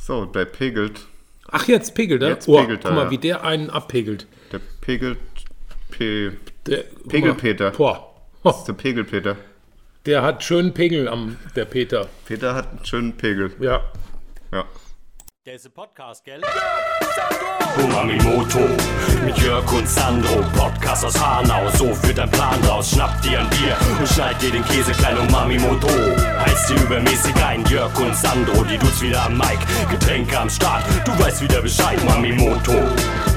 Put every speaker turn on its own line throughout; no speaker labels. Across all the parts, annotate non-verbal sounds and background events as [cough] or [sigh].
So, der pegelt.
Ach, jetzt pegelt er?
Jetzt
oh,
pegelt er,
guck mal,
ja.
wie der einen abpegelt.
Der pegelt. Pe,
Der, guck
Pegelpeter.
mal. Boah. Ho,
ist der Pegelpeter.
der hat schönen Pegel am, der Peter.
Peter hat einen schönen Pegel.
Ja.
Ja.
Der ist ein Podcast, gell?
Umamimoto mit Jörg und Sandro, Podcast aus Hanau. So führt ein Plan raus. Schnapp dir ein Bier und schneid dir den Käse klein. Umamimoto heißt sie übermäßig ein. Jörg und Sandro, die du's wieder am Mike. Getränke am Start, du weißt wieder Bescheid. Mamimoto,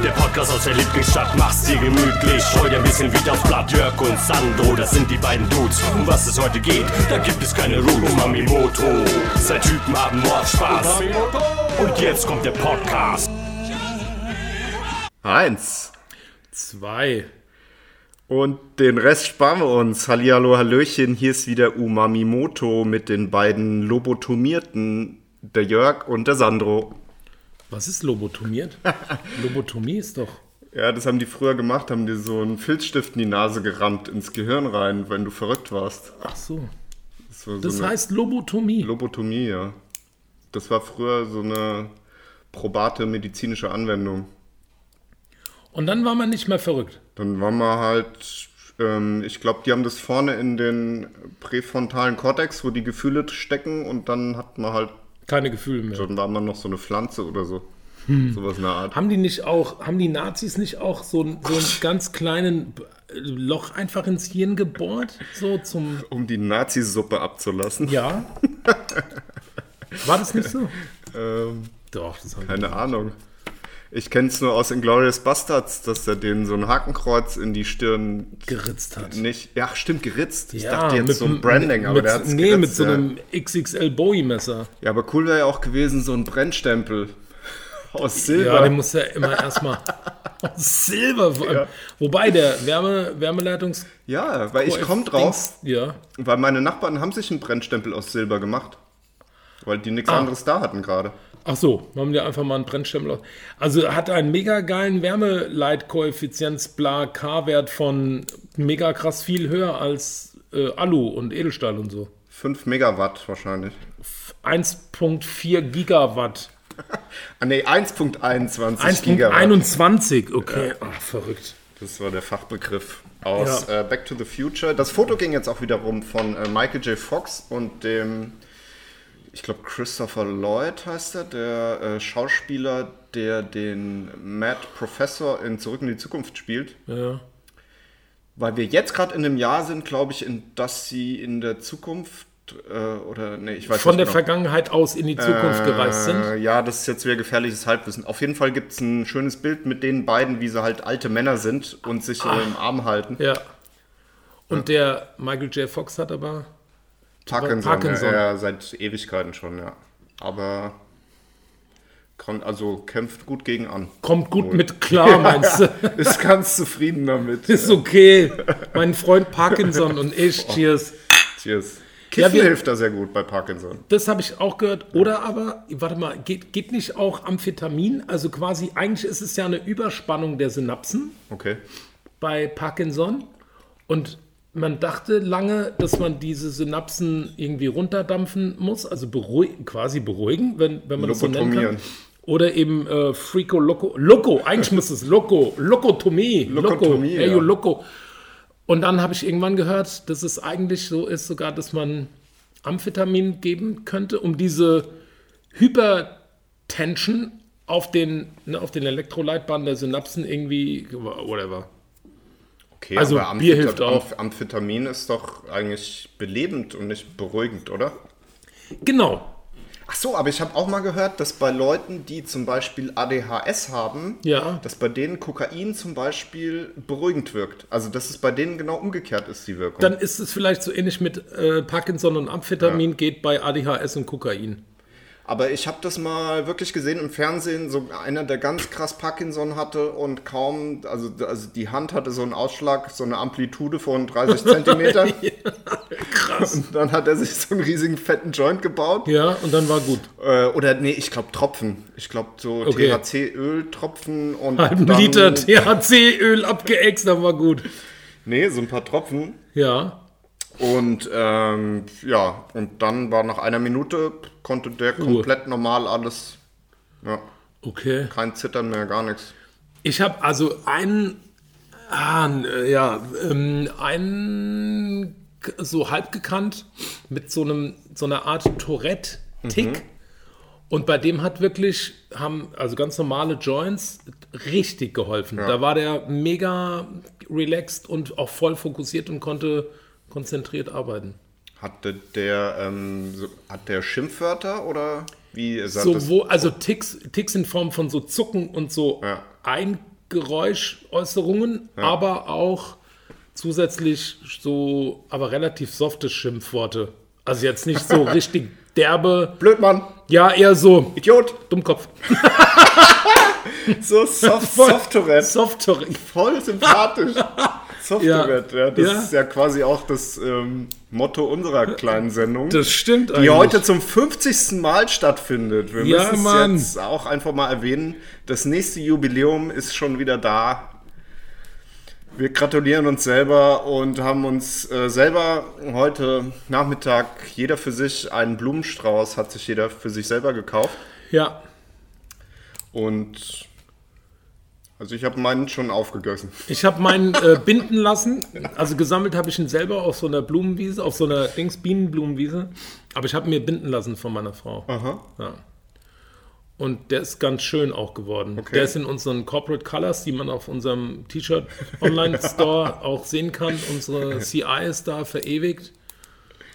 der Podcast aus der Lieblingsstadt. Mach's dir gemütlich, scheu dir ein bisschen wieder aufs Blatt. Jörg und Sandro, das sind die beiden Dudes. Um was es heute geht, da gibt es keine Ruhe. Umamimoto, zwei Typen haben Mordspaß. Und jetzt kommt der Podcast.
Eins.
Zwei.
Und den Rest sparen wir uns. Hallihallo, Hallöchen. Hier ist wieder Umamimoto mit den beiden Lobotomierten, der Jörg und der Sandro.
Was ist
[laughs]
lobotomiert? Lobotomie ist doch.
Ja, das haben die früher gemacht, haben dir so einen Filzstift in die Nase gerammt, ins Gehirn rein, wenn du verrückt warst.
Ach so.
Das, war so
Das
eine
heißt Lobotomie.
Lobotomie, ja. Das war früher so eine probate medizinische Anwendung.
Und dann war man nicht mehr verrückt.
Dann waren wir halt, ähm, ich glaube, die haben das vorne in den präfrontalen Kortex, wo die Gefühle stecken und dann hat man halt,
Keine Gefühle mehr.
dann war man noch so eine Pflanze oder so.
Hm.
Sowas in der Art.
Haben die nicht auch, haben die Nazis nicht auch so, ein- so einen ganz kleinen äh, Loch einfach ins Hirn gebohrt? So zum.
Um die Nazi-Suppe abzulassen. [laughs]
Ja. War das nicht so?
Ähm,
Doch, das haben
Keine Ahnung. Ich kenne es nur aus Inglourious Bastards, dass er denen so ein Hakenkreuz in die Stirn
geritzt hat.
nicht. Ja, stimmt, geritzt. Ich
Ja,
dachte jetzt so ein
einem-
Branding, aber
mit,
der hat es
Nee,
geritzt,
mit so
ja.
einem XXL Bowie-Messer.
Ja, aber cool wäre ja auch gewesen, so ein Brennstempel [laughs] aus
Ja,
Silber.
den muss ja immer
[laughs]
erstmal. Oh, Silber. vor allem. Wobei der Wärme, Wärmeleitungs.
Ja, weil ich komme drauf,
Dings- Ja.
weil meine Nachbarn haben sich einen Brennstempel aus Silber gemacht. Weil die nichts anderes da hatten gerade.
Ach so, machen wir einfach mal einen Brennstempel aus. Also hat einen mega geilen Wärmeleitkoeffizienz, bla, K-Wert von mega krass viel höher als äh, Alu und Edelstahl und so.
5 Megawatt wahrscheinlich.
1,4 Gigawatt.
Ah nee, 1.21 Gigawatt.
1,21, okay. Ach, verrückt.
Das war der Fachbegriff aus äh, Back to the Future. Das Foto ging jetzt auch wieder rum von äh, Michael J. Fox und dem, ich glaube, Christopher Lloyd heißt er, der äh, Schauspieler, der den Mad Professor in Zurück in die Zukunft spielt.
Ja.
Weil wir jetzt gerade in einem Jahr sind, glaube ich, in das sie in der Zukunft äh, oder nee, ich weiß
Von
nicht
der
genau.
Vergangenheit aus in die Zukunft gereist sind.
Äh, Ja, das ist jetzt wieder gefährliches Halbwissen. Auf jeden Fall gibt es ein schönes Bild mit den beiden, wie sie halt alte Männer sind und sich so im Arm halten.
Ah. Ja. Und der Michael J. Fox hat aber.
Parkinson, Ja,
Parkinson.
ja, seit Ewigkeiten schon, ja. Aber kann, also kämpft gut gegen an.
Kommt gut
[laughs]
mit klar, meinst du?
Ist ganz zufrieden
[laughs]
damit.
Ist okay. Mein Freund Parkinson und ich,
Oh.
cheers.
Cheers.
Ja,
Kiffen
wir-
hilft da sehr gut bei Parkinson.
Das habe ich auch gehört. Oder aber, warte mal, geht, geht nicht auch Amphetamin? Also quasi, eigentlich ist es ja eine Überspannung der Synapsen
Okay.
bei Parkinson. Und man dachte lange, dass man diese Synapsen irgendwie runterdampfen muss, also beruhigen, quasi beruhigen, wenn, wenn man das so nennen kann.
Lobotomieren.
Oder eben äh, Frico Loco. Loco, eigentlich müsste es Loco, Lokotomie. Loco,
Lokotomie,
ey,
ja.
yo, Loco. Und dann habe ich irgendwann gehört, dass es eigentlich so ist, sogar, dass man Amphetamin geben könnte, um diese Hypertension auf den, ne, auf den Elektroleitbahnen der Synapsen irgendwie, whatever.
Okay,
Also,
aber
Bier
Ampheta-
hilft auch.
Amph- Amphetamin ist doch eigentlich belebend und nicht beruhigend, oder?
Genau,
Ach so, aber ich habe auch mal gehört, dass bei Leuten, die zum Beispiel ADHS haben,
Ja.
dass bei denen Kokain zum Beispiel beruhigend wirkt. Also dass es bei denen genau umgekehrt ist, die Wirkung.
dann ist es vielleicht so ähnlich mit äh, Parkinson und Amphetamin geht bei ADHS und Kokain.
Aber ich habe das mal wirklich gesehen im Fernsehen, so einer, der ganz krass Parkinson hatte und kaum, also, also die Hand hatte so einen Ausschlag, so eine Amplitude von
[laughs]
30 Zentimetern. krass. Und dann hat er sich so einen riesigen fetten Joint gebaut.
Ja, und dann war gut.
Äh, oder nee, ich glaube Tropfen. Ich glaube so
Okay.
THC-Öltropfen und
Halben
dann-
Liter THC-Öl abgeäxt, dann war gut.
Nee, so ein paar Tropfen.
Ja,
Und ähm, ja, und dann war nach einer Minute, konnte der komplett normal alles Ja.
Okay.
Kein Zittern mehr, gar nichts.
Ich habe also einen, ah, n- äh, ja, ähm, einen k- so halb gekannt mit so einem so einer Art Tourette-Tick. Und bei dem hat wirklich, haben also ganz normale Joints richtig geholfen. Da war der mega relaxed und auch voll fokussiert und konnte konzentriert arbeiten.
Hatte der, ähm, so, hat der Schimpfwörter oder wie sagt das?
Sowohl, also Ticks, Ticks in Form von so Zucken und so
Ja.
Eingeräuschäußerungen, aber auch zusätzlich so, aber relativ softe Schimpfworte. Also jetzt nicht
[laughs]
so richtig derbe,
Blödmann,
ja, eher so
Idiot,
Dummkopf.
so [laughs] soft, soft Tourette.
Soft
Voll sympathisch. soft
[laughs] Ja.
Tourette, ja. Das
Ja.
ist ja quasi auch das ähm, Motto unserer kleinen Sendung.
Das stimmt
die heute zum 50. Mal stattfindet. Wir
Ja,
müssen
Mann.
es jetzt auch einfach mal erwähnen. Das nächste Jubiläum ist schon wieder da. Wir gratulieren uns selber und haben uns äh, selber heute Nachmittag jeder für sich einen Blumenstrauß hat sich jeder für sich selber gekauft.
Ja.
Und also ich habe meinen schon aufgegessen.
Ich habe meinen äh, binden lassen. Also gesammelt habe ich ihn selber auf so einer Blumenwiese, auf so einer Dings Bienenblumenwiese. Aber ich habe mir binden lassen von meiner Frau.
Aha.
Ja. Und der ist ganz schön auch geworden.
Okay.
Der ist in unseren Corporate Colors, die man auf unserem T-Shirt Online
[laughs]
Store auch sehen kann. Unsere CI ist da verewigt.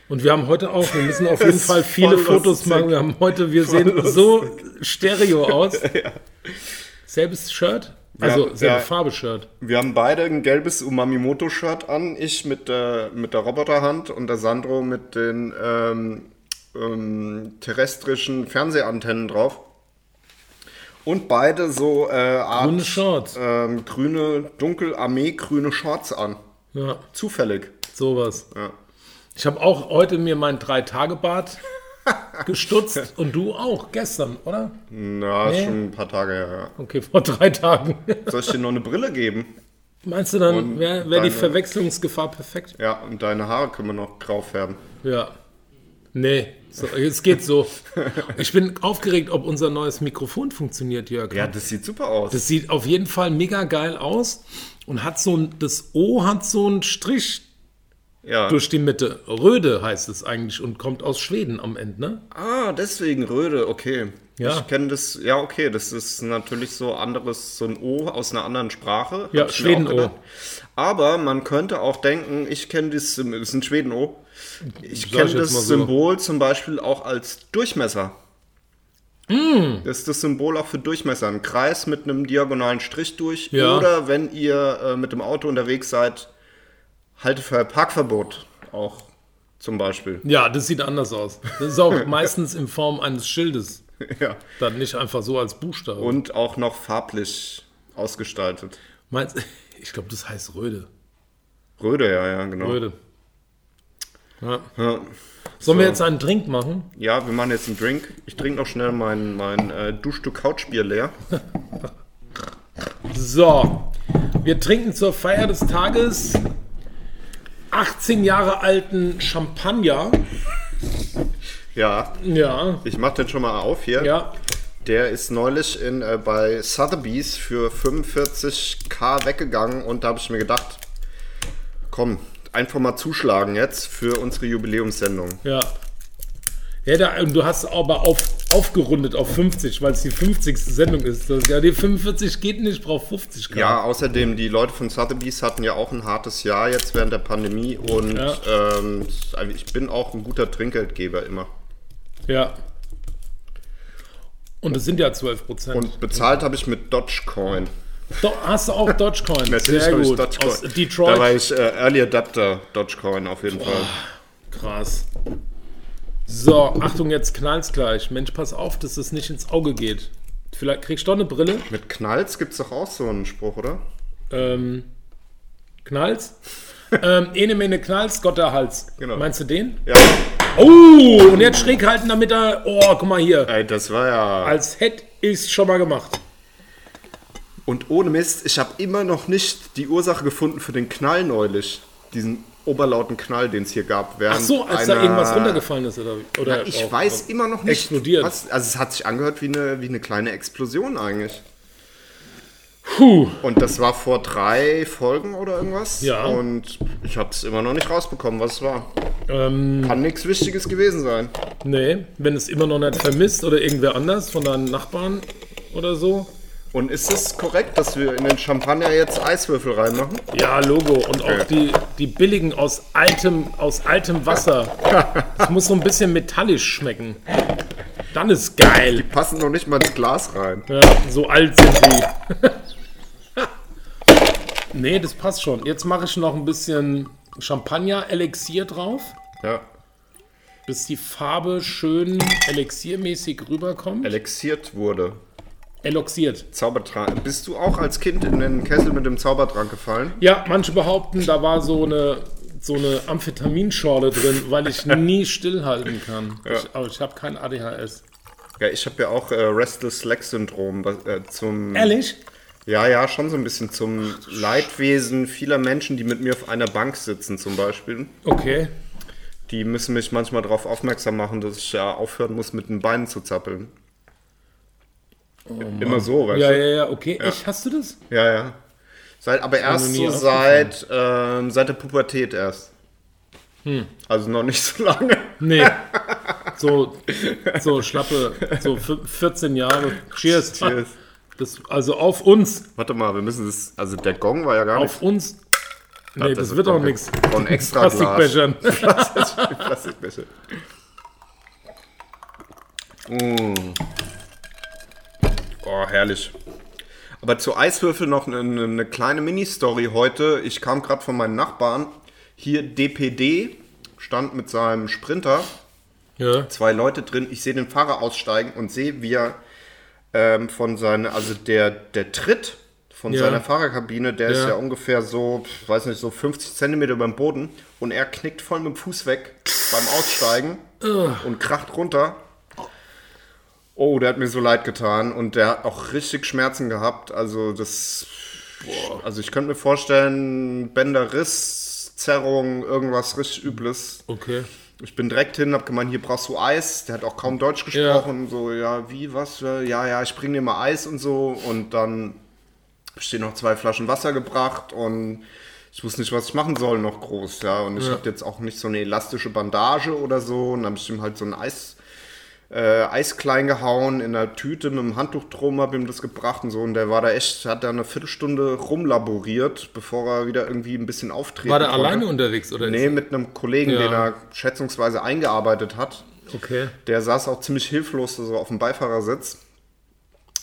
Und wir haben heute auch, wir müssen auf jeden
ist
Fall
voll
viele Fotos
lustig.
machen. Wir haben heute, wir sehen so stereo
[laughs]
aus. Selbes Shirt, also
Ja,
selbe
ja.
Farbe Shirt.
Wir haben beide ein gelbes Umamimoto-Shirt an. Ich mit der, mit der Roboterhand und der Sandro mit den ähm, ähm, terrestrischen Fernsehantennen drauf. Und beide so äh, Art,
Grüne Shorts.
Ähm, grüne, dunkel armeegrüne Shorts an.
Ja,
Zufällig.
sowas. Ich habe auch heute mir mein Drei-Tage-Bad
[laughs]
gestutzt und du auch gestern, oder?
Na, ist
Nee.
schon ein paar Tage her. ja.
Okay, vor drei Tagen. [laughs]
Soll ich dir noch eine Brille geben?
Meinst du, dann wäre wär die
deine-
Verwechslungsgefahr perfekt?
Ja, und deine Haare können wir noch grau färben.
Ja. Nee, so, es
[laughs]
geht so. Ich bin aufgeregt, ob unser neues Mikrofon funktioniert, Jörg.
Ja, das sieht super aus.
Das sieht auf jeden Fall mega geil aus und hat so ein, das O hat so einen Strich
ja.
durch die Mitte. Röde heißt es eigentlich und kommt aus Schweden am Ende, ne?
Ah, deswegen Röde, okay.
Ja.
Ich kenne das, ja, okay, das ist natürlich so anderes, so ein O aus einer anderen Sprache.
Ja,
hab ich mir auch
Schweden-O.
gedacht. Aber man könnte auch denken, ich kenne das, das ist ein Schweden-O. Ich
Sag ich
kenne
jetzt
das
mal so.
Symbol zum Beispiel auch als Durchmesser.
Hm.
Das ist das Symbol auch für Durchmesser. Ein Kreis mit einem diagonalen Strich durch.
Ja.
Oder wenn ihr äh, mit dem Auto unterwegs seid, halte für Parkverbot auch zum Beispiel. [laughs]
Ja, das sieht anders aus. Das ist auch meistens in Form eines Schildes.
Ja.
Dann nicht einfach so als Buchstabe.
Und auch noch farblich ausgestaltet.
Meinst, [laughs] ich glaube, das heißt Röde.
Röde, ja, ja, genau.
Röde. Ja.
Ja.
Sollen wir jetzt einen Drink machen?
ja, wir machen jetzt einen Drink. Ich trinke noch schnell mein, mein äh, Duschstück-Couchbier leer.
So, wir trinken zur Feier des Tages 18 Jahre alten Champagner.
Ja,
Ja,
ich mache den schon mal auf hier.
ja,
Der ist neulich in, äh, bei Sotheby's für 45k weggegangen und da habe ich mir gedacht, komm, einfach mal zuschlagen jetzt für unsere Jubiläumssendung.
ja. ja da, und du hast aber auf, aufgerundet auf 50, weil es die 50. Sendung ist. Das, ja, die 45 geht nicht, ich brauche 50 Gramm.
Ja, außerdem, die Leute von Sotheby's hatten ja auch ein hartes Jahr jetzt während der Pandemie und
Ja.
ähm, ich bin auch ein guter Trinkgeldgeber immer.
ja. Und es sind ja 12 Prozent.
Und bezahlt habe ich mit Dogecoin.
Do hast du auch Dogecoin?
habe ich
Aus
Da war
Detroit.
ich äh, Early Adapter Dogecoin auf jeden Fall.
Krass. So, Achtung, jetzt knallt's gleich. Mensch, pass auf, dass es nicht ins Auge geht. Vielleicht kriegst du doch eine Brille.
Mit Knalls gibt es doch auch so einen Spruch, oder?
Ähm,
[laughs]
knallt's? ähm, ene mene knallt's, Gott der Hals.
Genau.
Meinst du den?
Ja.
Oh, und jetzt schräg halten, damit er... Oh, guck mal hier.
Ey, das war ja.
Als hätte ich's schon mal gemacht.
Und ohne Mist, ich habe immer noch nicht die Ursache gefunden für den Knall neulich. Diesen oberlauten Knall, den es hier gab, während
Ach so, als da
einer-
irgendwas runtergefallen ist oder, oder
Na, ich
auch-
weiß immer noch nicht.
explodiert.
Was, also es hat sich angehört wie eine, wie eine kleine Explosion eigentlich.
Puh,
Und das war vor drei Folgen oder irgendwas.
Ja.
Und ich habe es immer noch nicht rausbekommen, was es war.
ähm,
Kann nichts Wichtiges gewesen sein.
nee, wenn es immer noch nicht vermisst oder irgendwer anders von deinen Nachbarn oder so.
Und ist es korrekt, dass wir in den Champagner jetzt Eiswürfel reinmachen?
Ja, Logo. Und auch
Ja.
die, die billigen aus altem, aus altem Wasser. Es muss so ein bisschen metallisch schmecken. Dann ist geil.
Passen noch nicht mal ins Glas rein.
Ja, so alt sind die. [laughs] nee, das passt schon. Jetzt mache ich noch ein bisschen Champagner-Elixier drauf,
Ja.
bis die Farbe schön elixiermäßig rüberkommt.
Elixiert wurde.
Eloxiert.
Zaubertrank. Bist du auch als Kind in den Kessel mit dem Zaubertrank gefallen?
Ja, manche behaupten, da war so eine, so eine Amphetaminschorle drin,
[laughs]
weil ich nie stillhalten kann. Ich, aber ich habe kein ADHS.
Ja, ich habe ja auch äh, Restless Leg Syndrom was- äh, zum
Ehrlich?
Ja, ja, schon so ein bisschen zum Leidwesen vieler Menschen, die mit mir auf einer Bank sitzen zum Beispiel.
Okay.
Die müssen mich manchmal darauf aufmerksam machen, dass ich ja aufhören muss, mit den Beinen zu zappeln. Immer so, weißt
Ja,
du?
ja, ja, okay. Echt, hast du das?
Ja, ja. Seit, aber erst
mir
so
nie
seit, ähm, seit der Pubertät erst.
Hm.
Also noch nicht so
[laughs]
lange. [laughs]
Nee. So, so schlappe, so fü- 14 Jahre. Cheers.
Cheers.
Das, also auf uns,
Warte mal, wir müssen das. Also der Gong war ja gar
auf
nicht.
uns. Nee, das,
ist
wird auch
komplett-
nichts.
Von extra Glas.
Plastikbechern.
Plastikbecher. Mm. Oh, herrlich. Aber zu Eiswürfel noch eine, eine kleine Mini-Story heute. Ich kam gerade von meinen Nachbarn. Hier DPD stand mit seinem Sprinter
Ja.
zwei Leute drin. Ich sehe den Fahrer aussteigen und sehe, wie er ähm, von seiner, also der, der Tritt von
Ja.
seiner Fahrerkabine, der ist
Ja.
ja ungefähr so, pf, weiß nicht, so 50 Zentimeter über dem Boden und er knickt voll mit dem Fuß weg beim Aussteigen und kracht runter. Oh, der hat mir so leid getan und der hat auch richtig Schmerzen gehabt. Also das, also ich könnte mir vorstellen, Bänderriss, Zerrung, irgendwas richtig Übles.
Okay.
Ich bin direkt hin, hab gemeint, hier brauchst du Eis. Der hat auch kaum Deutsch gesprochen. So, ja, wie, was? Ja, ja, ja, ich bring dir mal Eis und so. Und dann hab ich dir noch zwei Flaschen Wasser gebracht und ich wusste nicht, was ich machen soll, noch groß, ja. Und ich hab jetzt auch nicht so eine elastische Bandage oder so. Und dann hab ich ihm halt so ein Eis, äh, Eis klein gehauen in einer Tüte mit einem Handtuch drum, hab ihm das gebracht und so. Und der war da echt, hat da eine Viertelstunde rumlaboriert, bevor er wieder irgendwie ein bisschen auftreten
War der
konnte.
alleine unterwegs oder
Nee, mit einem Kollegen,
Ja.
den er schätzungsweise eingearbeitet hat.
ist Okay.
Der saß auch ziemlich hilflos so auf dem Beifahrersitz.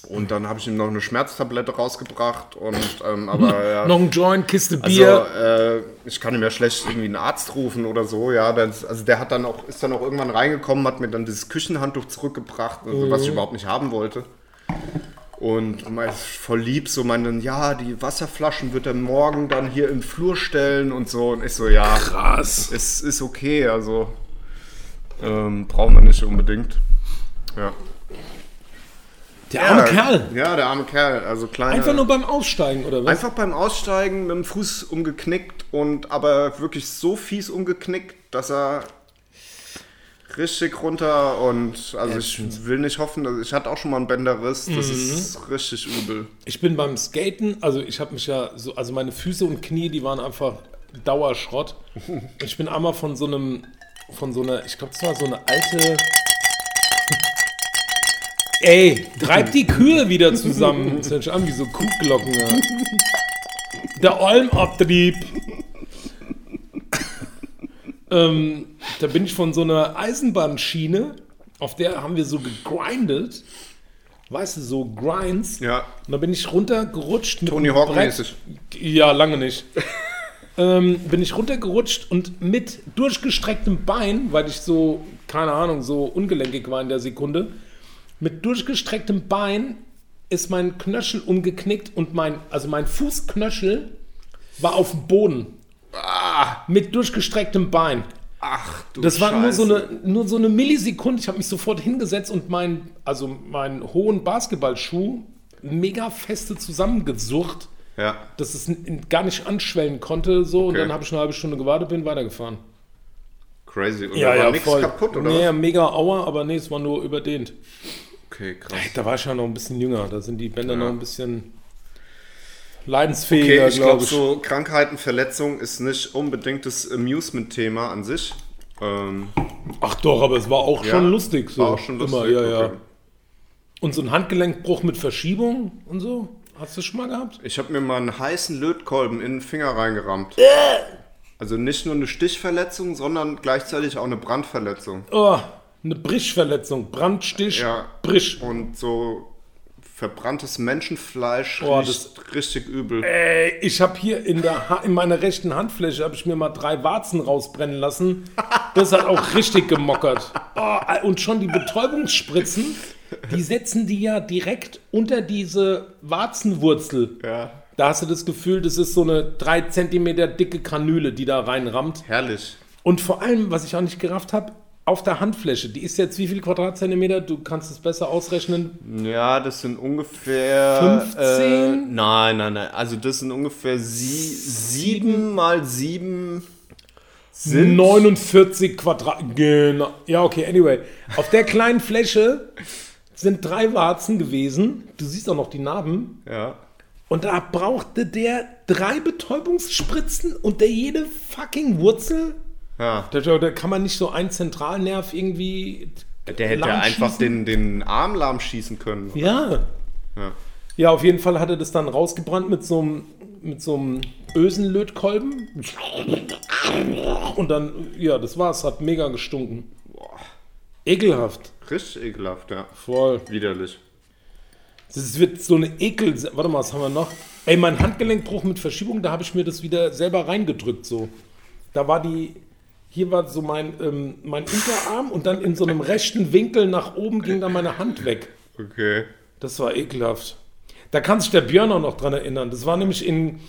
Und dann habe ich ihm noch eine Schmerztablette rausgebracht. Und, ähm, aber ja,
Noch ein Joint, Kiste
also,
Bier.
äh, ich kann ihm ja schlecht irgendwie einen Arzt rufen oder so. Ja, das, also der hat dann auch, ist dann auch irgendwann reingekommen, hat mir dann dieses Küchenhandtuch zurückgebracht, also, was ich
Mhm.
überhaupt nicht haben wollte. Und mein, voll lieb, so meinen, ja, die Wasserflaschen wird er morgen dann hier im Flur stellen und so. Und ich so, ja,
Krass.
es ist okay, also ähm, braucht man nicht unbedingt. Ja.
Der arme
ja,
Kerl.
Ja, der arme Kerl. Also kleine,
Einfach nur beim Aussteigen oder was?
einfach beim Aussteigen mit dem Fuß umgeknickt und aber wirklich so fies umgeknickt, dass er richtig runter und also ich will nicht hoffen, also ich hatte auch schon mal einen Bänderriss, das
Mhm.
ist richtig übel.
Ich bin beim Skaten, also ich habe mich ja so, also meine Füße und Knie, die waren einfach Dauerschrott. Ich bin einmal von so einem, von so einer, ich glaube, das war so eine alte. Ey, treib die Kühe wieder zusammen. Das hört sich an wie so Kuhglocken. Ja. Der Olmabtrieb. ähm, da bin ich von so einer Eisenbahnschiene, auf der haben wir so gegrindet. Weißt du, so Grinds.
Ja.
Und dann bin ich runtergerutscht. mit
Tony
dem
Hawk
Brett.
mäßig.
Ja, lange nicht. [laughs] ähm, bin ich runtergerutscht und mit durchgestrecktem Bein, weil ich so, keine Ahnung, so ungelenkig war in der Sekunde, mit durchgestrecktem Bein ist mein Knöchel umgeknickt und mein, also mein Fußknöchel war auf dem Boden.
Ah.
Mit durchgestrecktem Bein.
Ach du
Das war nur so,
Scheiße.
eine, nur so eine Millisekunde. Ich habe mich sofort hingesetzt und meinen also meinen hohen Basketballschuh mega feste zusammengesurrt.
Ja.
dass es n- n- gar nicht anschwellen konnte. So. Und
Okay.
dann habe ich eine halbe Stunde gewartet, bin weitergefahren.
Crazy. Und da war nichts kaputt, oder?
Nee,
was?
mega Auer, aber nee, es war nur überdehnt.
Okay, krass.
Da war ich ja noch ein bisschen jünger. Da sind die Bänder
Ja.
noch ein bisschen
Okay,
leidensfähiger,
ich
glaube
glaube,
ich.
so Krankheiten, Verletzungen ist nicht unbedingt das Amusement-Thema an sich. Ähm,
Ach doch, aber es war auch
ja,
schon lustig. So.
War auch schon lustig.
Immer, ja,
okay.
ja. Und so ein Handgelenkbruch mit Verschiebung und so. Hast du schon mal gehabt?
Ich habe mir mal einen heißen Lötkolben in den Finger reingerammt.
Äh!
Also nicht nur eine Stichverletzung, sondern gleichzeitig auch eine Brandverletzung.
Oh, eine Brischverletzung. Brandstich,
Ja.
Brisch.
Und so verbranntes Menschenfleisch
Boah, Äh.
riecht richtig übel.
Ey, ich habe hier in, der ha in meiner rechten Handfläche habe ich mir mal drei Warzen rausbrennen lassen. Das hat auch richtig gemockert. Oh, und schon die Betäubungsspritzen, die setzen die ja direkt unter diese Warzenwurzel.
Ja.
Da hast du das Gefühl, das ist so eine drei Zentimeter dicke Kanüle, die da reinrammt.
Herrlich.
Und vor allem, was ich auch nicht gerafft habe, auf der Handfläche. Die ist jetzt wie viel Quadratzentimeter? Du kannst es besser ausrechnen.
Ja, das sind ungefähr.
15?
Äh, nein, nein, nein. Also, das sind ungefähr sie, sieben mal sieben sind.
49 Quadrat. Genau. Ja, okay, anyway. Auf der kleinen Fläche sind drei Warzen gewesen. Du siehst auch noch die Narben.
Ja.
Und da brauchte der drei Betäubungsspritzen unter jede fucking Wurzel.
ja.
Da, da kann man nicht so einen Zentralnerv irgendwie.
Der hätte einfach den, den Arm lahm schießen können.
Ja.
Ja.
Ja, auf jeden Fall hat er das dann rausgebrannt mit so einem, mit so einem Ösenlötkolben. Und dann, ja, das war's, hat mega gestunken. Ekelhaft.
Richtig ekelhaft, ja.
Voll.
Widerlich.
Das wird so eine Ekel. Warte mal, was haben wir noch? Ey, mein Handgelenkbruch mit Verschiebung, da habe ich mir das wieder selber reingedrückt so. Da war die. Hier war so mein, ähm, mein Unterarm und dann in so einem rechten Winkel nach oben ging dann meine Hand weg.
Okay.
Das war ekelhaft. Da kann sich der Björn auch noch dran erinnern. Das war nämlich in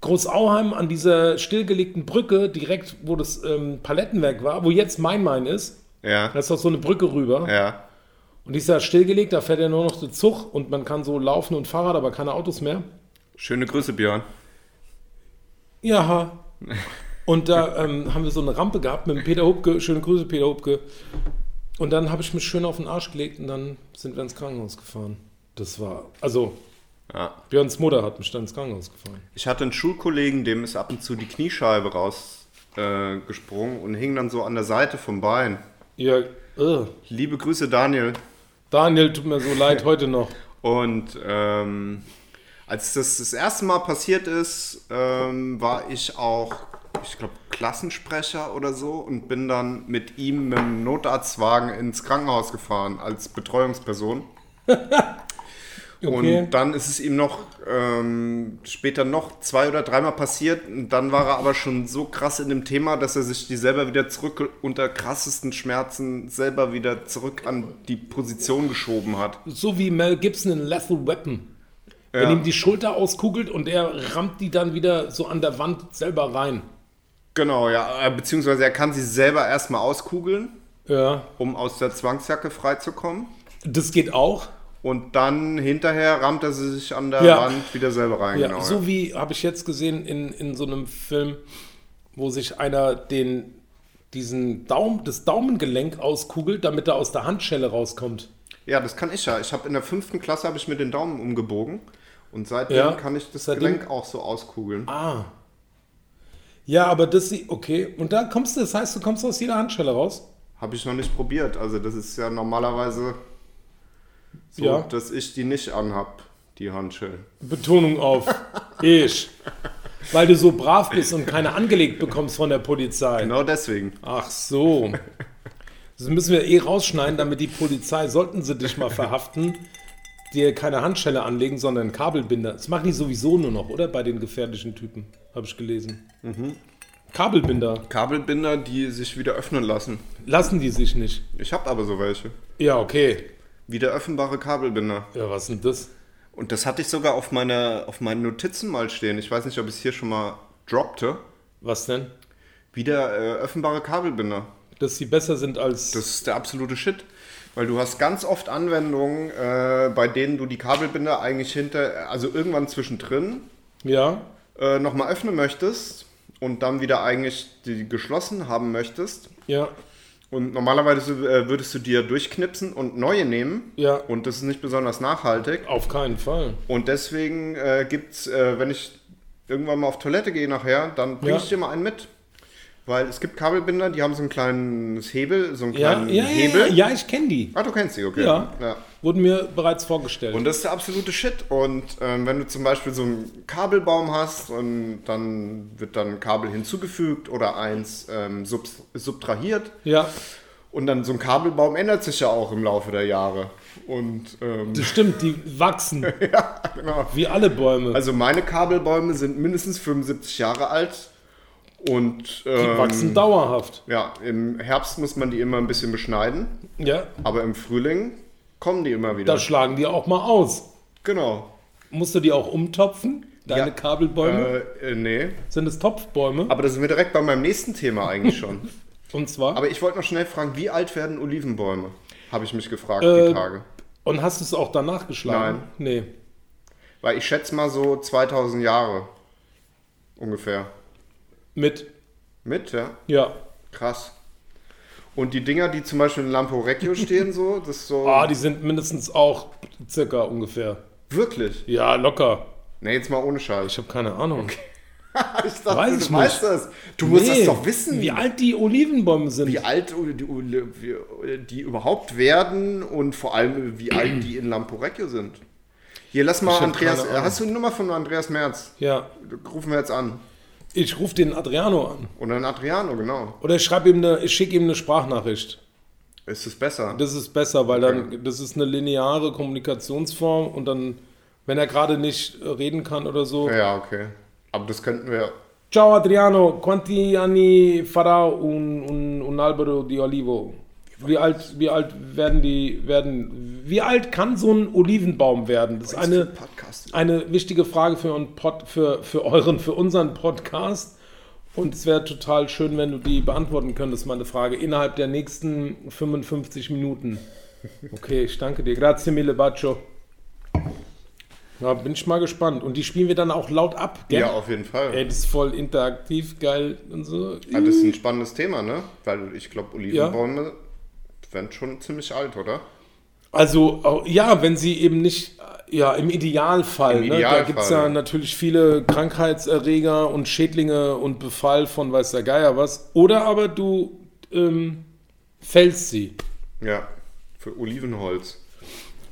Großauheim an dieser stillgelegten Brücke, direkt wo das ähm, Palettenwerk war, wo jetzt mein Main ist.
Ja.
Da ist doch so eine Brücke rüber.
Ja.
Und die ist ja stillgelegt, da fährt ja nur noch der Zug und man kann so laufen und Fahrrad, aber keine Autos mehr.
Schöne Grüße, Björn.
Ja. ha. Und da ähm, haben wir so eine Rampe gehabt mit dem Peter Hupke. Schöne Grüße, Peter Hupke. Und dann habe ich mich schön auf den Arsch gelegt und dann sind wir ins Krankenhaus gefahren. Das war, also
Ja.
Björns Mutter hat mich dann ins Krankenhaus gefahren.
Ich hatte einen Schulkollegen, dem ist ab und zu die Kniescheibe rausgesprungen äh, gesprungen und hing dann so an der Seite vom Bein.
Ja, äh.
Liebe Grüße, Daniel.
Daniel, tut [laughs] mir so leid heute noch.
Und ähm, als das das erste Mal passiert ist, ähm, war ich auch, ich glaube, Klassensprecher oder so und bin dann mit ihm mit dem Notarztwagen ins Krankenhaus gefahren als Betreuungsperson.
Okay.
Und dann ist es ihm noch ähm, später noch zwei oder dreimal passiert. Und dann war er aber schon so krass in dem Thema, dass er sich die selber wieder zurück unter krassesten Schmerzen selber wieder zurück an die Position geschoben hat.
so wie Mel Gibson in Lethal Weapon. Wenn ihm die Schulter auskugelt und er rammt die dann wieder so an der Wand selber rein.
Genau, ja. äh, Beziehungsweise er kann sie selber erstmal auskugeln,
Ja.
um aus der Zwangsjacke freizukommen.
Das geht auch.
Und dann hinterher rammt er sie sich an der
Ja.
Wand wieder selber rein.
Ja,
genau,
so wie habe ich jetzt gesehen in, in so einem Film, wo sich einer den diesen Daum, das Daumengelenk auskugelt, damit er aus der Handschelle rauskommt.
ja, das kann ich ja. Ich habe in der fünften Klasse habe ich mir den Daumen umgebogen. Und seitdem
Ja,
kann ich das
seitdem-
Gelenk auch so auskugeln.
Ah. Ja, aber das sie okay. Und da kommst du, das heißt, du kommst aus jeder Handschelle raus.
Habe ich noch nicht probiert. Also das ist ja normalerweise so,
Ja.
dass ich die nicht anhab, die Handschellen.
Betonung auf ich. Weil du so brav bist und keine angelegt bekommst von der Polizei.
Genau deswegen.
Ach so. Das müssen wir eh rausschneiden, damit die Polizei, sollten sie dich mal verhaften, dir keine Handschelle anlegen, sondern einen Kabelbinder. Das machen die sowieso nur noch, oder? Bei den gefährlichen Typen, habe ich gelesen.
Mhm.
Kabelbinder
Kabelbinder, die sich wieder öffnen lassen.
lassen die sich nicht.
Ich habe aber so welche.
Ja, okay.
Wieder öffnbare Kabelbinder.
Ja, was denn das?
Und das hatte ich sogar auf, meine, auf meinen Notizen mal stehen. Ich weiß nicht, ob ich es hier schon mal droppte.
Was denn?
Wieder äh, öffentbare Kabelbinder.
Dass sie besser sind als.
Das ist der absolute Shit. Weil du hast ganz oft Anwendungen, äh, bei denen du die Kabelbinder eigentlich hinter, also irgendwann zwischendrin
Ja.
äh, nochmal öffnen möchtest und dann wieder eigentlich die geschlossen haben möchtest.
Ja.
Und normalerweise äh, würdest du dir durchknipsen und neue nehmen.
Ja.
Und das ist nicht besonders nachhaltig.
Auf keinen Fall.
Und deswegen äh, gibt's, äh, wenn ich irgendwann mal auf Toilette gehe nachher, dann bringe
Ja.
ich dir mal einen mit. Weil es gibt Kabelbinder, die haben so ein kleines Hebel, so einen
Ja,
kleinen
ja, ja,
Hebel.
ja, ja, ich kenne die.
Ah, du kennst sie, okay.
Ja.
ja.
Wurden mir bereits vorgestellt.
Und das ist der absolute Shit. Und ähm, wenn du zum Beispiel so einen Kabelbaum hast und dann wird dann ein Kabel hinzugefügt oder eins ähm, subs- subtrahiert
ja,
und dann so ein Kabelbaum ändert sich ja auch im Laufe der Jahre. Und ähm,
das stimmt, die
[laughs]
wachsen.
genau.
Wie alle Bäume.
also meine Kabelbäume sind mindestens 75 Jahre alt und
die
ähm,
wachsen dauerhaft.
ja, im Herbst muss man die immer ein bisschen beschneiden,
Ja.
aber im Frühling kommen die immer wieder.
Da schlagen die auch mal aus.
genau.
Musst du die auch umtopfen? Deine
Ja.
Kabelbäume?
Äh, äh, nee.
Sind es Topfbäume?
Aber da sind wir direkt bei meinem nächsten Thema eigentlich
[laughs]
schon.
Und zwar?
Aber ich wollte noch schnell fragen, wie alt werden Olivenbäume? Habe ich mich gefragt
Äh,
die Tage.
Und hast du es auch danach geschlagen?
Nein.
Nee.
Weil ich schätze mal so 2000 Jahre ungefähr.
Mit?
Mit, ja?
Ja.
Krass. Und die Dinger, die zum Beispiel in Lampo
[laughs]
Recchio stehen, so, das ist so.
Ah, die sind mindestens auch circa ungefähr.
wirklich?
Ja, locker.
Ne, jetzt mal ohne Scheiß.
Ich habe keine Ahnung.
[laughs] Ich dachte,
Weiß
du
ich
weißt
nicht.
das. Du musst
Nee.
das doch wissen.
Wie alt die Olivenbäume sind.
wie alt Uli- die, Uli- wie- die überhaupt werden und vor allem, wie alt die in Lampo Recchio sind. Hier, lass mal
hab
Andreas.
keine Ahnung.
Hast du die Nummer von Andreas Merz?
Ja.
Rufen wir jetzt an.
Ich rufe den Adriano an.
Oder ein Adriano, genau.
Oder ich schreibe ihm eine, ich schicke ihm eine Sprachnachricht.
Ist es besser?
Das ist besser, weil dann, das ist eine lineare Kommunikationsform und dann, wenn er gerade nicht äh, reden kann oder so.
ja, okay. Aber das könnten wir.
Ciao Adriano, quanti anni farà un, un, un albero di olivo? Wie alt, wie alt werden die werden? Wie alt kann so ein Olivenbaum werden? Das ist eine,
Podcast.
eine wichtige Frage für, un- Pod, für, für euren, für unseren Podcast. Und es wäre total schön, wenn du die beantworten könntest, meine Frage, innerhalb der nächsten 55 Minuten. Okay, ich danke dir. Grazie mille bacio. Ja, bin ich mal gespannt. Und die spielen wir dann auch laut ab, gell?
Ja, auf jeden Fall.
Ey, das ist voll interaktiv, geil und so.
Ah, das ist ein spannendes Thema, ne? Weil ich glaube, Olivenbäume werden schon ziemlich alt, oder?
Also, auch- ja, wenn sie eben nicht, ja, im Idealfall,
Im
ne, da
Idealfall.
gibt es ja natürlich viele Krankheitserreger und Schädlinge und Befall von weiß der Geier was. Oder aber du ähm, fällst sie.
Ja. Für Olivenholz.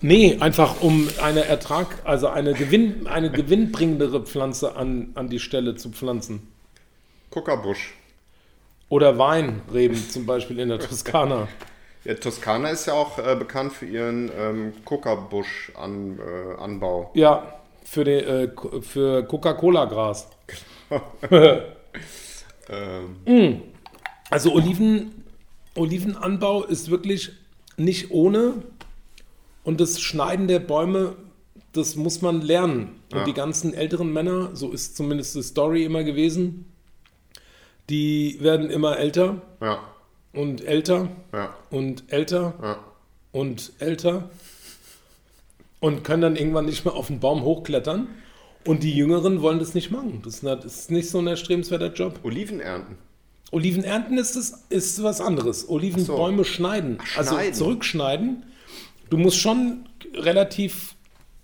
Nee, einfach um eine Ertrag, also eine, Gewinn, eine gewinnbringendere Pflanze an, an die Stelle zu pflanzen.
Kuckerbusch.
Oder Weinreben zum Beispiel in der Toskana.
Ja, Toskana ist ja auch äh, bekannt für ihren ähm, äh, Kuckerbusch-Anbau.
Ja, für, die, äh, Co- für Coca-Cola-Gras.
ähm,
Also Oliven, Olivenanbau ist wirklich nicht ohne und das Schneiden der Bäume, das muss man lernen. Und
Ja.
die ganzen älteren Männer, so ist zumindest die Story immer gewesen, die werden immer älter
ja,
und älter
ja,
und älter
ja.
und älter und können dann irgendwann nicht mehr auf den Baum hochklettern. Und die Jüngeren wollen das nicht machen. Das ist nicht- das ist nicht so ein erstrebenswerter Job.
Oliven ernten.
Oliven ernten ist, das, ist was anderes. Olivenbäume schneiden, also
schneiden.
zurückschneiden. Du musst schon relativ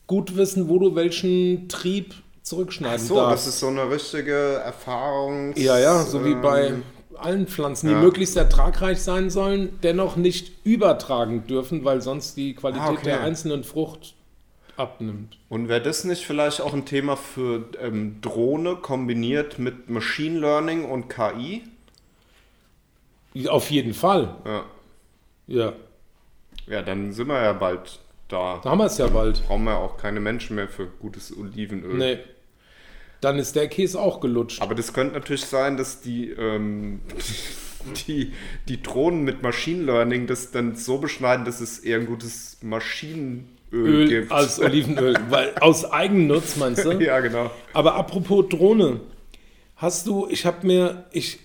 gut wissen, wo du welchen Trieb zurückschneiden
So, das
darfst.
ist ähm, so eine richtige Erfahrung.
ja, ja, so wie bei allen Pflanzen, die möglichst ertragreich sein sollen, dennoch nicht übertragen dürfen, weil sonst die Qualität
Ah, okay.
der einzelnen Frucht abnimmt.
Und wäre das nicht vielleicht auch ein Thema für ähm, Drohne kombiniert mit Machine Learning und KI?
Auf jeden Fall.
Ja.
Ja,
Ja, dann sind wir ja bald da.
da haben wir es ja bald.
Brauchen wir auch keine Menschen mehr für gutes Olivenöl.
Nee. Dann ist der Käse auch gelutscht.
Aber das könnte natürlich sein, dass die, ähm, [laughs] die, die Drohnen mit Machine Learning das dann so beschneiden, dass es eher ein gutes Maschinenöl
Öl
gibt.
als Olivenöl, weil aus Eigennutz meinst du?
[laughs] ja, genau.
Aber apropos Drohne, hast du, ich habe mir, ich,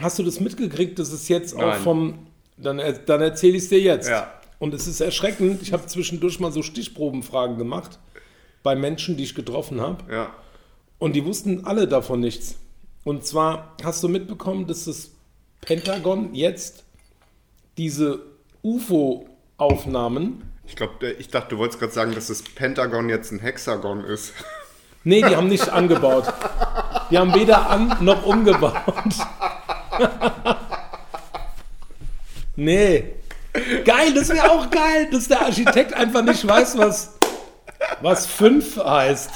hast du das mitgekriegt, dass es jetzt auch
Nein.
vom, dann, er- dann erzähle ich es dir jetzt.
Ja.
Und es ist erschreckend, ich habe zwischendurch mal so Stichprobenfragen gemacht bei Menschen, die ich getroffen habe.
Ja.
Und die wussten alle davon nichts. Und zwar hast du mitbekommen, dass das Pentagon jetzt diese UFO-Aufnahmen.
Ich glaube, ich dachte, du wolltest gerade sagen, dass das Pentagon jetzt ein Hexagon ist. [laughs]
Nee, die haben nicht angebaut. Die haben weder an noch umgebaut. [laughs] nee. Geil, das wäre auch geil, dass der Architekt einfach nicht weiß, was, was 5 heißt.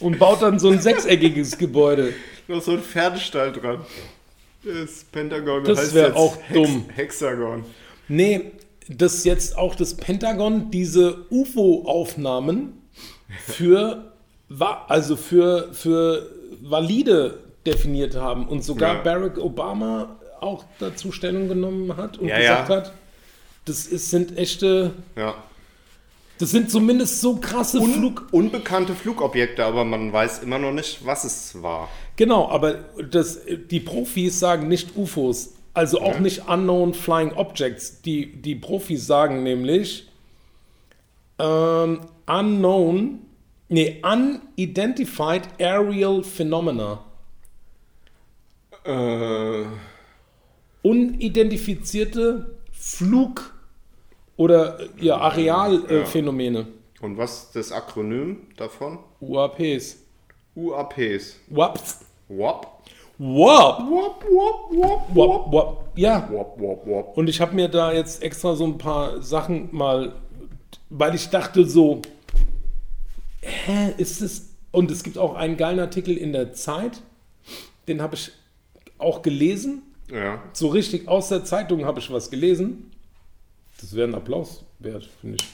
Und baut dann so ein sechseckiges Gebäude.
Noch so ein Pferdestall dran. Das Pentagon
Das
heißt
wär
jetzt
auch dumm.
Hexagon.
Nee, dass jetzt auch das Pentagon diese UFO-Aufnahmen für, wa- also für, für valide definiert haben und sogar
Ja.
Barack Obama auch dazu Stellung genommen hat und
Ja,
gesagt
ja.
hat, das ist, sind echte,
Ja.
das sind zumindest so krasse Flug...
Unbekannte Flugobjekte, aber man weiß immer noch nicht, was es war.
Genau, aber das, die Profis sagen nicht UFOs, also auch nicht Unknown Flying Objects. Die, die Profis sagen nämlich ähm, Unknown, nee, Unidentified Aerial Phenomena.
Äh,
Unidentifizierte Flug- oder äh,
Ja.
ja, Arealphänomene,
und was ist das Akronym davon?
UAPs.
UAPs.
WAPs.
WAP.
WAP.
WAP, WAP, WAP, WAP.
WAP, WAP. Ja,
WAP, WAP, WAP.
Und ich habe mir da jetzt extra so ein paar Sachen mal, weil ich dachte so, hä, ist es? Und es gibt auch einen geilen Artikel in der Zeit, den habe ich auch gelesen.
Ja.
So richtig aus der Zeitung habe ich was gelesen. Das wäre ein Applaus wert, finde ich.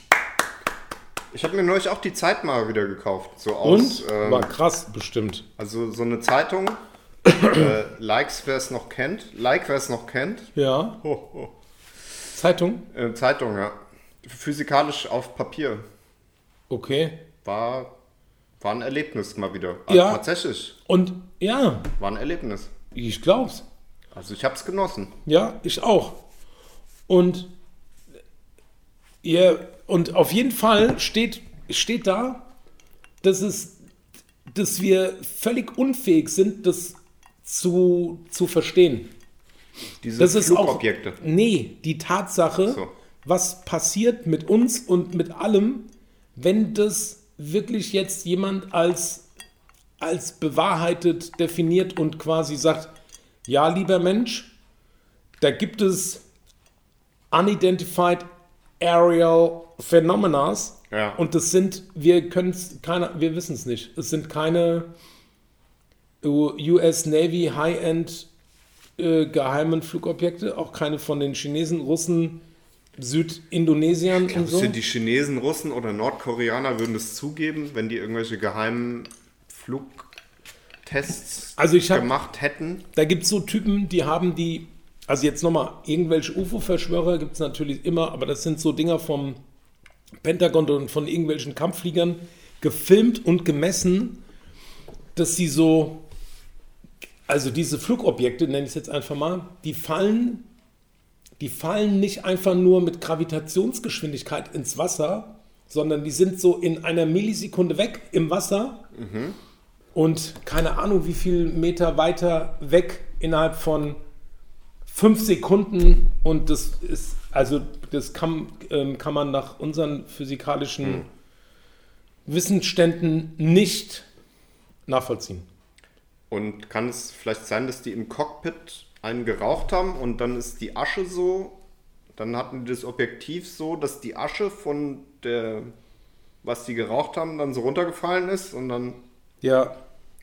Ich habe mir neulich auch die Zeit mal wieder gekauft. So aus.
Und
ähm,
war krass bestimmt.
also so eine
[coughs]
Zeitung. äh, Likes, wer es noch kennt. Like, wer es noch kennt.
Ja,
Ho, ho.
Zeitung.
Äh, Zeitung, ja. Physikalisch auf Papier.
Okay.
War, war ein Erlebnis mal wieder. Also
Ja.
Tatsächlich.
Und ja,
War ein Erlebnis.
ich glaub's.
Also ich habe es genossen.
Ja, ich auch. Und ihr, und auf jeden Fall steht, steht da, dass es, dass wir völlig unfähig sind, das zu, zu verstehen.
Diese
Das ist auch,
Flugobjekte.
nee, die Tatsache,
So.
was passiert mit uns und mit allem, wenn das wirklich jetzt jemand als, als bewahrheitet definiert und quasi sagt, ja, lieber Mensch, da gibt es unidentified aerial phenomena
Ja.
und das sind, wir können es, keiner, wir wissen es nicht. Es sind keine U- US Navy High-End äh, geheimen Flugobjekte, auch keine von den Chinesen, Russen, Südindonesiern und so.
Sind die Chinesen, Russen oder Nordkoreaner würden es zugeben, wenn die irgendwelche geheimen Flugtests
Also ich hab-
gemacht hätten?
Da gibt es so Typen, die haben die, also jetzt nochmal, irgendwelche UFO-Verschwörer gibt es natürlich immer, aber das sind so Dinger vom Pentagon und von irgendwelchen Kampffliegern gefilmt und gemessen, dass sie so, also diese Flugobjekte, nenne ich es jetzt einfach mal, die fallen, die fallen nicht einfach nur mit Gravitationsgeschwindigkeit ins Wasser, sondern die sind so in einer Millisekunde weg im Wasser und keine Ahnung, wie viel Meter weiter weg innerhalb von fünf Sekunden. Und das ist, also das kann, ähm, kann man nach unseren physikalischen
Hm.
Wissensständen nicht nachvollziehen.
Und kann es vielleicht sein, dass die im Cockpit einen geraucht haben und dann ist die Asche so, dann hatten die das Objektiv so, dass die Asche von der, was die geraucht haben, dann so runtergefallen ist und dann
Ja,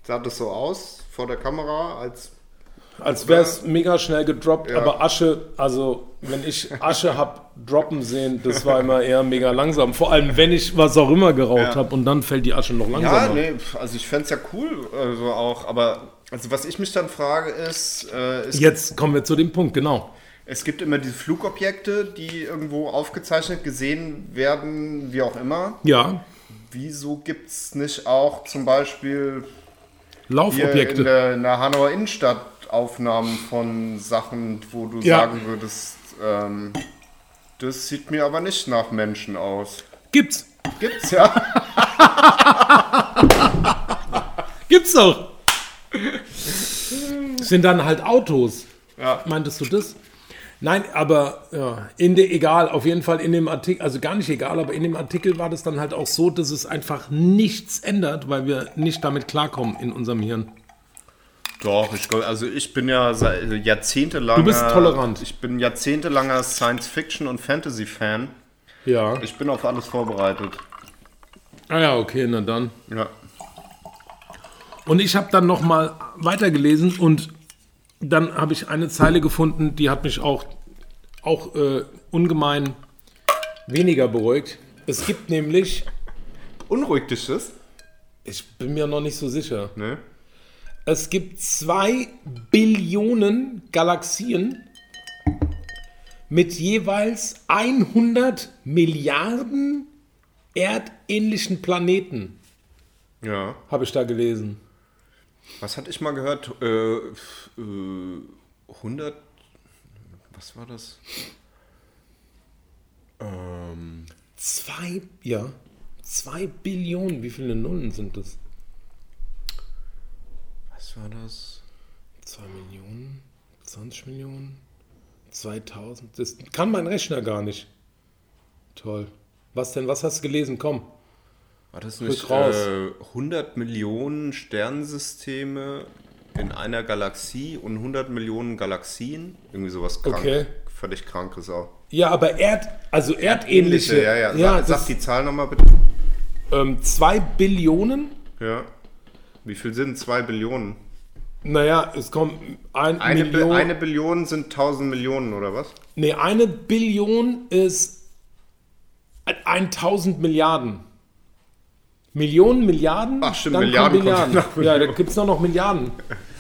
sah das so aus vor der Kamera, als
als wäre es mega schnell gedroppt,
Ja.
aber Asche, also wenn ich Asche hab droppen sehen, das war immer eher mega langsam. Vor allem, wenn ich was auch immer geraucht
Ja.
habe und dann fällt die Asche noch langsamer.
Ja, nee, pf, also ich fände es ja cool, also auch, aber also was ich mich dann frage ist, äh, es,
Jetzt kommen wir zu dem Punkt, genau.
es gibt immer diese Flugobjekte, die irgendwo aufgezeichnet, gesehen werden, wie auch immer.
Ja,
Wieso gibt es nicht auch zum Beispiel hier in
Laufobjekte.
der, in der Hanauer Innenstadt Aufnahmen von Sachen, wo du
Ja.
sagen würdest, ähm, das sieht mir aber nicht nach Menschen aus.
Gibt's.
Gibt's ja.
Gibt's
[laughs]
gibt's doch. Das sind dann halt Autos.
Ja.
Meintest du das? Nein, aber ja, in der, egal, auf jeden Fall in dem Artikel, also gar nicht egal, aber in dem Artikel war das dann halt auch so, dass es einfach nichts ändert, weil wir nicht damit klarkommen in unserem Hirn.
Doch, ich, glaub, also ich bin ja seit- jahrzehntelang.
Du bist tolerant.
Ich bin jahrzehntelanger Science-Fiction- und Fantasy-Fan.
Ja.
Ich bin auf alles vorbereitet.
Ah ja, okay, na dann.
Ja.
Und ich habe dann nochmal weitergelesen und dann habe ich eine Zeile gefunden, die hat mich auch, auch äh, ungemein weniger beruhigt. Es gibt nämlich,
Unruhigt dich das?
ich bin mir noch nicht so sicher,
Ne?
es gibt zwei Billionen Galaxien mit jeweils 100 Milliarden erdähnlichen Planeten,
Ja.
habe ich da gelesen.
Was hatte ich mal gehört? Äh, f- äh, 100. Was war das? Ähm,
Zwei, ja, zwei Billionen, wie viele Nullen sind das?
was war das?
2 Millionen, 20 Millionen, 2000. Das kann mein Rechner gar nicht. Toll. Was denn? Was hast du gelesen? Komm.
War das nicht
Rück raus.
äh, 100 Millionen Sternensysteme in einer Galaxie und 100 Millionen Galaxien? Irgendwie sowas krank.
Okay.
Völlig krankes auch.
Ja, aber Erd, also erdähnliche.
Ja, ja.
ja
Sag, sag
das,
die Zahl nochmal bitte.
ähm, zwei Billionen.
Ja. Wie viel sind 2 Billionen?
Naja, es kommen ein
Eine, Bi
Million.
eine Billion sind 1000 Millionen oder was?
nee, eine Billion ist 1000 Milliarden. Millionen, Milliarden.
Ach, stimmt,
dann kommen
Milliarden kommt nach
Ja,
Millionen.
da gibt es noch, noch Milliarden.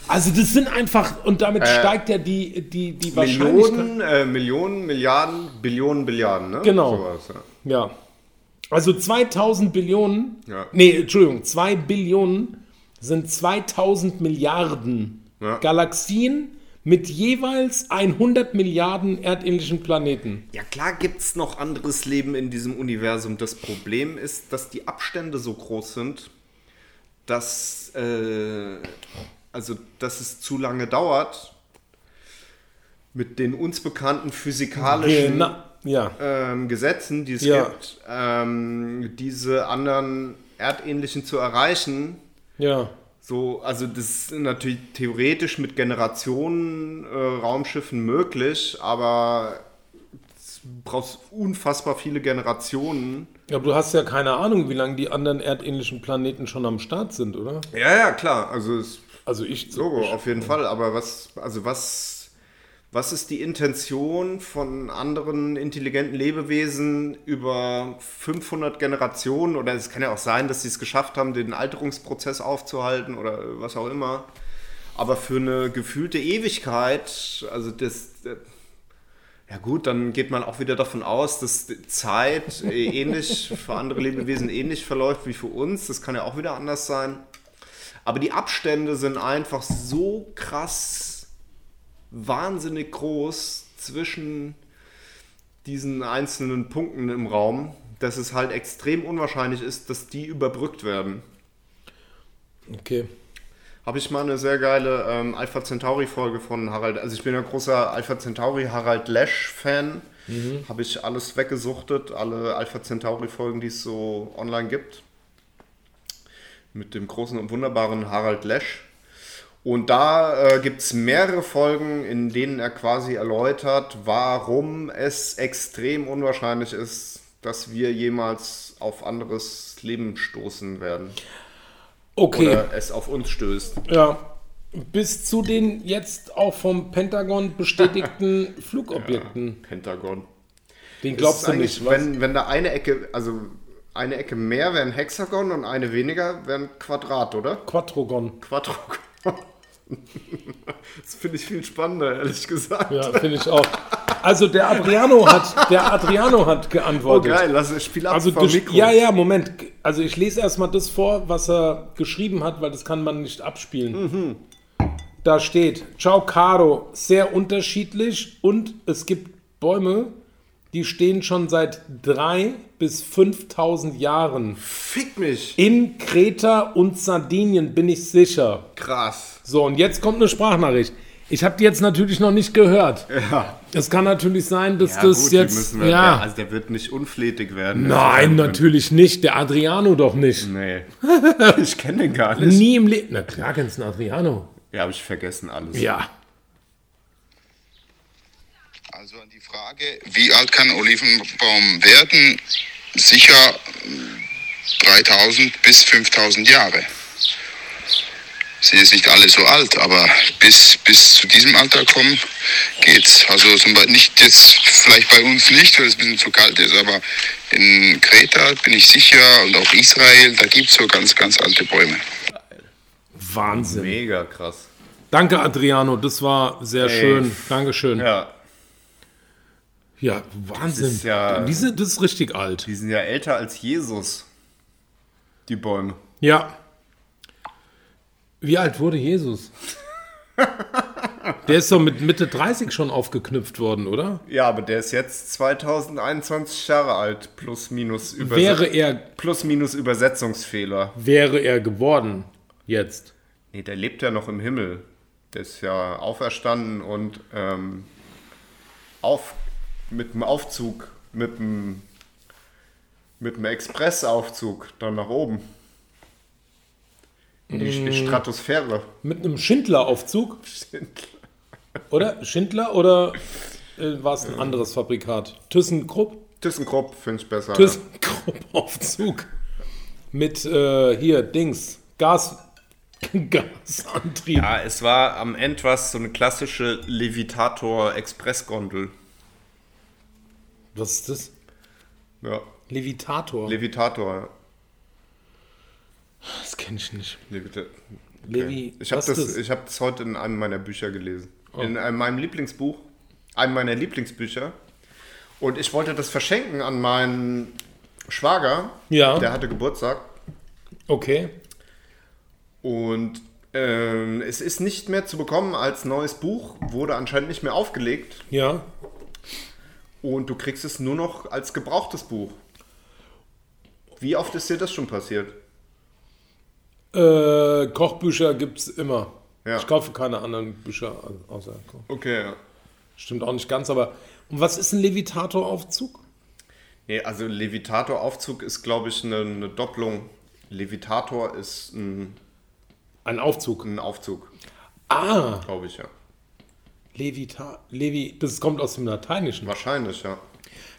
Also das sind einfach, und damit steigt ja die, die, die Wahrscheinlichkeit.
Äh, Millionen, äh, Millionen, Milliarden, Billionen, Billiarden, ne?
ne? Genau.
Sowas, ja.
Ja. Also 2000 Billionen,
Ja.
nee, Entschuldigung, 2 Billionen sind 2000 Milliarden
Ja.
Galaxien mit jeweils 100 Milliarden erdähnlichen Planeten.
Ja, klar gibt es noch anderes Leben in diesem Universum. Das Problem ist, dass die Abstände so groß sind, dass, äh, also, dass es zu lange dauert, mit den uns bekannten physikalischen
Genau. Ja.
ähm, Gesetzen, die es
Ja.
gibt, ähm, diese anderen erdähnlichen zu erreichen.
Ja.
So, also das ist natürlich theoretisch mit Generationen äh, Raumschiffen möglich, aber du brauchst unfassbar viele Generationen.
Ja, aber du hast ja keine Ahnung, wie lange die anderen erdähnlichen Planeten schon am Start sind, oder?
Ja, ja, klar. Also das
Also ich.
Logo, auf jeden Fall. Aber was, also was, was ist die Intention von anderen intelligenten Lebewesen über 500 Generationen? Oder es kann ja auch sein, dass sie es geschafft haben, den Alterungsprozess aufzuhalten oder was auch immer. Aber für eine gefühlte Ewigkeit, also das. Ja gut, dann geht man auch wieder davon aus, dass die Zeit äh, ähnlich für andere Lebewesen ähnlich verläuft wie für uns. Das kann ja auch wieder anders sein. Aber die Abstände sind einfach so krass wahnsinnig groß zwischen diesen einzelnen Punkten im Raum, dass es halt extrem unwahrscheinlich ist, dass die überbrückt werden.
Okay.
Habe ich mal eine sehr geile ähm, Alpha Centauri-Folge von Harald. Also ich bin ja großer Alpha Centauri Harald Lesch-Fan. Habe ich alles weggesuchtet, alle Alpha Centauri-Folgen, die es so online gibt. Mit dem großen und wunderbaren Harald Lesch. Und da äh, gibt es mehrere Folgen, in denen er quasi erläutert, warum es extrem unwahrscheinlich ist, dass wir jemals auf anderes Leben stoßen werden.
Okay.
Oder es auf uns stößt.
Ja. Bis zu den jetzt auch vom Pentagon bestätigten
[laughs]
Flugobjekten.
Pentagon.
Den
Glaubst
glaubst du nicht, was?
wenn, wenn da eine Ecke, also eine Ecke mehr wäre ein Hexagon und eine weniger wäre ein Quadrat, oder?
Quadrogon.
Quadrogon. [laughs] Das finde ich viel spannender, ehrlich gesagt.
Ja, finde ich auch. Also der Adriano hat, der Adriano hat
Oh
geantwortet.
geil, lass das Spiel ab
Also
vom
du,
Mikro.
ja, ja, Moment. Also ich lese erstmal das vor, was er geschrieben hat, weil das kann man nicht abspielen. Da steht, ciao Caro, sehr unterschiedlich und es gibt Bäume, die stehen schon seit 3.000 bis 5.000 Jahren.
Fick mich.
In Kreta und Sardinien bin ich sicher.
Krass.
So, und jetzt kommt eine Sprachnachricht. Ich habe die jetzt natürlich noch nicht gehört.
Ja,
Es kann natürlich sein, dass
ja
das
gut, die
jetzt.
müssen wir, der,
ja.
also der wird nicht unflätig werden.
Nein,
Also,
natürlich nicht. Der Adriano doch nicht.
[laughs] Nee. Ich kenne den gar nicht.
Nie im Leben. Na klar kennst du einen Adriano.
Ja, habe ich vergessen alles.
Ja.
Also an die Frage, wie alt kann Olivenbaum werden? Sicher äh, 3000 bis 5000 Jahre. Sind jetzt nicht alle so alt, aber bis, bis zu diesem Alter kommen geht's. Also zum Beispiel nicht jetzt, vielleicht bei uns nicht, weil es ein bisschen zu kalt ist, aber in Kreta bin ich sicher und auch Israel, da gibt's so ganz, ganz alte Bäume.
Wahnsinn.
Mega krass.
Danke, Adriano. Das war sehr schön. Dankeschön. Ja,
Ja,
Wahnsinn.
ist ja-
Diese, das ist richtig alt.
die sind ja älter als Jesus. Die Bäume.
Ja. Wie alt
[laughs]
wurde Jesus? Der ist doch mit Mitte 30 schon aufgeknüpft worden, oder?
Ja, aber der ist jetzt 2021 Jahre alt, plus minus Überse
Wäre er,
plus minus Übersetzungsfehler.
wäre er geworden jetzt.
Nee, der lebt ja noch im Himmel. Der ist ja auferstanden und ähm, auf, mit dem Aufzug, mit dem, mit dem Expressaufzug dann nach oben. In die Sch- Stratosphäre. [laughs]
Mit einem Schindler-Aufzug, oder? Schindler oder äh, war es ein anderes Fabrikat? ThyssenKrupp?
ThyssenKrupp finde ich besser. ja.
ThyssenKrupp-Aufzug. Mit äh, hier, Dings, Gas, [laughs] Gasantrieb.
Ja, es war am Ende was so eine klassische Levitator-Expressgondel.
Was ist das?
Ja,
Levitator.
Levitator.
das kenne ich nicht.
Levita
Levi,
Ich habe
was
das,
ist Oh.
ich hab das heute in einem meiner Bücher gelesen. In einem, meinem Lieblingsbuch, einem meiner Lieblingsbücher. Und ich wollte das verschenken an meinen Schwager.
Ja.
Der hatte Geburtstag.
Okay.
Und ähm, es ist nicht mehr zu bekommen als neues Buch. Wurde anscheinend nicht mehr aufgelegt.
Ja.
Und du kriegst es nur noch als gebrauchtes Buch. Wie oft ist dir das schon passiert?
Äh, Kochbücher gibt es immer.
Ja.
Ich kaufe keine anderen Bücher au- außer Koch.
Okay, ja.
Stimmt auch nicht ganz, aber. Und was ist ein Levitator-Aufzug?
Nee, also Levitator-Aufzug ist, glaube ich, eine, eine Doppelung. Levitator ist ein,
Ein Aufzug.
ein Aufzug.
Ah,
Glaube ich, ja.
Levita. Levi. Das kommt aus dem Lateinischen.
Wahrscheinlich, ja.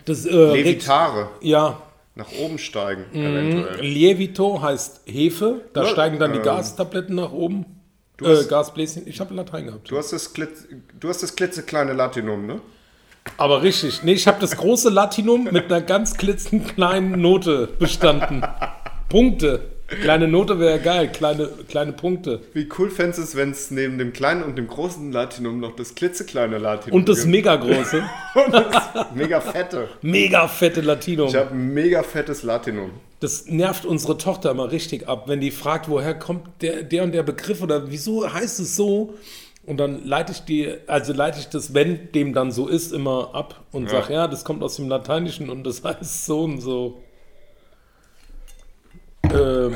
Das, äh,
Levitare,
regt- Ja.
nach oben steigen,
Mhm.
eventuell.
Lievito Äh, heißt Hefe. Da
Äh, Ja,
steigen dann die
ähm,
Gastabletten nach oben. Äh,
hast-
Gasbläschen. Ich habe Latein gehabt.
Du hast, das klitz, du hast das klitzekleine Latinum, ne?
Aber richtig. Nee, ich habe das große Latinum mit einer ganz klitzenkleinen Note bestanden. Punkte. Kleine Note wäre geil. Kleine, kleine Punkte.
Wie cool fändest du es, wenn es neben dem kleinen und dem großen Latinum noch das klitzekleine Latinum
Und das
gibt?
mega große,
mega fette.
[laughs] mega fette Latinum.
Ich habe ein mega fettes Latinum.
Das nervt unsere Tochter immer richtig ab, wenn die fragt, woher kommt der, der und der Begriff oder wieso heißt es so? Und dann leite ich die, also leite ich das, wenn dem dann so ist, immer ab und
Ja.
sage, ja, das kommt aus dem Lateinischen und das [laughs] heißt so und so. Ähm,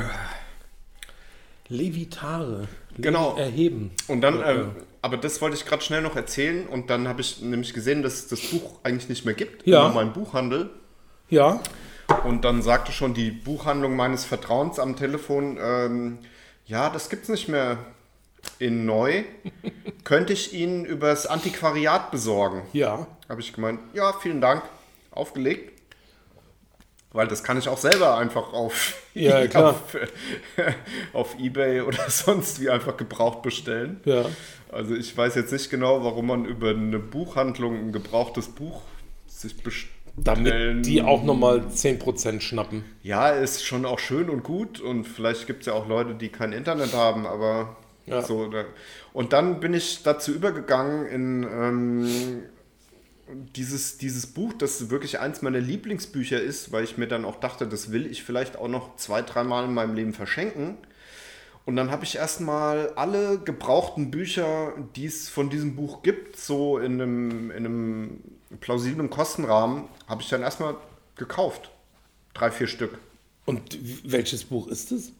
levitare. Le-
Genau.
Erheben.
Und dann, ähm, aber das wollte ich gerade schnell noch erzählen. Und dann habe ich nämlich gesehen, dass es das Buch eigentlich nicht mehr gibt.
Ja.
Nur mein Buchhandel.
Ja.
Und dann sagte schon die Buchhandlung meines Vertrauens am Telefon, ähm, ja, das gibt's nicht mehr in
[laughs]
neu. Könnte ich Ihnen übers Antiquariat besorgen?
Ja.
Habe ich gemeint, ja, vielen Dank. Aufgelegt. Weil das kann ich auch selber einfach auf, [laughs]
Ja, klar.
auf, auf Ebay oder [laughs] sonst wie einfach gebraucht bestellen.
Ja.
Also ich weiß jetzt nicht genau, warum man über eine Buchhandlung ein gebrauchtes Buch sich bestellen Ähm.
Damit die auch nochmal 10% schnappen.
ja, ist schon auch schön und gut und vielleicht gibt es ja auch Leute, die kein Internet haben, aber
Ja.
so. ne. Und dann bin ich dazu übergegangen in ähm, dieses, dieses Buch, das wirklich eins meiner Lieblingsbücher ist, weil ich mir dann auch dachte, das will ich vielleicht auch noch zwei, dreimal in meinem Leben verschenken. Und dann habe ich erstmal alle gebrauchten Bücher, die es von diesem Buch gibt, so in einem, in einem plausiblen Kostenrahmen, habe ich dann erstmal gekauft. Drei, vier Stück.
Und welches Buch ist es?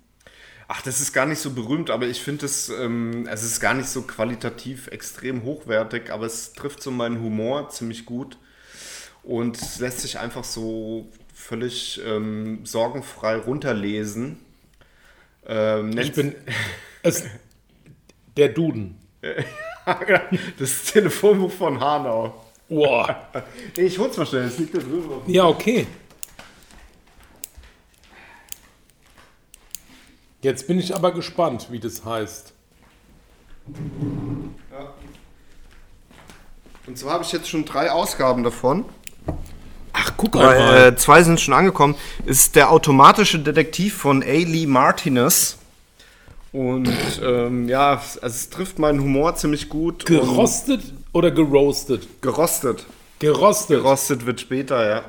Ach, das ist gar nicht so berühmt, aber ich finde es, ähm, es ist gar nicht so qualitativ extrem hochwertig, aber es trifft so meinen Humor ziemlich gut und es lässt sich einfach so völlig ähm, sorgenfrei runterlesen. Ähm,
Ich
nennt's-
bin [laughs] es, der Duden.
[laughs] das Telefonbuch von Hanau.
Boah.
Nee, Ich hol's mal schnell, es liegt da drüben. auf dem-
Ja, okay. Jetzt bin ich aber gespannt, wie das heißt.
Und zwar habe ich jetzt schon drei Ausgaben davon.
Ach, guck
Weil, äh, zwei sind schon angekommen. Ist der automatische Detektiv von A. Lee Martinez. Und ähm, ja, also es trifft meinen Humor ziemlich gut. und
Gerostet oder geroastet?
gerostet.
Gerostet.
Gerostet wird später, ja.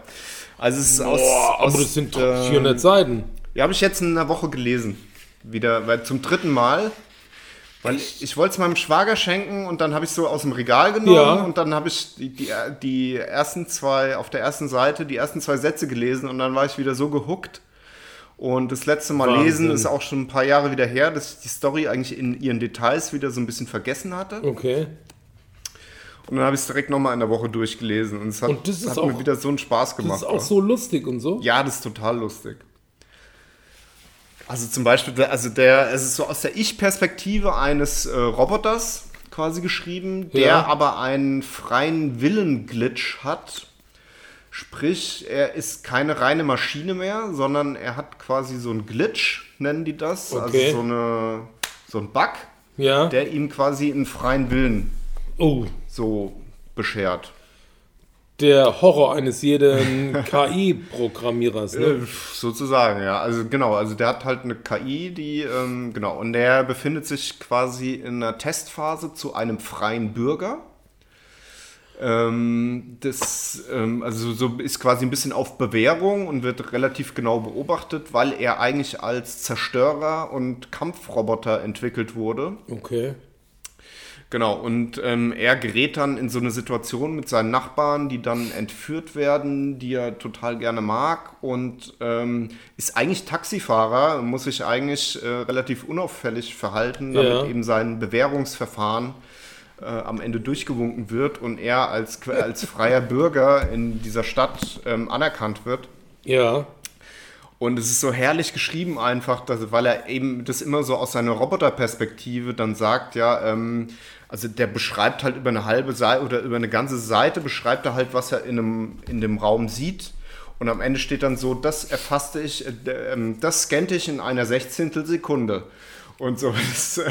Also es ist aus,
Boah,
aus
aber das sind
ähm,
400 Seiten.
Ja, habe ich jetzt in einer Woche gelesen. Wieder, weil zum dritten Mal. Weil ich, ich wollte es meinem Schwager schenken und dann habe ich so aus dem Regal genommen
Ja.
und dann habe ich die, die, die ersten zwei, auf der ersten Seite, die ersten zwei Sätze gelesen und dann war ich wieder so gehuckt. Und das letzte Mal
Wahnsinn.
lesen ist auch schon ein paar Jahre wieder her, dass ich die Story eigentlich in ihren Details wieder so ein bisschen vergessen hatte.
Okay.
Und dann habe ich es direkt nochmal in der Woche durchgelesen und es hat,
Und das ist
hat
auch-
mir wieder so einen Spaß
Das
gemacht.
ist auch
ne?
so lustig und so.
Ja, das ist total lustig. Also zum Beispiel, der- also der, es ist so aus der Ich-Perspektive eines äh, Roboters quasi geschrieben, der
Ja.
aber einen freien Willenglitch hat. Sprich, er ist keine reine Maschine mehr, sondern er hat quasi so einen Glitch, nennen die das.
Okay.
Also so, eine, so ein Bug,
Ja.
der ihm quasi einen freien Willen
Oh,
so beschert.
der Horror eines jeden KI-Programmierers. Ne?
[laughs] Äh, Sozusagen, ja. Also genau, also der hat halt eine KI, die, ähm, genau, und der befindet sich quasi in einer Testphase zu einem freien Bürger. Ähm, das, ähm, also so ist quasi ein bisschen auf Bewährung und wird relativ genau beobachtet, weil er eigentlich als Zerstörer und Kampfroboter entwickelt wurde.
Okay.
Genau, und ähm, er gerät dann in so eine Situation mit seinen Nachbarn, die dann entführt werden, die er total gerne mag und ähm, ist eigentlich Taxifahrer, muss sich eigentlich äh, relativ unauffällig verhalten, damit
Ja.
eben sein Bewährungsverfahren äh, am Ende durchgewunken wird und er als, que- als freier Bürger in dieser Stadt ähm, anerkannt wird.
Ja.
Und es ist so herrlich geschrieben einfach, dass, weil er eben das immer so aus seiner Roboterperspektive dann sagt, ja, ähm, also der beschreibt halt über eine halbe Seite oder über eine ganze Seite beschreibt er halt, was er in, einem, in dem Raum sieht. Und am Ende steht dann so, das erfasste ich, äh, ähm, das scannte ich in einer Sechzehntel Sekunde. Und so [laughs] das, äh,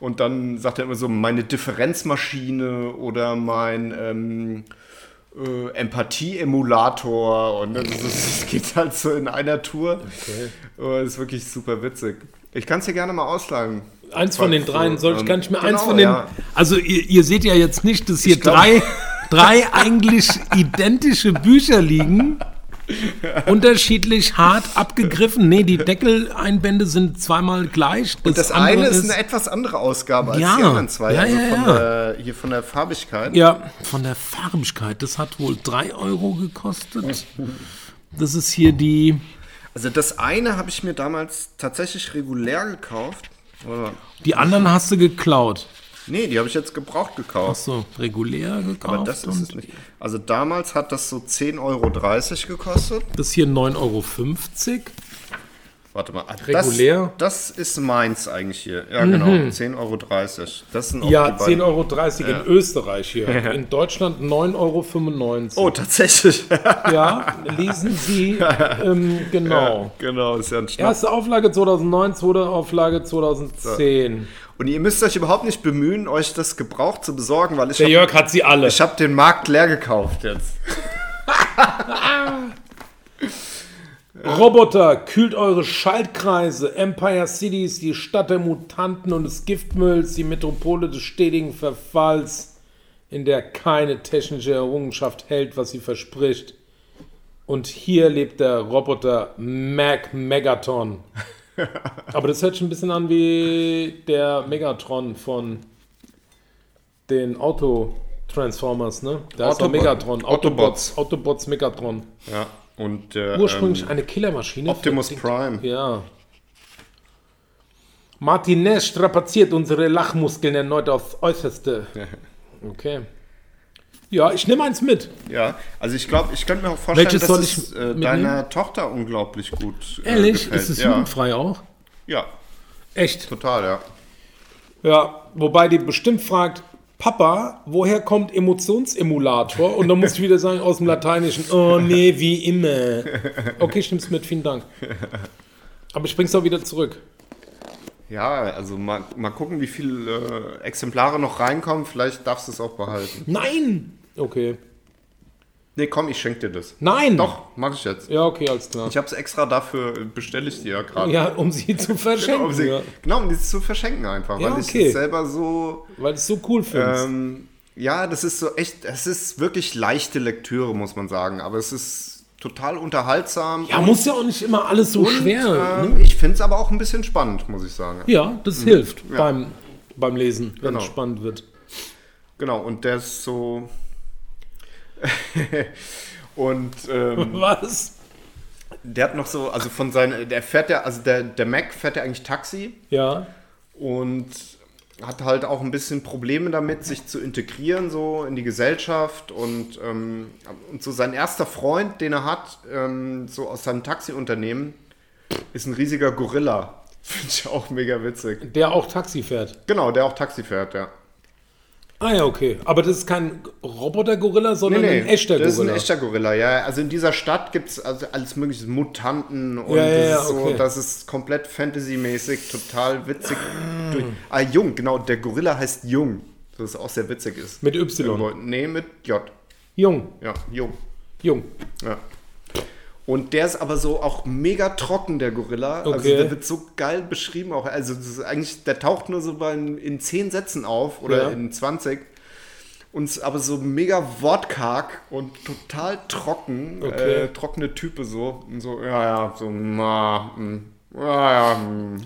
und dann sagt er immer so, meine Differenzmaschine oder mein ähm, äh, Empathie-Emulator und das, ist, das geht halt so in einer Tour. Okay. Ist wirklich super witzig. Ich kann es dir gerne mal ausleihen.
Eins von den
Also,
dreien, soll ich
ähm,
gar nicht mehr. eins
genau,
von den.
ja.
Also, ihr, ihr seht ja jetzt nicht, dass hier
glaub-
drei, drei eigentlich identische Bücher liegen. Unterschiedlich hart abgegriffen. Nee, die Deckeleinbände sind zweimal gleich. Das,
Das eine ist eine etwas andere Ausgabe als
Ja.
die anderen zwei.
Ja,
also
ja,
von
ja.
Der, hier von der Farbigkeit.
Ja, von der Farbigkeit. Das hat wohl 3 Euro gekostet. Das ist hier die,
Also das eine habe ich mir damals tatsächlich regulär gekauft. Warte mal.
die anderen hast du geklaut.
Nee, die habe ich jetzt gebraucht gekauft.
So, regulär gekauft.
Aber das ist
und
es nicht. Also damals hat das so 10,30 Euro gekostet.
das hier 9,50 Euro.
Warte mal. ah,
Regulär? Mhm.
Das, das ist meins eigentlich hier. Ja, genau. 10,30 Euro. Das sind auch
Ja,
die beiden.
10,30 Euro in Österreich hier. In Deutschland 9,95 Euro.
Oh, tatsächlich. [laughs]
Ja, lesen Sie. Ähm, genau.
genau, ist ja ein Schnapp.
Erste Auflage 2009, zweite Auflage 2010.
Und ihr müsst euch überhaupt nicht bemühen, euch das gebraucht zu besorgen, weil ich
Der
habe
Jörg hat sie alle.
hab den Markt leer gekauft jetzt.
Roboter, kühlt eure Schaltkreise. Empire Cities, die Stadt der Mutanten und des Giftmülls, die Metropole des stetigen Verfalls, in der keine technische Errungenschaft hält, was sie verspricht. Und hier lebt der Roboter Mac Megaton. Aber das hört schon ein bisschen an wie der Megatron von den Auto Transformers, ne? Da ist doch
Autobot-
Megatron,
Autobots.
Autobots, Autobots Megatron.
Ja. Und äh,
Ursprünglich
ähm,
eine Killermaschine. für-
Optimus Prime.
Ja. Martinez strapaziert unsere Lachmuskeln erneut aufs Äußerste.
[laughs]
Okay. Ja, ich nehme eins mit.
Ja, also ich glaube, ich könnte mir auch vorstellen,
Welches
dass
soll
es
ich
äh,
mitnehmen?
deiner Tochter unglaublich gut äh,
Ehrlich,
gefällt.
ist es
ja.
jugendfrei auch?
ja,
Echt?
total, ja.
Ja, wobei die bestimmt fragt, Papa, woher kommt Emotionsemulator? Und dann muss ich wieder sagen, aus dem Lateinischen. Oh nee, wie immer. Okay, ich nehme es mit, vielen Dank. Aber ich bring's auch wieder zurück.
Ja, also mal, mal gucken, wie viele äh, Exemplare noch reinkommen. Vielleicht darfst du es auch behalten.
Nein! Okay.
Nee, komm, ich schenke dir das.
Nein!
Doch, mache ich jetzt.
Ja, okay, alles klar.
Ich habe es extra dafür, bestelle ich dir ja gerade.
Ja, um
[laughs]
sie zu verschenken.
um sie,
ja.
Genau, um dieses zu verschenken einfach,
Ja,
weil ich
okay.
das selber so...
Weil du es so cool findest.
Ähm, ja, das ist so echt, es ist wirklich leichte Lektüre, muss man sagen. Aber es ist total unterhaltsam.
ja, muss ja auch nicht immer alles so schwer.
Ähm,
Ne?
Ich finde es aber auch ein bisschen spannend, muss ich sagen.
Ja, das hilft beim, beim Lesen,
äh,
wenn
Mhm. Genau.
es spannend wird.
Genau, und der ist so... [laughs] und ähm,
Was?
der hat noch so, also von seinen, der fährt ja, also der, der Mac fährt ja eigentlich Taxi
Ja.
und hat halt auch ein bisschen Probleme damit, sich zu integrieren so in die Gesellschaft und, ähm, und so sein erster Freund, den er hat, ähm, so aus seinem Taxiunternehmen, ist ein riesiger Gorilla. [laughs] Finde ich auch mega witzig.
Der auch Taxi fährt.
Genau, der auch Taxi fährt, ja.
Ah ja, okay. Aber das ist kein Roboter-Gorilla, sondern ein echter
das ist ein
Gorilla.
echter Gorilla, ja. Also in dieser Stadt gibt es also alles mögliche Mutanten und
Ja, ja,
das,
ja,
ist so,
okay.
das ist komplett fantasymäßig, total witzig. durch. Ah, Jung, genau, der Gorilla heißt Jung, das auch sehr witzig ist.
Mit Y.
Irgendwo- Äh, Nee, mit J.
Jung,
Ja, Jung.
jung.
Ja. Und der ist aber so auch mega trocken, der Gorilla. Also
Okay.
der wird so geil beschrieben auch. Also das ist eigentlich, der taucht nur so bei, in zehn Sätzen auf oder
Ja.
in 20. Und ist aber so mega wortkarg und total trocken.
Okay.
Äh, trockene Type so. Und so, ja, ja, so, na, mm, ja, ja, mm.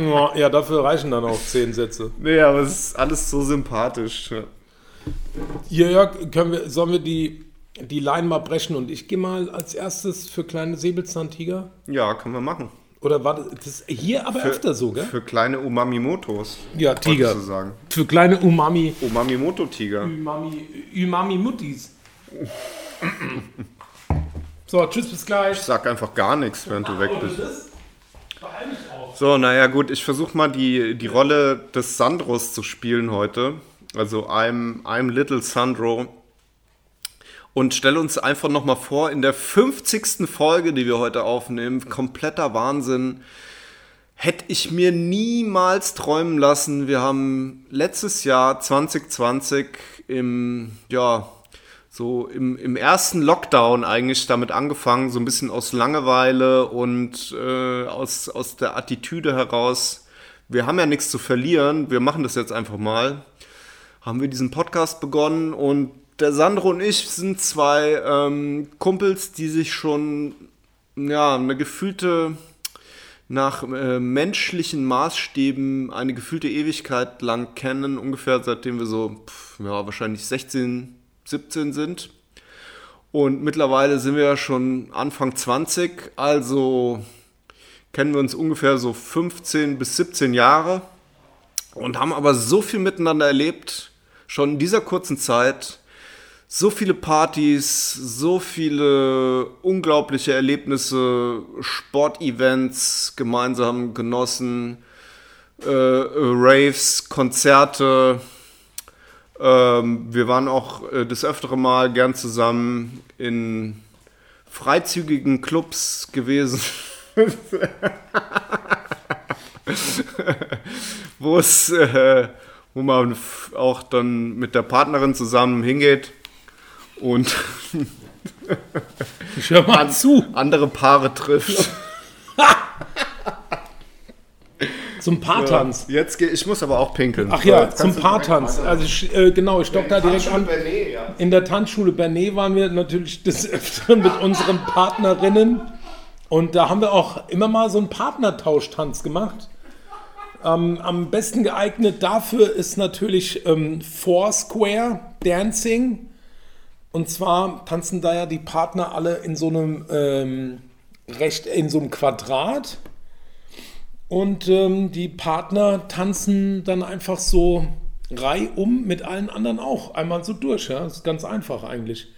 Ja, ja, dafür reichen dann auch zehn Sätze.
Nee, aber es ist alles so sympathisch. Ja.
Hier, Jörg, können wir, sollen wir die, die Line mal brechen und ich gehe mal als erstes für kleine Säbelzahntiger?
Ja, können wir machen.
Oder war das, das hier aber öfter so, gell?
Für kleine Umamimotos.
Ja,
wolltest
Tiger.
du sagen.
Für kleine Umami.
Umamimoto-Tiger.
Umami, Umami Muttis. So, tschüss, bis gleich.
Sag einfach gar nichts, während du weg bist.
Das beeil mich auch.
So, naja, gut, ich versuche mal die, die Rolle des Sandros zu spielen heute. Also I'm, I'm Little Sandro. Und stell uns einfach nochmal vor, in der 50. Folge, die wir heute aufnehmen, kompletter Wahnsinn, hätte ich mir niemals träumen lassen. Wir haben letztes Jahr 2020 im, ja, so im, im ersten Lockdown eigentlich damit angefangen, so ein bisschen aus Langeweile und äh, aus, aus der Attitüde heraus, wir haben ja nichts zu verlieren, wir machen das jetzt einfach mal, haben wir diesen Podcast begonnen und der Sandro und ich sind zwei ähm, Kumpels, die sich schon ja, eine gefühlte, nach äh, menschlichen Maßstäben eine gefühlte Ewigkeit lang kennen, ungefähr seitdem wir so, pf, ja, wahrscheinlich 16, 17 sind. Und mittlerweile sind wir ja schon Anfang 20, also kennen wir uns ungefähr so 15 bis 17 Jahre und haben aber so viel miteinander erlebt, schon in dieser kurzen Zeit. So viele Partys, so viele unglaubliche Erlebnisse, Sportevents gemeinsam genossen, äh, äh, Raves, Konzerte. Ähm, wir waren auch äh, das öftere Mal gern zusammen in freizügigen Clubs gewesen. [laughs] wo es, äh, wo man f- auch dann mit der Partnerin zusammen hingeht und
Ich hör mal zu.
andere Paare trifft.
Zum Paartanz.
Jetzt gehe ich muss aber auch pinkeln.
Ach ja,
Jetzt
zum
kannst du direkt
Paartanz.
weiter-
Also ich, äh, genau, ich stock da direkt an.
Nee, ja.
[laughs] In der Tanzschule Bernay waren wir natürlich des Öfteren mit unseren Partnerinnen Und da haben wir auch immer mal so einen Partnertauschtanz gemacht. Ähm, am besten geeignet dafür ist natürlich ähm, Foursquare Dancing. Und zwar tanzen da ja die Partner alle in so einem ähm, recht in so einem Quadrat. Und ähm, die Partner tanzen dann einfach so reihum mit allen anderen auch. Einmal so durch, ja. Das ist ganz einfach eigentlich.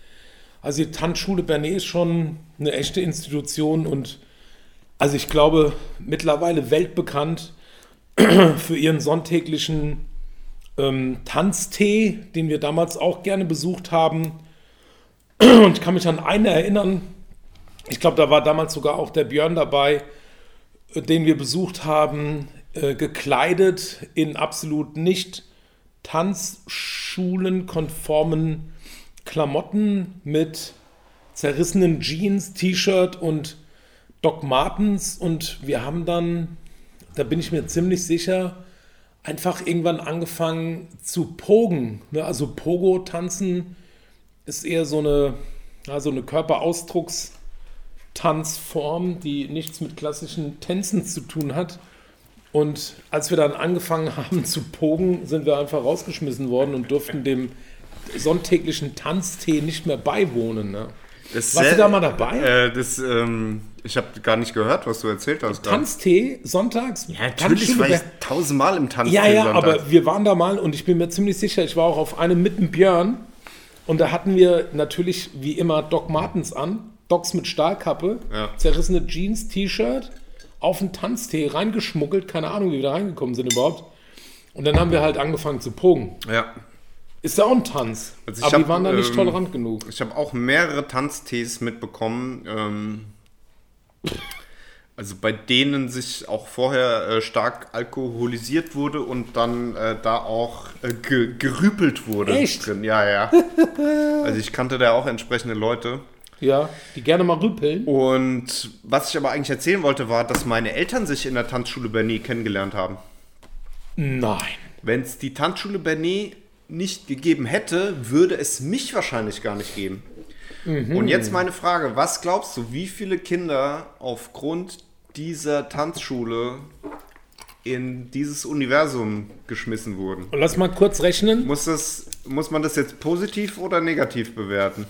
Also die Tanzschule Bernay ist schon eine echte Institution und also ich glaube mittlerweile weltbekannt [clears throat] für ihren sonntäglichen ähm, Tanztee, den wir damals auch gerne besucht haben. Und ich kann mich an einen erinnern, ich glaube, da war damals sogar auch der Björn dabei, äh, den wir besucht haben, äh, gekleidet in absolut nicht tanzschulenkonformen Klamotten mit zerrissenen Jeans, T-Shirt und Doc Martens. Und wir haben dann, da bin ich mir ziemlich sicher, einfach irgendwann angefangen zu pogen. Ne? Also Pogo tanzen ist eher so eine, also eine Körperausdruckstanzform, die nichts mit klassischen Tänzen zu tun hat. Und als wir dann angefangen [laughs] haben zu pogen, sind wir einfach rausgeschmissen worden und durften dem sonntäglichen Tanztee nicht mehr beiwohnen. Ne?
Das
Warst
sehr-
du da mal dabei?
Äh, das, ähm, ich habe gar nicht gehört, was du erzählt hast. gerade.
Tanztee sonntags? Ja,
Natürlich war ich tausendmal im Tanz.
Ja, ja, aber wir waren da mal und ich bin mir ziemlich sicher, ich war auch auf einem mit dem Björn und da hatten wir natürlich wie immer Doc Martens an, Docs mit Stahlkappe,
Ja.
zerrissene Jeans, T-Shirt, auf den Tanztee reingeschmuggelt, keine Ahnung, wie wir da reingekommen sind überhaupt. Und dann haben wir halt angefangen zu pogen.
Ja.
Ist ja auch ein Tanz,
Also ich
aber die
hab,
waren da nicht
ähm,
tolerant genug.
Ich habe auch mehrere Tanztees mitbekommen, ähm, also bei denen sich auch vorher äh, stark alkoholisiert wurde und dann äh, da auch äh, ge gerüpelt wurde.
Echt?
Drin. Ja, ja. Also ich kannte da auch entsprechende Leute.
Ja, die gerne mal rüpeln.
Und was ich aber eigentlich erzählen wollte, war, dass meine Eltern sich in der Tanzschule Bernie kennengelernt haben.
Nein.
Wenn es die Tanzschule Bernet nicht gegeben hätte, würde es mich wahrscheinlich gar nicht geben. Und jetzt meine Frage, was glaubst du, wie viele Kinder aufgrund dieser Tanzschule in dieses Universum geschmissen wurden?
Und lass mal kurz rechnen.
Muss, das, muss man das jetzt positiv oder negativ bewerten?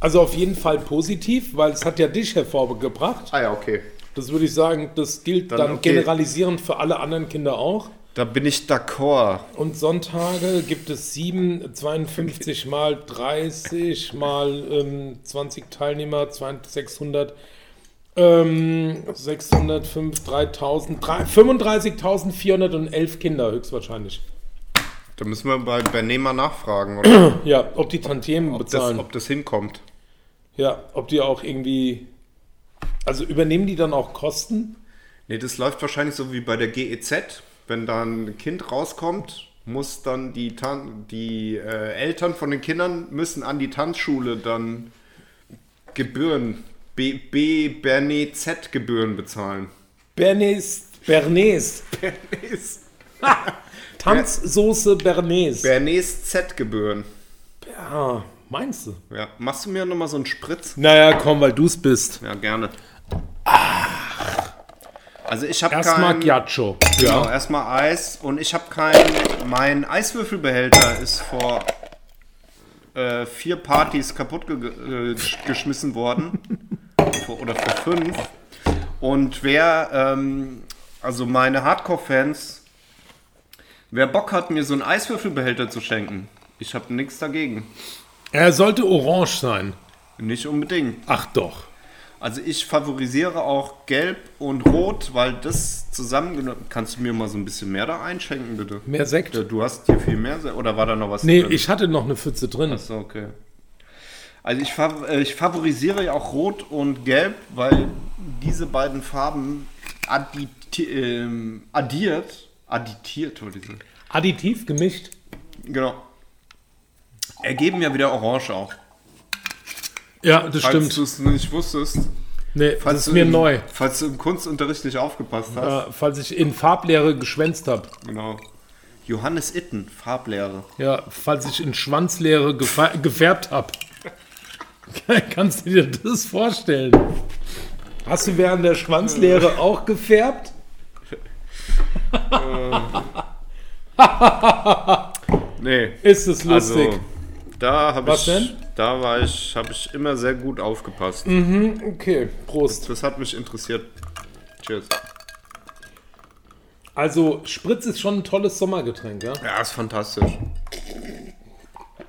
Also auf jeden Fall positiv, weil es hat ja dich hervorgebracht.
Ah ja, okay.
Das würde ich sagen, das gilt dann,
Dann okay.
generalisierend für alle anderen Kinder auch.
Da bin ich d'accord.
Und Sonntage gibt es 7, 52 mal 30 mal ähm, 20 Teilnehmer, 200, 600, ähm, 605, 3000, 35.411 Kinder höchstwahrscheinlich.
Da müssen wir bei Bernet mal nachfragen, oder?
Ja, ob die Tantiemen
ob, das,
bezahlen.
ob das hinkommt.
ja, ob die auch irgendwie. Also übernehmen die dann auch Kosten?
Nee, das läuft wahrscheinlich so wie bei der GEZ. Wenn da ein Kind rauskommt, muss dann die, Tan die äh, Eltern von den Kindern müssen an die Tanzschule dann Gebühren, B, B Bernet Z Gebühren bezahlen.
Bernays, Bernays,
Bernays,
Tanzsoße Bernays.
Bernays Z Gebühren.
Ah, meinst du?
Ja. Machst du mir nochmal so einen Spritz?
Naja, komm, weil du es bist.
Ja, gerne. Also ich habe
Erstmal
kein...
Giaccio.
Genau, erstmal Eis und ich habe keinen. Mein Eiswürfelbehälter ist vor äh, vier Partys kaputt ge äh, gesch- geschmissen worden. vor, oder vor fünf. Und wer, ähm, also meine Hardcore-Fans, wer Bock hat, mir so einen Eiswürfelbehälter zu schenken, ich habe nichts dagegen.
Er sollte orange sein.
Nicht unbedingt.
Ach doch.
Also ich favorisiere auch Gelb und Rot, weil das zusammengenommen. Kannst du mir mal so ein bisschen mehr da einschenken, bitte?
Mehr Sekt?
Ja, Du hast hier viel mehr. Se- Oder war da noch was
Nee,
drin?
ich hatte noch eine Pfütze drin.
So, okay. Also ich, fav äh, ich favorisiere ja auch Rot und Gelb, weil diese beiden Farben addi ähm, addiert, additiert, wollte ich sagen.
Additiv gemischt.
Genau. Ergeben ja wieder Orange auch.
Ja, das
Falls du
stimmt.
es nicht wusstest.
Nee,
Falls
das ist
du
mir
im,
neu.
Falls du im Kunstunterricht nicht aufgepasst hast.
Äh, falls ich in Farblehre geschwänzt habe.
Genau. Johannes Itten, Farblehre.
Ja, falls ich in Schwanzlehre [laughs] gefa- gefärbt habe. Kannst du dir das vorstellen? Hast du während der Schwanzlehre auch gefärbt?
Nee.
Ist es lustig.
Also, da habe ich.
Was denn? Mhm.
Da war ich, habe ich immer sehr gut aufgepasst.
okay, Prost.
Das hat mich interessiert. Cheers.
Also Spritz ist schon ein tolles Sommergetränk, ja?
Ja, ist fantastisch.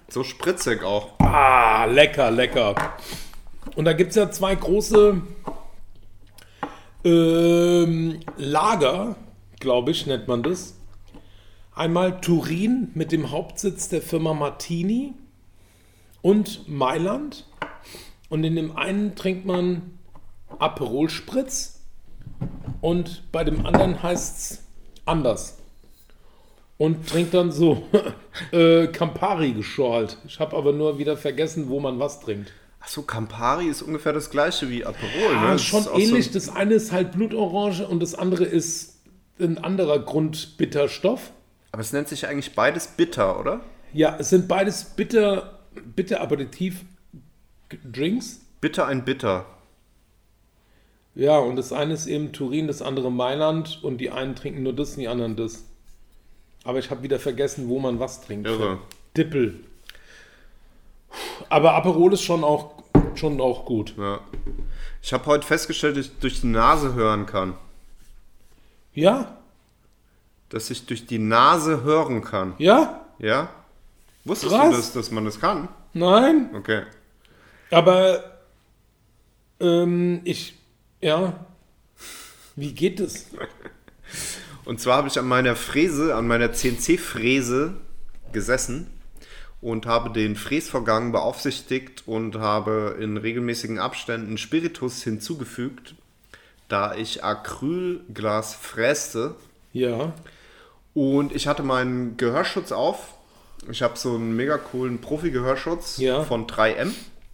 So spritzig auch.
Ah, lecker, lecker. Und da gibt es ja zwei große ähm, Lager, glaube ich, nennt man das. Einmal Turin mit dem Hauptsitz der Firma Martini und Mailand. Und in dem einen trinkt man Aperol Spritz und bei dem anderen heißt es anders. Und trinkt dann so [laughs] äh, Campari geschorlt. Ich habe aber nur wieder vergessen, wo man was trinkt.
Achso, Campari ist ungefähr das gleiche wie Aperol.
Ah,
ne? Das
schon
ist auch
ähnlich.
So,
Das eine ist halt Blutorange und das andere ist ein anderer Grundbitterstoff.
aber es nennt sich eigentlich beides bitter, oder?
Ja, es sind beides bitter, bitter Aperitif Drinks.
Bitter ein bitter.
Ja, und das eine ist eben Turin, das andere Mailand und die einen trinken nur das und die anderen das. Aber ich habe wieder vergessen, wo man was trinkt.
Irre.
Dippel. Aber Aperol ist schon auch, schon auch gut.
Ja. Ich habe heute festgestellt, dass ich durch die Nase hören kann.
Ja?
Dass ich durch die Nase hören kann.
Ja?
Ja? Wusstest
Krass.
du das, dass man das kann?
Nein?
Okay.
Aber ähm, ich, ja. Wie geht es?
Und zwar habe ich an meiner Fräse, an meiner CNC-Fräse gesessen und habe den Fräsvorgang beaufsichtigt und habe in regelmäßigen Abständen Spiritus hinzugefügt, da ich Acrylglas fräste
Ja.
und ich hatte meinen Gehörschutz auf. Ich habe so einen mega coolen Profi-Gehörschutz
Ja.
von 3M.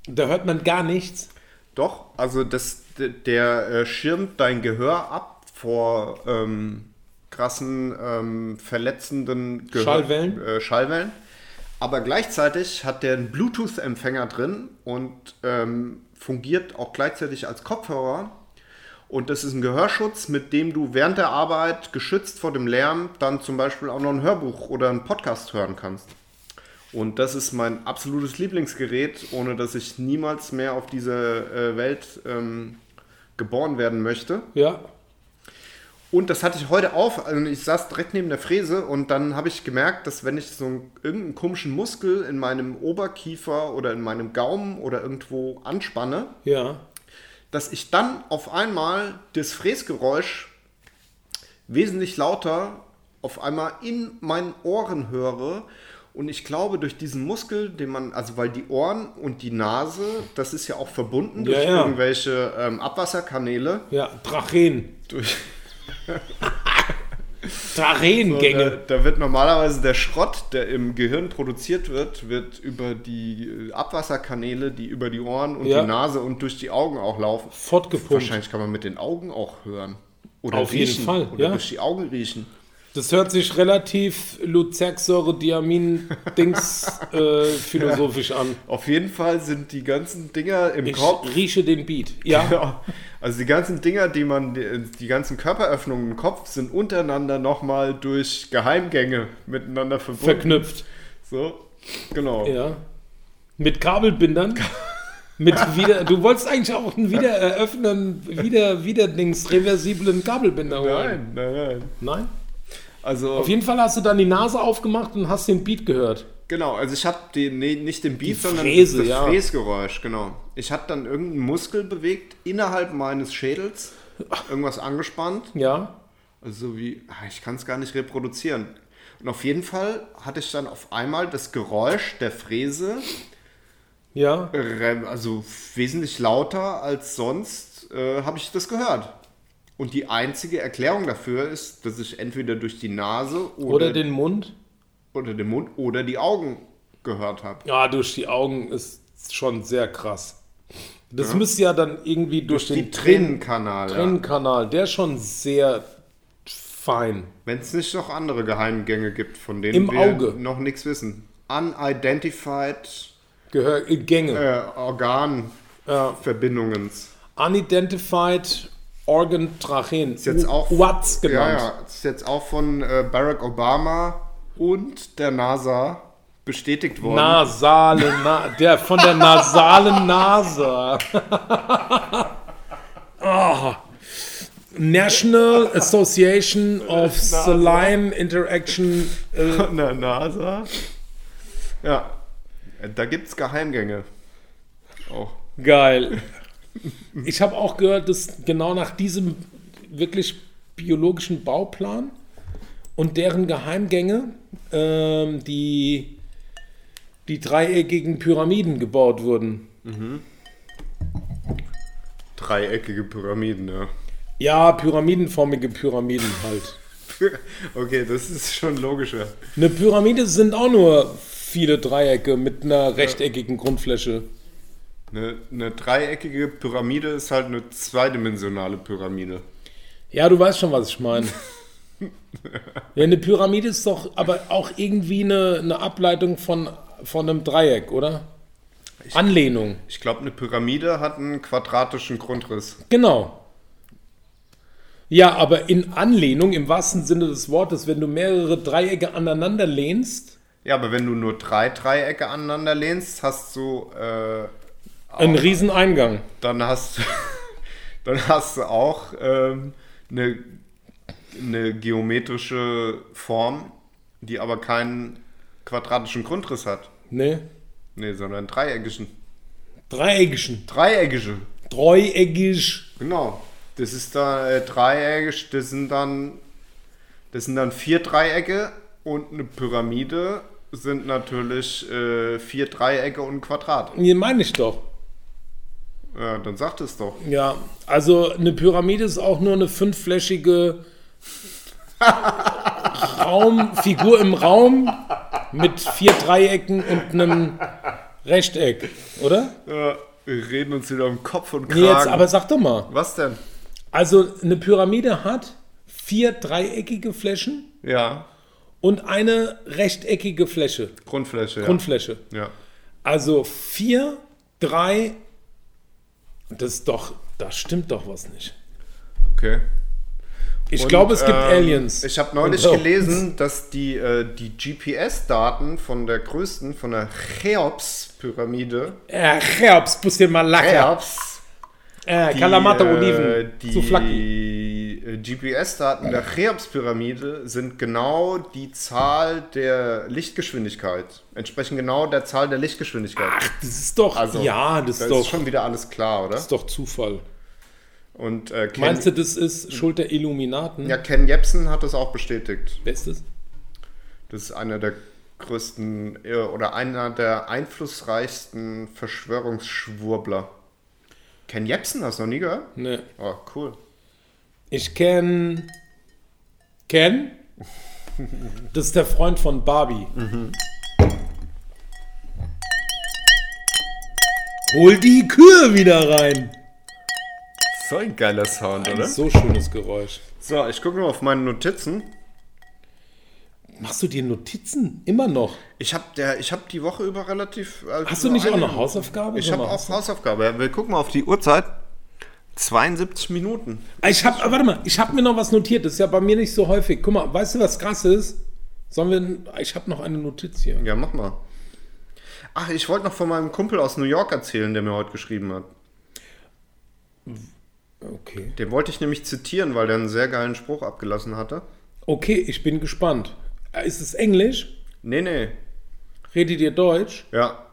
Da hört man gar nichts.
Doch, also das, d- der äh, schirmt dein Gehör ab vor ähm, krassen, ähm, verletzenden Gehör
Schallwellen?
Äh, Schallwellen. Aber gleichzeitig hat der einen Bluetooth-Empfänger drin und ähm, fungiert auch gleichzeitig als Kopfhörer. Und das ist ein Gehörschutz, mit dem du während der Arbeit geschützt vor dem Lärm dann zum Beispiel auch noch ein Hörbuch oder einen Podcast hören kannst. Und das ist mein absolutes Lieblingsgerät, ohne dass ich niemals mehr auf diese äh, Welt ähm, geboren werden möchte.
Ja.
Und das hatte ich heute auf. Also ich saß direkt neben der Fräse und dann habe ich gemerkt, dass wenn ich so einen, irgendeinen komischen Muskel in meinem Oberkiefer oder in meinem Gaumen oder irgendwo anspanne,
Ja.
dass ich dann auf einmal das Fräsgeräusch wesentlich lauter auf einmal in meinen Ohren höre. Und ich glaube, durch diesen Muskel, den man, also weil die Ohren und die Nase, das ist ja auch verbunden durch
Ja, ja.
irgendwelche ähm, Abwasserkanäle.
Ja. Drachen. [laughs]
Durch, da,
Drachengänge.
da wird normalerweise der Schrott, der im Gehirn produziert wird, wird über die äh, Abwasserkanäle, die über die Ohren und
Ja.
die Nase und durch die Augen auch laufen,
Fortgepumpt.
Wahrscheinlich kann man mit den Augen auch hören. Oder
Auf jeden
riechen.
Fall,
Oder
ja.
durch die Augen riechen.
Das hört sich relativ
[laughs]
Luzerxsäure-Diamin-Dings äh, philosophisch an.
Auf jeden Fall sind die ganzen Dinger im
Ich
Kopf.
rieche den Beat. Ja.
[laughs] Ja. Also die ganzen Dinger, die man, die die ganzen Körperöffnungen im Kopf sind untereinander nochmal durch Geheimgänge miteinander verbunden.
Verknüpft.
so, genau.
Ja. Mit Kabelbindern.
[laughs]
Mit wieder, du wolltest eigentlich auch einen wieder eröffnen, wieder, wieder Dings, reversiblen Kabelbinder holen.
Nein, nein, nein.
Nein.
Also,
Auf jeden Fall hast du dann die Nase aufgemacht und hast den Beat gehört.
genau, also ich habe den, nee, nicht den Beat, sondern
Fräse,
das
ja.
Fräsgeräusch, genau. Ich habe dann irgendeinen Muskel bewegt innerhalb meines Schädels, irgendwas angespannt
Ja.
Also so wie, ah, ich kann es gar nicht reproduzieren. Und auf jeden Fall hatte ich dann auf einmal das Geräusch der Fräse,
Ja.
äh, also wesentlich lauter als sonst, äh, habe ich das gehört. Und die einzige Erklärung dafür ist, dass ich entweder durch die Nase oder,
Oder den Mund.
oder den Mund oder die Augen gehört habe.
Ja, durch die Augen ist schon sehr krass. Das müsste ja dann irgendwie durch,
Die
den
Tränenkanal. Ja.
Trennkanal, der ist schon sehr fein.
Wenn es nicht noch andere Geheimgänge gibt, von denen
Im
wir
Auge.
noch nichts wissen. Unidentified
Gehör, äh, Gänge.
äh, Organverbindungen.
Unidentified Organ Trachen.
Ist jetzt auch,
Watts genannt.
Ja, ja, ist jetzt auch von äh, Barack Obama und der NASA bestätigt worden.
Nasale, na, der von der nasalen Nase. [laughs] Ah. National Association of Saline Interaction.
[laughs]
Äh,
Von der NASA? Ja. Da gibt's Geheimgänge. Auch.
geil. Ich habe auch gehört, dass genau nach diesem wirklich biologischen Bauplan und deren Geheimgänge ähm, die, die dreieckigen Pyramiden gebaut wurden.
Dreieckige Pyramiden, ja. [laughs]
Ja, pyramidenformige Pyramiden halt.
Okay, das ist schon logischer.
Eine Pyramide sind auch nur viele Dreiecke mit einer rechteckigen Grundfläche.
Eine, eine dreieckige Pyramide ist halt eine zweidimensionale Pyramide.
Ja, du weißt schon, was ich meine. ja, eine Pyramide ist doch aber auch irgendwie eine, eine Ableitung von, von einem Dreieck, oder? Anlehnung,
Ich glaube, eine Pyramide hat einen quadratischen Grundriss.
genau. Ja, aber in Anlehnung im wahrsten Sinne des Wortes, wenn du mehrere Dreiecke aneinander lehnst,
Ja, aber wenn du nur drei Dreiecke aneinander lehnst, hast du, äh,
einen riesen Eingang.
dann hast du, [laughs] dann hast du auch ähm, eine, eine geometrische Form, die aber keinen quadratischen Grundriss hat.
Ne?
Nee, sondern dreieckischen.
Dreieckischen.
Dreieckische,
Dreieckig.
genau. Das ist da äh, dreieckig, das sind dann das sind dann vier Dreiecke und eine Pyramide sind natürlich äh, vier Dreiecke und ein Quadrat.
Nee, meine ich doch.
Ja, dann sagt es doch.
Ja, also eine Pyramide ist auch nur eine fünfflächige Raum, Figur im Raum mit vier Dreiecken und einem Rechteck, oder?
Ja, wir reden uns wieder um Kopf und Kragen.
Nee, jetzt, aber sag doch mal.
Was denn?
Also eine Pyramide hat vier dreieckige Flächen
Ja,
und eine rechteckige Fläche,
Grundfläche. Ja.
Grundfläche.
ja.
Also vier, drei, das ist doch, da stimmt doch was nicht.
Okay.
Ich glaube, es gibt
ähm,
Aliens.
Ich habe neulich
Und-
gelesen, dass die, äh, die GPS-Daten von der größten, von der Cheops-Pyramide,
Äh, Cheops, bisschen Malaka.
Cheops,
Äh,
die,
Kalamata,
äh,
Oliven, zu Flacken.
die äh, GPS-Daten der Cheops-Pyramide sind genau die Zahl der Lichtgeschwindigkeit, entsprechen genau der Zahl der Lichtgeschwindigkeit.
Das ist doch,
Also,
ja, das
da
ist doch,
ist schon wieder alles klar, oder?
das ist doch Zufall.
Und äh, Ken,
Meinst du, das ist Schuld der Illuminaten?
ja, Ken Jebsen hat das auch bestätigt.
Wer ist das?
Das ist einer der größten äh, oder einer der einflussreichsten Verschwörungsschwurbler. Ken Jebsen, hast du noch nie gehört?
Nee.
Oh, cool.
Ne. Ich kenne Ken. Das ist der Freund von Barbie.
Mhm.
Hol die Kühe wieder rein.
So ein geiler Sound,
Ein so schönes Geräusch.
So, ich gucke mal auf meine Notizen.
Machst du dir Notizen? Immer noch?
Ich habe hab die Woche über relativ. äh,
Hast du nicht auch
eine-
noch Hausaufgabe?
Ich
Sag
habe
mal.
auch Hausaufgabe. Ja, Wir gucken mal auf die Uhrzeit. 72 Minuten.
Ich hab, äh, warte mal, ich habe mir noch was notiert. Das ist ja bei mir nicht so häufig. Guck mal, weißt du, was krass ist? Sollen wir. Ich habe noch eine Notiz hier.
Ja, mach mal. Ach, ich wollte noch von meinem Kumpel aus New York erzählen, der mir heute geschrieben hat.
Okay.
Den wollte ich nämlich zitieren, weil der einen sehr geilen Spruch abgelassen hatte.
Okay, ich bin gespannt. Äh, Ist es Englisch?
Nee, nee.
Redet ihr Deutsch? Ähm,
Ja.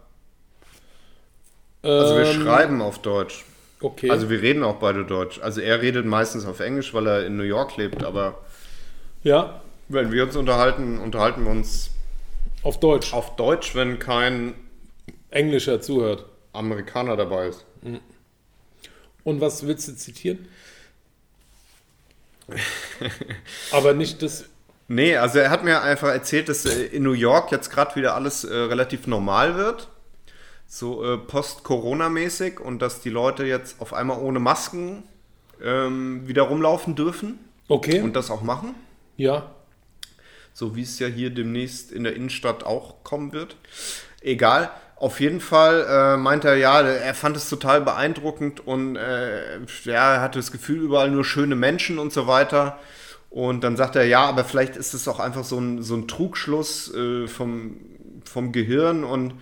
Also wir schreiben auf Deutsch.
Okay.
Also wir reden auch beide Deutsch. Also er redet meistens auf Englisch, weil er in New York lebt, aber
ja,
wenn wir uns unterhalten, unterhalten wir uns
auf Deutsch.
auf Deutsch, wenn kein
Englischer zuhört.
Amerikaner dabei ist.
Und was willst
[laughs]
du zitieren? Aber nicht das.
Nee, also er hat mir einfach erzählt, dass äh, in New York jetzt gerade wieder alles äh, relativ normal wird. So äh, post-Corona-mäßig und dass die Leute jetzt auf einmal ohne Masken ähm, wieder rumlaufen dürfen
Okay.
und das auch machen.
ja.
so wie es ja hier demnächst in der Innenstadt auch kommen wird. Egal. Auf jeden Fall äh, meinte er, ja, er fand es total beeindruckend und äh, ja, er hatte das Gefühl, überall nur schöne Menschen und so weiter. Und dann sagte er, ja, aber vielleicht ist es auch einfach so ein, so ein Trugschluss äh, vom, vom Gehirn und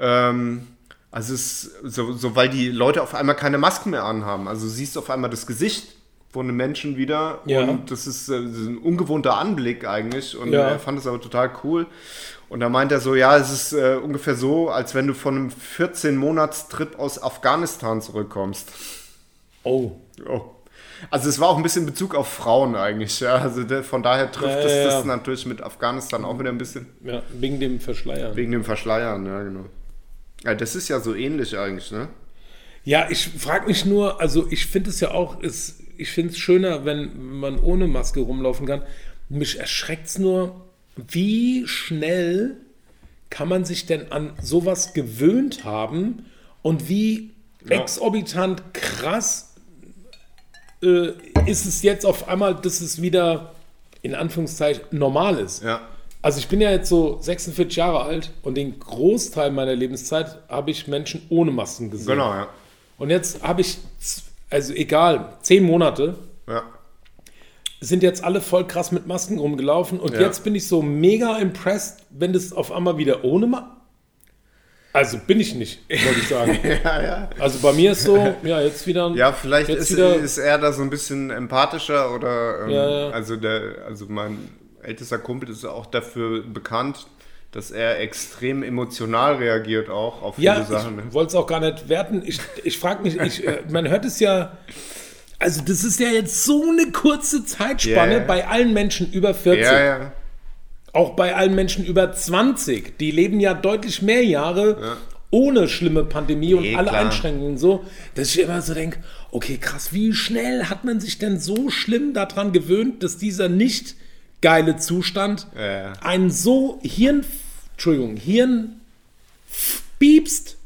ähm, also es ist so, so, weil die Leute auf einmal keine Masken mehr anhaben. Also du siehst auf einmal das Gesicht von einem Menschen wieder
Ja.
und das ist, äh, das ist ein ungewohnter Anblick eigentlich und
Ja.
er fand es aber total cool. Und da meint er so, ja, es ist äh, ungefähr so, als wenn du von einem 14-Monats-Trip aus Afghanistan zurückkommst.
Oh.
Oh. Also es war auch ein bisschen Bezug auf Frauen eigentlich. Ja? Also de- von daher trifft
Ja,
es
ja,
das
ja.
natürlich mit Afghanistan auch wieder ein bisschen.
Ja, wegen dem Verschleiern.
Wegen dem Verschleiern, ja genau. Ja, das ist ja so ähnlich eigentlich, ne?
Ja, ich frage mich nur, also ich finde es ja auch, es, ich finde es schöner, wenn man ohne Maske rumlaufen kann. Mich erschreckt es nur, wie schnell kann man sich denn an sowas gewöhnt haben und wie exorbitant krass äh, ist es jetzt auf einmal, dass es wieder in Anführungszeichen normal ist.
Ja.
Also ich bin ja jetzt so 46 Jahre alt und den Großteil meiner Lebenszeit habe ich Menschen ohne Masken gesehen.
Genau, ja.
Und jetzt habe ich, z- also egal, zehn Monate
Ja.
sind jetzt alle voll krass mit Masken rumgelaufen und
Ja.
jetzt bin ich so mega impressed, wenn das auf einmal wieder ohne Ma Also bin ich nicht, wollte ich sagen.
[laughs] Ja, ja.
Also bei mir ist so, ja, jetzt wieder.
ja vielleicht
jetzt
ist,
wieder,
ist er da so ein bisschen empathischer oder ähm,
Ja, ja.
also der, also mein ältester Kumpel ist auch dafür bekannt, dass er extrem emotional reagiert auch auf
Ja,
viele Sachen. ne?
ich wollte es auch gar nicht werten. Ich, ich frage mich, ich, äh, man hört es ja. Also, das ist ja jetzt so eine kurze Zeitspanne
Ja, ja.
bei allen Menschen über 40.
Ja, ja.
Auch bei allen Menschen über 20. Die leben ja deutlich mehr Jahre ohne schlimme Pandemie und
Nee,
alle
klar.
Einschränkungen und so, dass ich immer so denke, okay, krass, wie schnell hat man sich denn so schlimm daran gewöhnt, dass dieser nicht geile Zustand
Ja.
einen so Hirn, Entschuldigung, Hirn piepst,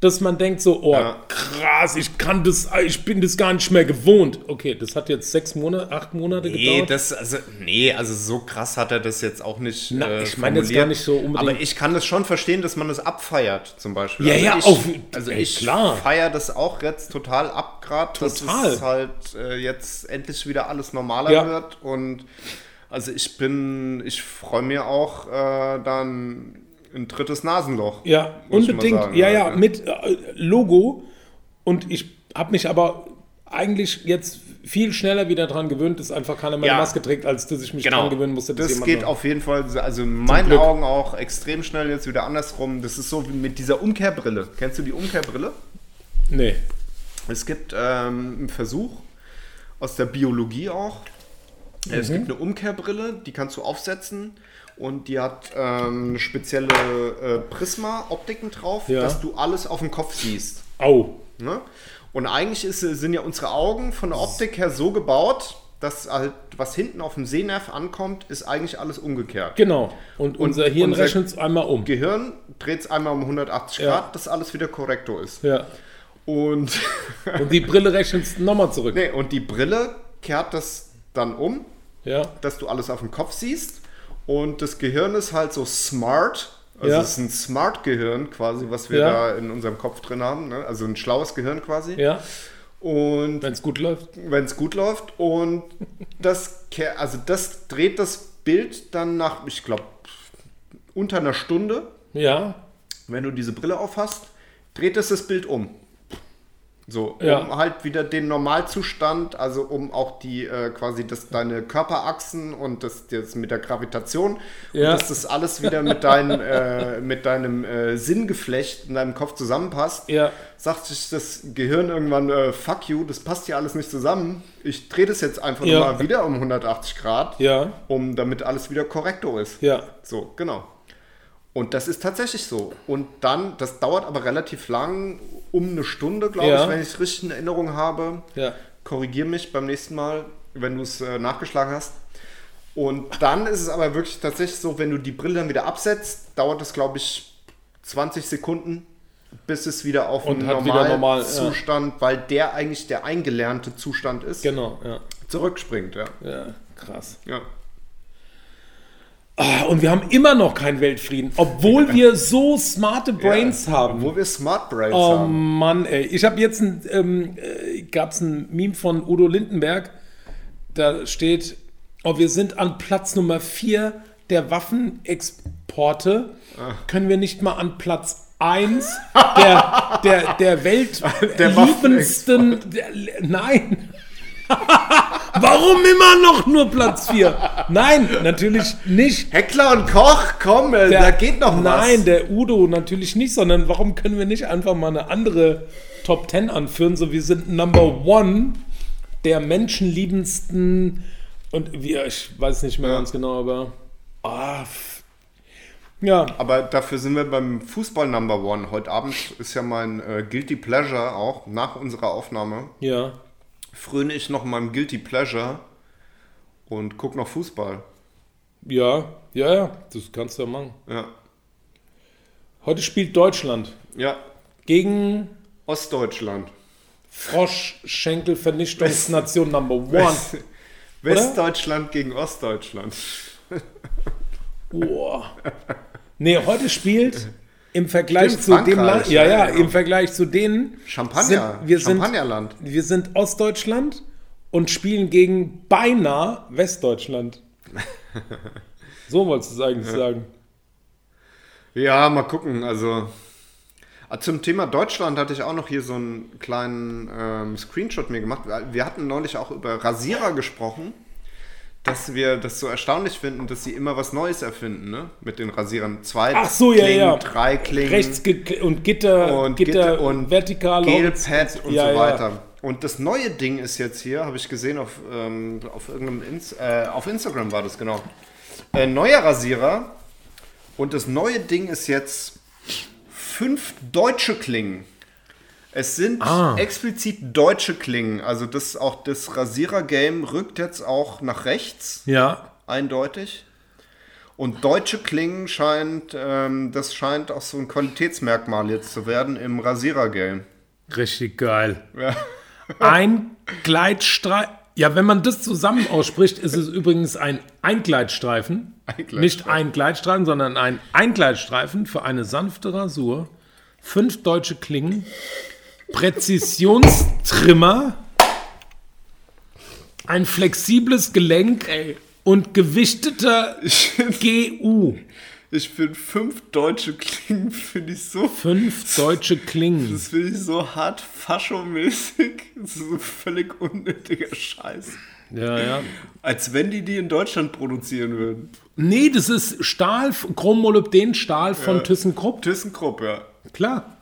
dass man denkt so, oh
Ja.
krass, ich kann das, ich bin das gar nicht mehr gewohnt. Okay, das hat jetzt sechs Monate, acht Monate
Nee,
gedauert.
das, also, nee, also so krass hat er das jetzt auch nicht.
Na,
äh,
ich meine jetzt
formuliert.
gar nicht so unbedingt-
Aber ich kann das schon verstehen, dass man das abfeiert, zum Beispiel.
Ja,
also
ja,
ich,
auf-
Also
ey,
ich
klar.
feiere das auch jetzt total ab, gerade, dass
Total.
es halt äh, jetzt endlich wieder alles normaler
Ja.
wird. Und also ich bin, ich freue mich auch äh, dann ein drittes Nasenloch.
Ja,
muss ich mal
unbedingt.
sagen,
ja,
halt,
ja,
ne?
mit äh, Logo. Und ich habe mich aber eigentlich jetzt viel schneller wieder dran gewöhnt, dass einfach keiner meine
Ja.
Maske trägt, als dass ich mich
Genau.
dran gewöhnen musste. dass
Das
jemand
geht
noch-
auf jeden Fall, also in meinen
Glück.
Augen auch extrem schnell jetzt wieder andersrum. Das ist so wie mit dieser Umkehrbrille. Kennst du die Umkehrbrille?
Nee.
Es gibt ähm, einen Versuch aus der Biologie auch.
Mhm.
Es gibt eine Umkehrbrille, die kannst du aufsetzen und die hat ähm, eine spezielle äh, Prisma-Optiken drauf,
Ja.
dass du alles auf dem Kopf siehst.
Au.
Ne? Und eigentlich ist, sind ja unsere Augen von der Optik her so gebaut, dass halt, was hinten auf dem Sehnerv ankommt, ist eigentlich alles umgekehrt.
Genau. Und, unser Hirn
unser-
rechnet es einmal um.
Gehirn dreht es einmal um 180
Ja.
Grad, dass alles wieder korrekto ist.
Ja.
Und, [laughs]
Und die Brille rechnet es nochmal zurück.
nee, und die Brille kehrt das dann um,
Ja.
dass du alles auf dem Kopf siehst. Und das Gehirn ist halt so smart. Also
Ja.
es ist ein Smart-Gehirn quasi, was wir
Ja.
da in unserem Kopf drin haben. Ne? Also ein schlaues Gehirn quasi.
Ja.
Und
Wenn es gut läuft.
wenn es gut läuft. Und das, ke- also das dreht das Bild dann nach, ich glaube, unter einer Stunde,
Ja.
wenn du diese Brille auf hast, dreht es das Bild um. So,
Ja.
um halt wieder den Normalzustand, also um auch die äh, quasi das, deine Körperachsen und das, das mit der Gravitation
Ja.
und dass das alles wieder mit, dein,
[laughs]
äh, mit deinem äh, Sinngeflecht in deinem Kopf zusammenpasst
Ja.
sagt sich das Gehirn irgendwann, äh, fuck you, das passt hier alles nicht zusammen. Ich drehe das jetzt einfach
Ja.
mal wieder um 180 Grad,
Ja.
um damit alles wieder korrekto ist.
Ja.
So, genau. Und das ist tatsächlich so. Und dann, das dauert aber relativ lang, um eine Stunde, glaube
Ja.
ich, wenn ich es richtig in Erinnerung habe.
Ja.
Korrigiere mich beim nächsten Mal, wenn du es äh, nachgeschlagen hast. Und dann ist es aber wirklich tatsächlich so, wenn du die Brille dann wieder absetzt, dauert es, glaube ich, 20 Sekunden, bis es wieder auf
Und
einen
hat wieder normal, ja.
Zustand, weil der eigentlich der eingelernte Zustand ist,
Genau. Ja.
zurückspringt. Ja.
ja. Krass.
Ja.
Ah, Und wir haben immer noch keinen Weltfrieden, obwohl wir so smarte Brains haben.
Wo wir Smart Brains
Oh
haben.
Mann, ey. Ich habe jetzt ein, ähm, äh, gab's ein Meme von Udo Lindenberg. Da steht, oh, wir sind an Platz Nummer 4 der Waffenexporte. Können wir nicht mal an Platz 1 der, der, der weltliegendsten. Der, nein. [laughs] Warum immer noch nur Platz 4? Nein, natürlich nicht.
Heckler und Koch, komm, äh, da geht noch was.
Nein, der Udo natürlich nicht, sondern warum können wir nicht einfach mal eine andere Top 10 anführen? So, wir sind Number One der menschenliebendsten und wir, ich weiß nicht mehr ganz genau, aber. Ah, f- ja,
Aber dafür sind wir beim Fußball Number One. Heute Abend ist ja mein äh, Guilty Pleasure auch nach unserer Aufnahme.
ja.
Fröne ich noch meinem Guilty Pleasure und guck noch Fußball.
Ja, ja, ja, das kannst du ja machen.
Ja.
Heute spielt Deutschland
Ja.
gegen
Ostdeutschland.
Froschschenkelvernichtungsnation
[laughs]
Number One.
West Westdeutschland gegen Ostdeutschland.
Boah. Nee, heute spielt im Vergleich
Stimmt,
zu dem
Frankreich,
Land, ja,
ja,
ja,
genau.
im Vergleich zu denen
Champagner.
sind wir
Champagnerland.
sind wir sind Ostdeutschland und spielen gegen beinahe
[laughs]
Westdeutschland. so wolltest du es eigentlich sagen.
Ja, mal gucken. Also ah, zum Thema Deutschland hatte ich auch noch hier so einen kleinen ähm, Screenshot mir gemacht. Wir hatten neulich auch über Rasierer gesprochen, dass wir das so erstaunlich finden, dass sie immer was Neues erfinden, ne? Mit den Rasierern. Zwei
Ach so, ja,
Klingen,
ja.
drei Klingen
Rechts ge- und Gitter
und
Gitter
Gitter und
vertikal
Gelpad und
Ja,
so
ja.
weiter. Und das neue Ding ist jetzt hier, habe ich gesehen auf, ähm, auf irgendeinem Ins- äh, auf Instagram war das genau. Äh, neuer Rasierer. Und das neue Ding ist jetzt fünf deutsche Klingen. Es sind
Ah.
explizit deutsche Klingen. Also das auch das Rasierer-Game rückt jetzt auch nach rechts
Ja.
eindeutig. Und deutsche Klingen scheint, ähm, das scheint auch so ein Qualitätsmerkmal jetzt zu werden im Rasierer-Game.
Richtig geil. Ein Gleitstreifen. Ja, wenn man das zusammen ausspricht, ist es übrigens ein Eingleitstreifen.
Eingleitstreifen.
Nicht ein Gleitstreifen, sondern ein Eingleitstreifen für eine sanfte Rasur. Fünf deutsche Klingen. Präzisionstrimmer. Ein flexibles Gelenk und gewichteter GU.
Ich finde fünf deutsche Klingen, finde ich so.
Fünf deutsche Klingen.
Das finde ich so hart faschomäßig. Das ist so völlig unnötiger Scheiß.
Ja, ja.
Als wenn die die in Deutschland produzieren würden.
Nee, das ist Stahl, Chromolybden-Stahl von ThyssenKrupp.
ThyssenKrupp, ja.
Klar.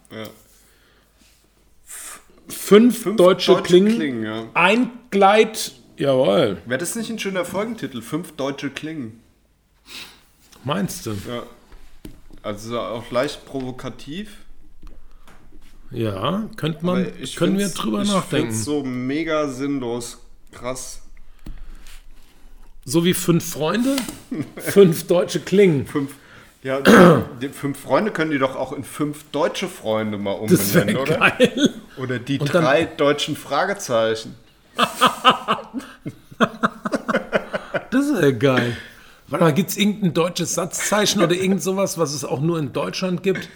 Fünf, deutsche, Klingen,
ja.
ein Gleit. Jawohl,
Wäre das nicht ein schöner Folgentitel? Fünf deutsche Klingen.
meinst du?
Ja. Also auch leicht provokativ.
Ja, könnte man,
Weil ich
können wir
find's-
drüber
ich
nachdenken.
find's
So,
so mega sinnlos. Krass.
wie fünf Freunde,
[laughs]
fünf deutsche Klingen.
Fünf. Ja, die fünf Freunde können die doch auch in fünf deutsche Freunde mal
Das
umbenennen,
wäre
oder?
geil.
Oder die
dann-
drei deutschen Fragezeichen.
Das wäre geil. Warte mal, gibt es irgendein deutsches Satzzeichen oder irgend sowas, was es auch nur in Deutschland gibt?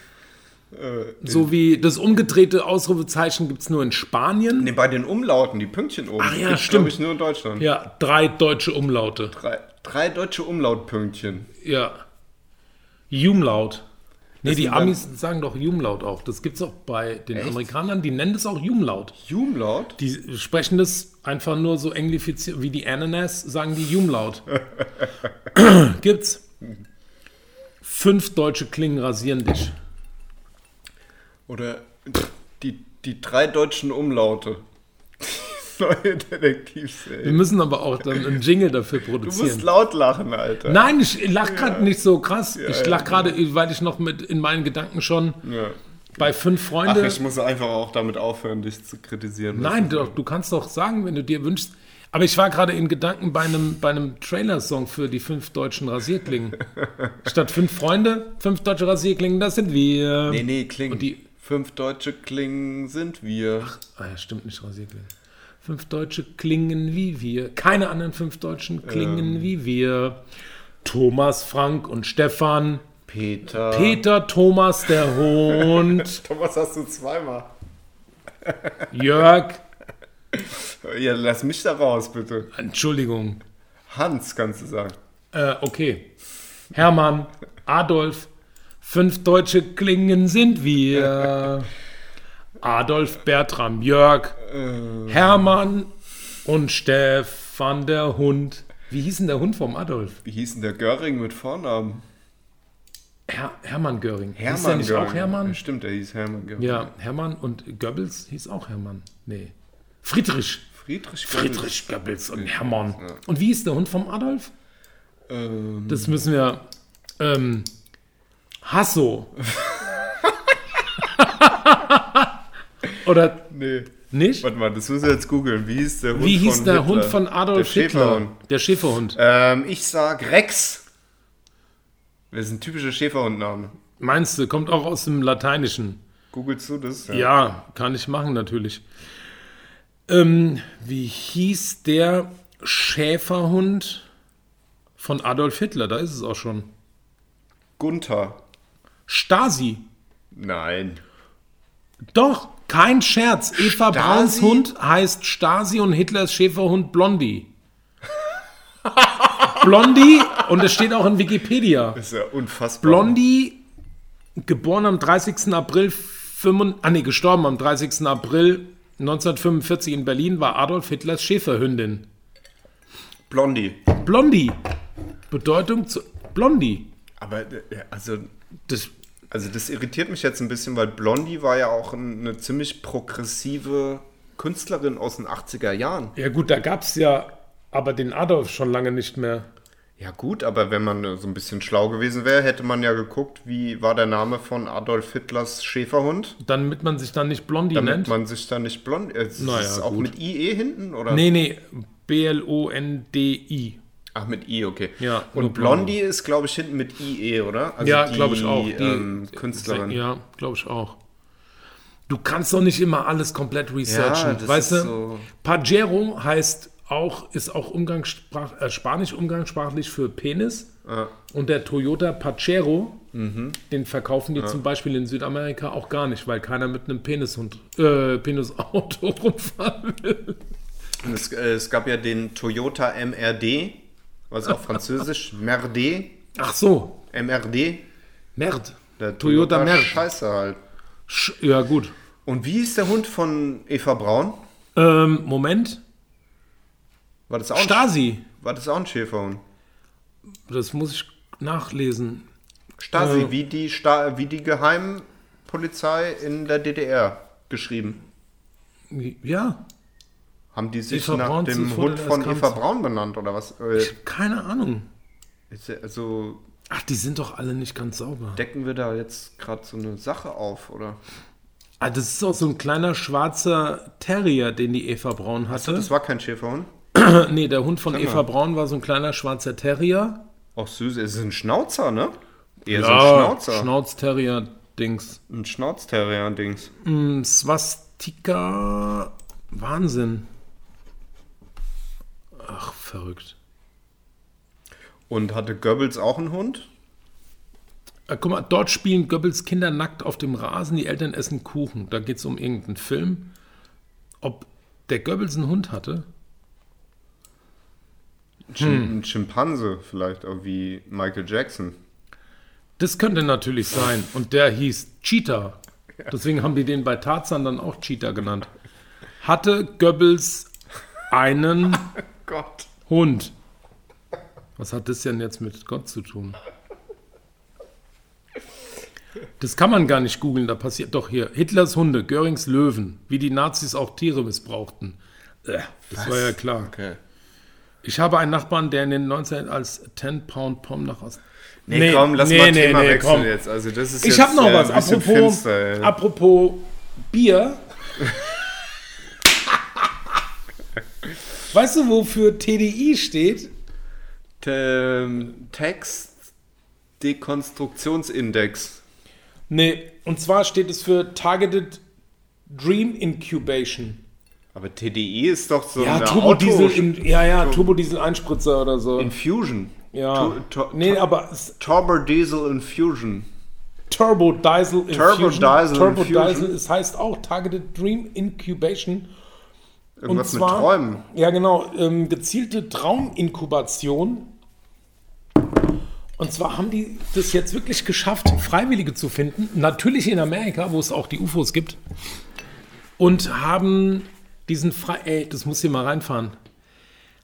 Äh,
So wie das umgedrehte Ausrufezeichen gibt es nur in Spanien.
Ne, bei den Umlauten, die Pünktchen oben.
Ach ja,
gibt's, glaub
stimmt.
ich, nur in Deutschland.
Ja, drei deutsche Umlaute.
Drei, drei deutsche Umlautpünktchen.
Ja. Umlaut. Nee, die
sind dann-
Amis sagen doch Umlaut auch. Das gibt's auch bei den Amerikanern, die nennen das auch Umlaut.
Umlaut?
Die sprechen das einfach nur so englifiziert, wie die Ananas sagen
[laughs]
die Umlaut. gibt's. Fünf deutsche Klingen rasieren dich.
Oder die, die drei deutschen Umlaute. [laughs] Die neue
Wir
Detektivserie.
müssen aber auch dann einen Jingle dafür
Du musst
produzieren.
laut lachen, Alter.
Nein, ich lach gerade nicht so krass. ich
ja,
lach gerade, weil ich noch mit in meinen Gedanken schon
Ja.
bei fünf
Ach,
Freunde.
ich muss einfach auch damit aufhören, dich zu kritisieren.
äh, Nein, doch, du kannst doch sagen, wenn du dir wünschst. Aber ich war gerade in Gedanken bei einem, bei einem Trailer-Song für die fünf deutschen Rasierklingen. Statt fünf Freunde, fünf deutsche Rasierklingen, das sind wir.
Nee, nee, Klingen.
Und die-
Fünf deutsche Klingen sind wir.
Ah, ja, stimmt nicht, Rasierklingen. Fünf deutsche klingen wie wir. Keine anderen fünf deutschen klingen wie wir. Thomas, Frank und Stefan.
Peter.
Peter, Thomas,
[laughs]
der Hund.
Thomas hast du zweimal.
Jörg.
Ja, lass mich da raus, bitte.
Entschuldigung.
Hans kannst du sagen.
Äh, okay. Hermann, Adolf, fünf deutsche Klingen sind [laughs] wir. Adolf, Bertram, Jörg, Äh. Hermann und Stefan der Hund. Wie hieß denn der Hund vom Adolf?
Wie hieß denn der Göring mit Vornamen?
Her Hermann Göring. Äh, hieß der nicht auch Hermann?
Stimmt, der hieß Hermann Göring.
Ja, Hermann und Goebbels hieß auch Hermann. Nee. Friedrich.
Friedrich Goebbels.
Friedrich Goebbels und Hermann. Und wie ist der Hund vom Adolf?
Ähm,
Das müssen wir. Ähm, Hasso.
[laughs]
Oder
nee.
nicht?
Warte mal, das müssen wir jetzt googeln. Wie hieß der Hund
Wie hieß
von
der
Hitler?
Hund von Adolf
der
Hitler?
Schäferhund.
Der Schäferhund.
Ähm, ich sag Rex. Das ist ein typischer Schäferhundname.
Meinst du, kommt auch aus dem Lateinischen?
Googelst du das?
Ja, kann ich machen natürlich. Ähm, wie hieß der Schäferhund von Adolf Hitler? Da ist es auch schon.
Gunther.
Stasi.
Nein.
Doch, kein Scherz. Eva
Stasi?
Brauns Hund heißt Stasi und Hitlers Schäferhund [laughs] Blondie. Blondie, und das steht auch in Wikipedia.
Das ist ja unfassbar.
Blondie, geboren am 30. April, 5, ah nee, gestorben am 30. April 1945 in Berlin, war Adolf Hitlers Schäferhündin.
Blondie.
Blondie. Bedeutung zu. Blondie.
Aber äh, also,
Das,
also das irritiert mich jetzt ein bisschen, weil Blondie war ja auch ein, eine ziemlich progressive Künstlerin aus den 80er Jahren.
ja, gut, da gab es ja aber den Adolf schon lange nicht mehr.
Ja gut, aber wenn man äh, so ein bisschen schlau gewesen wäre, hätte man ja geguckt, wie war der Name von Adolf Hitlers Schäferhund,
Damit man sich dann nicht Blondie
damit
nennt.
man sich da nicht blond... Äh, ist
Naja,
es auch
gut.
mit IE hinten? Oder?
Nee, nee, B-L-O-N-D-I.
Ach, mit I, okay.
Ja, nur
Und Blondie ist, glaube ich, hinten mit IE, oder? Also
ja,
die,
glaube ich auch.
ähm, Künstlerin.
Ja, glaube ich auch. Du kannst doch nicht immer alles komplett researchen.
Ja, das
weißt
ist
du,
so-
Pajero heißt auch, ist auch Umgangssprach, äh, Spanisch umgangssprachlich für Penis. Und der Toyota Pajero,
Mhm.
den verkaufen die zum Beispiel in Südamerika auch gar nicht, weil keiner mit einem Penishund, äh, Penisauto [laughs] rumfahren will.
Und es, äh, es gab ja den Toyota MRD, was auch französisch, [laughs] Merde,
Ach so,
MRD.
Merd.
Der
Toyota Merd.
Scheiße halt.
Sch ja, gut.
Und wie ist der Hund von Eva Braun?
Ähm, Moment.
War das auch, ein,
Stasi.
war das auch ein Schäferhund?
Das muss ich nachlesen.
Stasi, wie, die Sta wie die Geheimpolizei in der DDR geschrieben.
Ja,
Haben die sich
Eva
nach
Braun zum
dem
Vorteil
Hund
des
von Eva
Kampfes.
Braun benannt oder was? Äh,
keine Ahnung.
ist ja- also
Ach, die sind doch alle nicht ganz sauber.
decken wir da jetzt gerade so eine Sache auf, oder?
Ah, das ist auch so ein kleiner schwarzer Terrier, den die Eva Braun hatte.
Das war kein Schäferhund.
[laughs] nee, der Hund von Eva Braun war so ein kleiner schwarzer Terrier.
Auch süß, es ist ein Schnauzer, ne? Eher so ein Schnauzer.
Schnauzterrier-Dings.
Ein Schnauzterrier-Dings.
Ein Swastika. Wahnsinn. Ach, verrückt.
Und hatte Goebbels auch einen Hund?
Ah, guck mal, dort spielen Goebbels Kinder nackt auf dem Rasen, die Eltern essen Kuchen. Da geht es um irgendeinen Film. Ob der Goebbels einen Hund hatte?
Ein Schim-
Hm.
Ein Schimpanse vielleicht, auch wie Michael Jackson.
Das könnte natürlich sein. Und der hieß Cheetah. Deswegen haben die den bei Tarzan dann auch Cheetah genannt. Hatte Goebbels
[laughs]
einen
Oh Gott.
Hund? Was hat das denn jetzt mit Gott zu tun? Das kann man gar nicht googeln, da passiert doch hier. Hitlers Hunde, Görings Löwen, wie die Nazis auch Tiere missbrauchten. Äh, Das war ja klar.
Okay.
Ich habe einen Nachbarn, der in den 19 als 10-Pound-Pom nach Ost.
Nee, komm, lass mal Thema wechseln jetzt. Also das ist
Ich
jetzt,
habe noch
äh,
was.
ein bisschen
Apropos,
finster, ja.
apropos Bier.
[laughs]
weißt du, wofür TDI steht?
Ähm, Textdekonstruktionsindex.
Nee, und zwar steht es für Targeted Dream Incubation.
Aber TDI ist doch so
Ja,
eine
Turbodiesel,
Auto-
in, ja, ja, Turbodiesel-Einspritzer oder so.
Infusion.
ja.
Tu- tu-
nee, aber s-
Turbo Diesel Infusion.
Turbo Diesel Infusion.
Diesel
Turbo
Infusion.
Diesel, es heißt auch Targeted Dream Incubation.
Irgendwas mit Träumen.
Ja, genau. Ähm, gezielte Trauminkubation. Und zwar haben die das jetzt wirklich geschafft, Freiwillige zu finden. Natürlich in Amerika, wo es auch die UFOs gibt. Und haben diesen Frei... Ey, das muss hier mal reinfahren.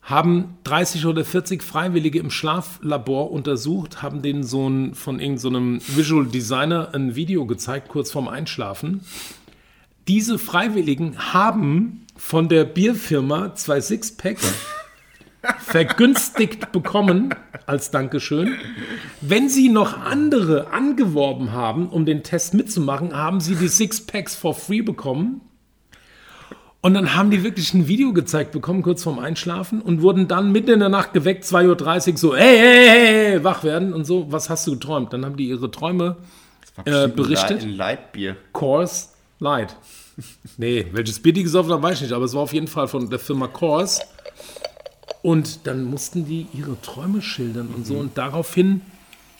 Haben 30 oder 40 Freiwillige im Schlaflabor untersucht, haben denen so ein, von irgendeinem Visual Designer ein Video gezeigt, kurz vorm Einschlafen diese Freiwilligen haben von der Bierfirma zwei Sixpacks vergünstigt bekommen als Dankeschön. Wenn sie noch andere angeworben haben, um den Test mitzumachen, haben sie die Sixpacks for free bekommen. Und dann haben die wirklich ein Video gezeigt bekommen, kurz vorm Einschlafen, und wurden dann mitten in der Nacht geweckt, 2.30 Uhr, so, hey, hey, hey, hey, wach werden und so, was hast du geträumt? Dann haben die ihre Träume äh, berichtet.
Ein Leitbier.
Coors Light. [laughs] Nee, welches Bier die gesoffen haben, weiß ich nicht, aber es war auf jeden Fall von der Firma Coors. Und dann mussten die ihre Träume schildern und so. Und daraufhin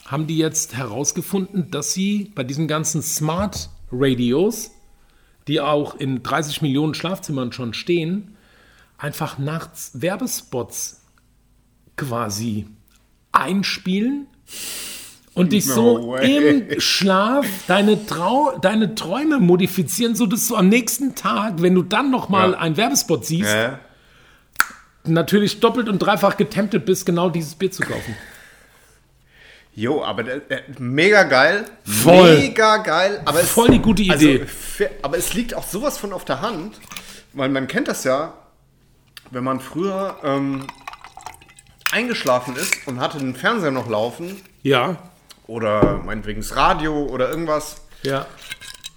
haben die jetzt herausgefunden, dass sie bei diesen ganzen Smart Radios, die auch in 30 Millionen Schlafzimmern schon stehen, einfach nachts Werbespots quasi einspielen und dich so
way.
im Schlaf deine, Trau deine Träume modifizieren, sodass du am nächsten Tag, wenn du dann nochmal
Ja.
einen Werbespot siehst,
Hä?
natürlich doppelt und dreifach getemptet bist, genau dieses Bier zu kaufen.
Jo, aber der- der- mega geil.
Voll.
Mega geil. Aber es-
Voll die gute Idee.
Also, fe- aber es liegt auch sowas von auf der Hand, weil man kennt das ja, wenn man früher ähm, eingeschlafen ist und hatte den Fernseher noch laufen
Ja,
oder meinetwegen das Radio oder irgendwas
ja.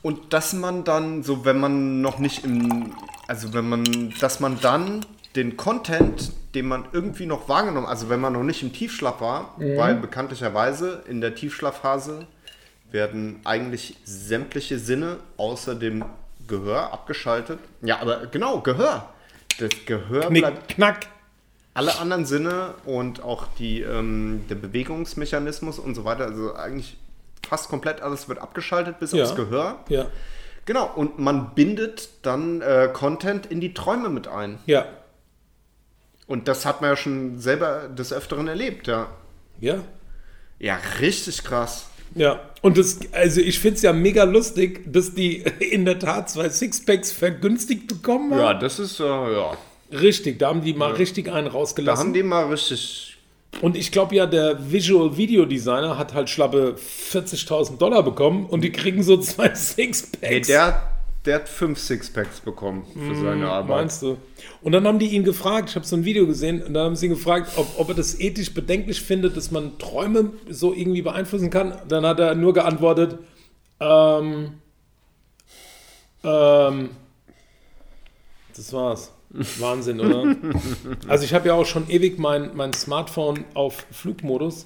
und dass man dann so, wenn man noch nicht im, also wenn man, dass man dann den Content, den man irgendwie noch wahrgenommen, also wenn man noch nicht im Tiefschlaf war, weil bekanntlicherweise in der Tiefschlafphase werden eigentlich sämtliche Sinne außer dem Gehör abgeschaltet. Ja, aber genau, Gehör. Das Gehör bleibt
Knick, knack.
alle anderen Sinne und auch die, ähm, der Bewegungsmechanismus und so weiter, also eigentlich fast komplett alles wird abgeschaltet, bis
Ja.
aufs Gehör.
Ja,
Genau, und man bindet dann äh, Content in die Träume mit ein.
ja,
Und das hat man ja schon selber des Öfteren erlebt, ja.
ja.
Ja, richtig krass.
Ja, und das, also ich finde es ja mega lustig, dass die [laughs] in der Tat zwei Sixpacks vergünstigt bekommen haben.
das ist,
äh,
ja.
Richtig, da haben die mal richtig einen
Da haben
rausgelassen.
die mal richtig.
Und ich glaube ja, der Visual Video Designer hat halt schlappe 40.000 Dollar bekommen und die kriegen so zwei [laughs]
Ey,
Sixpacks.
der, der hat fünf Sixpacks bekommen für
Hm,
seine Arbeit.
Meinst du? Und dann haben die ihn gefragt, ich habe so ein Video gesehen, und dann haben sie ihn gefragt, ob, ob er das ethisch bedenklich findet, dass man Träume so irgendwie beeinflussen kann. Dann hat er nur geantwortet, ähm, ähm, das war's. Wahnsinn, oder? Also ich habe ja auch schon ewig mein, mein Smartphone auf Flugmodus.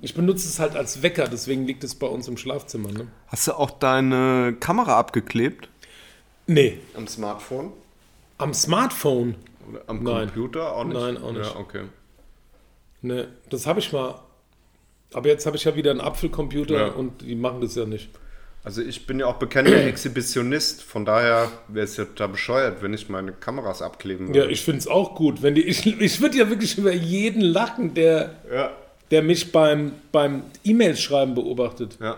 Ich benutze es halt als Wecker, deswegen liegt es bei uns im Schlafzimmer. Ne?
Hast du auch deine Kamera abgeklebt?
Nee,
Am Smartphone?
am Smartphone.
Oder am
Nein.
Computer? Auch nicht?
Nein, auch nicht.
Ja, okay.
Ne, das habe ich mal. Aber jetzt habe ich ja wieder einen Apfelcomputer
Ja.
und die machen das ja nicht.
Also ich bin ja auch
[clears throat]
bekennender Exhibitionist, von daher wäre es ja da bescheuert, wenn ich meine Kameras abkleben
Ja,
würde.
ich finde es auch gut. Wenn die, [laughs] ich ich würde ja wirklich über jeden lachen, der,
Ja.
der mich beim, beim E-Mail-Schreiben beobachtet.
Ja.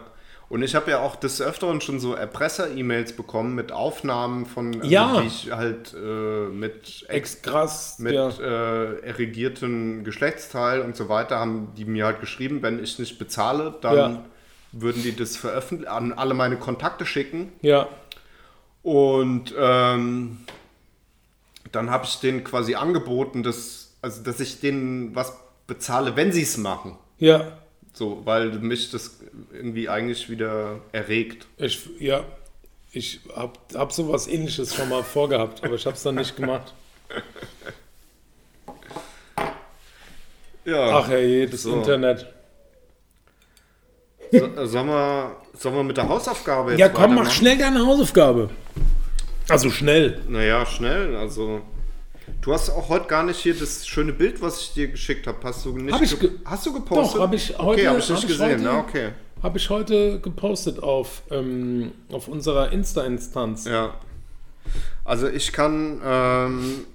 Und ich habe ja auch des Öfteren schon so Erpresser-E-Mails bekommen mit Aufnahmen von, also
Ja.
wie ich halt äh, mit, Ex
Ex krass.
mit
ja.
äh, erregierten Geschlechtsteil und so weiter, haben die mir halt geschrieben, wenn ich nicht bezahle, dann
Ja.
würden die das veröffentlichen, an alle meine Kontakte schicken.
ja.
Und ähm, dann habe ich denen quasi angeboten, dass, also, dass ich denen was bezahle, wenn sie es machen.
Ja.
So, weil mich das irgendwie eigentlich wieder erregt.
Ich, ja. Ich habe hab sowas ähnliches schon mal vorgehabt, aber ich habe es dann nicht gemacht.
Ja.
Ach herrje, das
So.
Internet.
So, äh, sollen, wir, sollen wir mit der Hausaufgabe jetzt
Ja, komm, mach
weitermachen?
schnell deine Hausaufgabe. Also schnell.
Naja, schnell, also. Du hast auch heute gar nicht hier das schöne Bild, was ich dir geschickt habe. Hast du nicht
Hab ich
ge-
ge-
Hast du gepostet?
Doch, hab ich
Okay,
heute-
hab ich nicht
hab ich
gesehen.
heute-
Na, okay.
Habe ich heute gepostet auf, ähm, auf unserer Insta-Instanz.
Ja. Also ich kann. Ähm,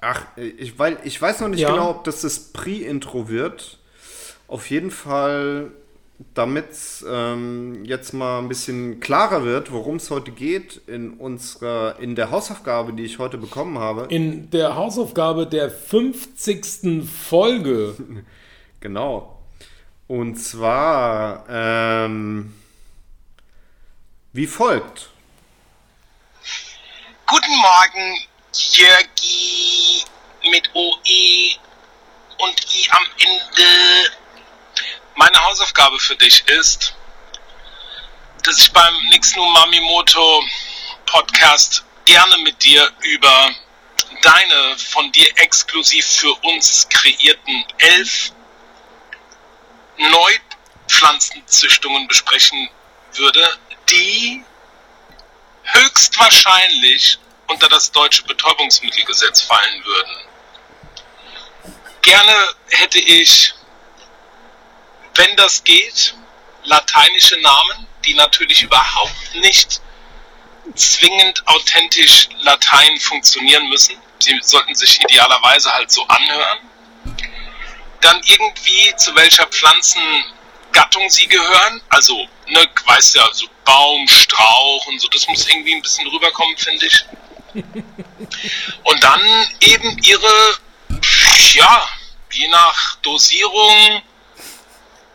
ach, ich, weil, ich weiß noch nicht
Ja.
genau, ob das das Pre-Intro wird. Auf jeden Fall, damit es ähm, jetzt mal ein bisschen klarer wird, worum es heute geht in unserer, in der Hausaufgabe, die ich heute bekommen habe.
In der Hausaufgabe der 50. Folge.
Genau. Und zwar ähm, wie folgt.
Guten Morgen, Jörgi mit OE und I am Ende. Meine Hausaufgabe für dich ist, dass ich beim nächsten Umamimoto Podcast gerne mit dir über deine von dir exklusiv für uns kreierten elf Neupflanzenzüchtungen besprechen würde, die höchstwahrscheinlich unter das deutsche Betäubungsmittelgesetz fallen würden. Gerne hätte ich, wenn das geht, lateinische Namen, die natürlich überhaupt nicht zwingend authentisch Latein funktionieren müssen. Sie sollten sich idealerweise halt so anhören. Dann irgendwie zu welcher Pflanzengattung sie gehören. Also, ne, weißt ja, so Baum, Strauch und so, das muss irgendwie ein bisschen rüberkommen, finde ich. Und dann eben ihre, ja, je nach Dosierung,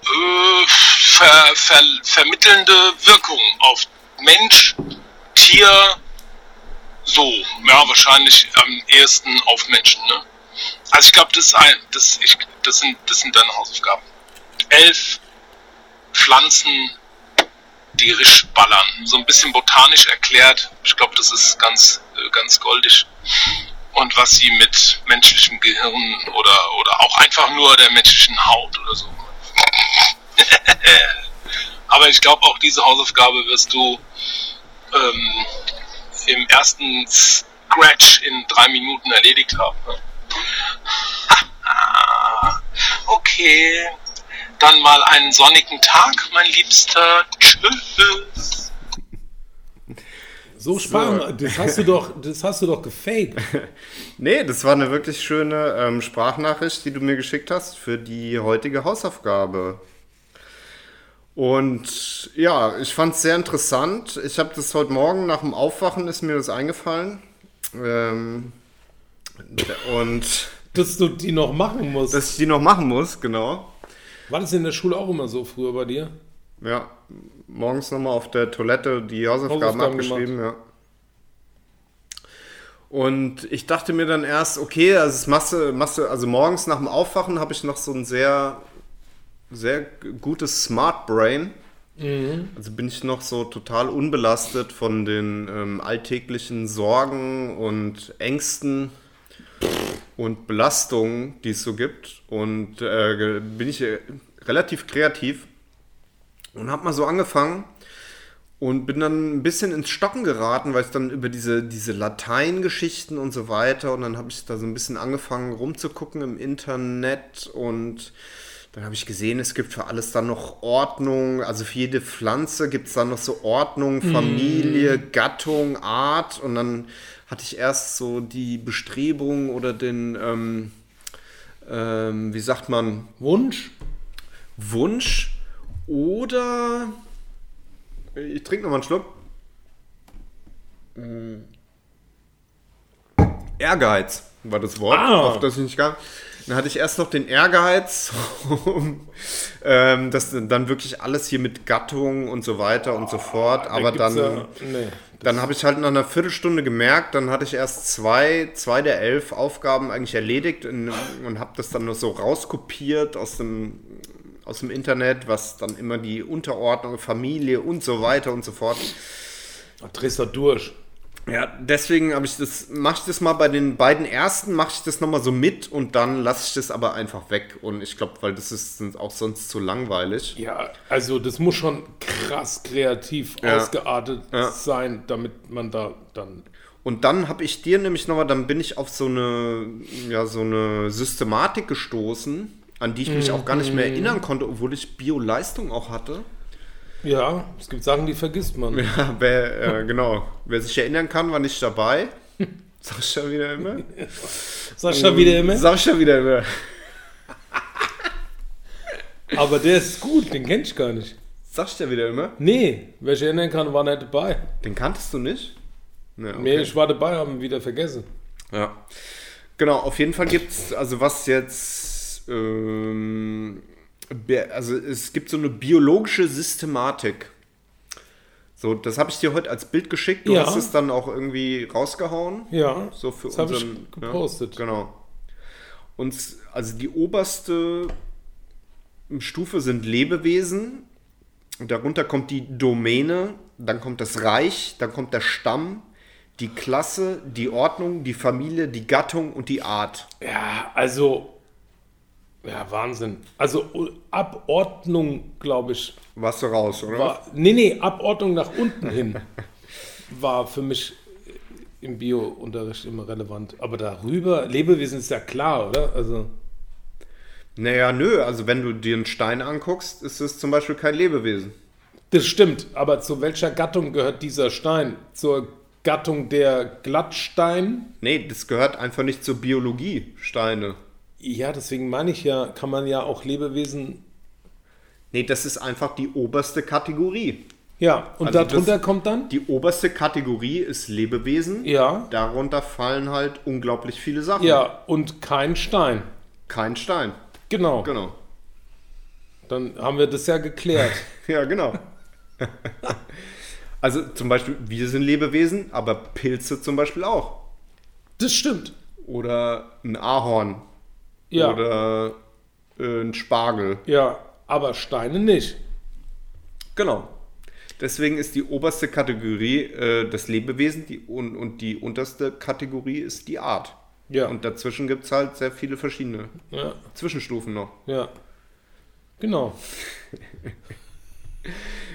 äh, ver, ver, vermittelnde Wirkung auf Mensch, Tier, so, ja, wahrscheinlich am ehesten auf Menschen, ne? Also ich glaube, das, ist ein- das, ich- das, sind, das sind deine Hausaufgaben. Elf Pflanzen, die richtig ballern. So ein bisschen botanisch erklärt. Ich glaube, das ist ganz, äh, ganz goldig. Und was sie mit menschlichem Gehirn oder, oder auch einfach nur der menschlichen Haut oder so. [laughs] Aber ich glaube, auch diese Hausaufgabe wirst du ähm, im ersten Scratch in drei Minuten erledigt haben. Ne? [laughs] Okay, dann mal einen sonnigen Tag, mein Liebster. Tschüss.
So sparen. Das hast du doch, das hast du doch gefaked.
Nee, das war eine wirklich schöne ähm, Sprachnachricht, die du mir geschickt hast für die heutige Hausaufgabe. Und ja, ich fand es sehr interessant. Ich habe das heute Morgen nach dem Aufwachen ist mir das eingefallen. Ähm, und
Dass du die noch machen musst.
dass ich die noch machen muss, genau.
War das in der Schule auch immer so früher bei dir?
Ja, morgens nochmal auf der Toilette die Hausaufgaben,
Hausaufgaben
abgeschrieben, ja. Und ich dachte mir dann erst, okay, also das machst du, machst du, also morgens nach dem Aufwachen habe ich noch so ein sehr, sehr g- gutes Smart Brain. Also bin ich noch so total unbelastet von den ähm, alltäglichen Sorgen und Ängsten und Belastungen, die es so gibt. Und äh, ge- bin ich äh, relativ kreativ und habe mal so angefangen und bin dann ein bisschen ins Stocken geraten, weil es dann über diese, diese Lateingeschichten und so weiter und dann habe ich da so ein bisschen angefangen rumzugucken im Internet und dann habe ich gesehen, es gibt für alles dann noch Ordnung, also für jede Pflanze gibt es dann noch so Ordnung, Familie, Gattung, Art und dann hatte ich erst so die Bestrebung oder den, ähm, ähm, wie sagt man,
Wunsch?
Wunsch oder. Ich trinke nochmal einen Schluck. Mm. Ehrgeiz war das Wort,
Ah.
auf das ich nicht kam. Dann hatte ich erst noch den Ehrgeiz, [laughs] um ähm, das dann wirklich alles hier mit Gattung und so weiter und so fort. Aber
gibt's
dann.
Ja, nee.
Dann habe ich halt nach einer Viertelstunde gemerkt, dann hatte ich erst zwei, zwei der elf Aufgaben eigentlich erledigt und, und habe das dann nur so rauskopiert aus dem, aus dem Internet, was dann immer die Unterordnung, Familie und so weiter und so fort.
Da drehst Ah, du durch.
Ja, deswegen habe ich das, mache ich das mal bei den beiden ersten, mache ich das nochmal so mit und dann lasse ich das aber einfach weg. Und ich glaube, weil das ist sind auch sonst zu langweilig.
Ja, also das muss schon krass kreativ
Ja.
ausgeartet
Ja.
sein, damit man da dann.
Und dann habe ich dir nämlich nochmal, dann bin ich auf so eine, ja, so eine Systematik gestoßen, an die ich mich auch gar nicht
Mhm.
mehr erinnern konnte, obwohl ich Bio-Leistung auch hatte. [laughs]
Ja, es gibt Sachen, die vergisst man.
Ja, wer, äh, genau. Wer sich erinnern kann, war nicht
[laughs]
dabei. Sag ich ja wieder immer.
Sascha wieder immer.
Sag ich ja wieder immer.
Aber der ist gut, den kenn ich gar nicht.
Sag ich ja wieder immer.
Nee, wer sich erinnern kann, war nicht dabei.
Den kanntest du nicht? Nee,
Nee, ich war dabei, haben wieder vergessen.
Ja. Genau, auf jeden Fall gibt es, also was jetzt, ähm, be- also es gibt so eine biologische Systematik. So, das habe ich dir heute als Bild geschickt. Du
Ja.
hast es dann auch irgendwie rausgehauen.
Ja,
So für
das habe ich
unseren-
gepostet.
Ja, genau. Und s- also die oberste Stufe sind Lebewesen. Und darunter kommt die Domäne, dann kommt das Reich, dann kommt der Stamm, die Klasse, die Ordnung, die Familie, die Gattung und die Art.
Ja, also. Ja, Wahnsinn. Also u- Abordnung, glaube ich,
Warst du raus, oder?
war. Nee, nee, Abordnung nach
[laughs]
unten hin war für mich im Bio-Unterricht immer relevant. Aber darüber, Lebewesen ist ja klar, oder? Also.
Naja, nö, also wenn du dir einen Stein anguckst, ist es zum Beispiel kein Lebewesen.
Das stimmt, aber zu welcher Gattung gehört dieser Stein? Zur Gattung der Glattstein?
Nee, das gehört einfach nicht zur Biologie, Steine.
Ja, deswegen meine ich ja, kann man ja auch Lebewesen.
Nee, das ist einfach die oberste Kategorie.
Ja, und
Also das-
darunter kommt dann?
Die oberste Kategorie ist Lebewesen.
Ja.
Darunter fallen halt unglaublich viele Sachen.
Ja, und kein Stein.
Kein Stein.
Genau.
Genau.
Dann haben wir das
[laughs]
ja geklärt.
Ja,
[laughs]
genau. also zum Beispiel, wir sind Lebewesen, aber Pilze zum Beispiel auch.
Das stimmt.
Oder ein Ahorn.
Ja.
Oder äh, ein Spargel.
Ja, aber Steine nicht.
Genau. Deswegen ist die oberste Kategorie äh, das Lebewesen die, und, und die unterste Kategorie ist die Art.
Ja.
Und dazwischen gibt es halt sehr viele verschiedene
Ja,
Zwischenstufen noch.
ja. Genau.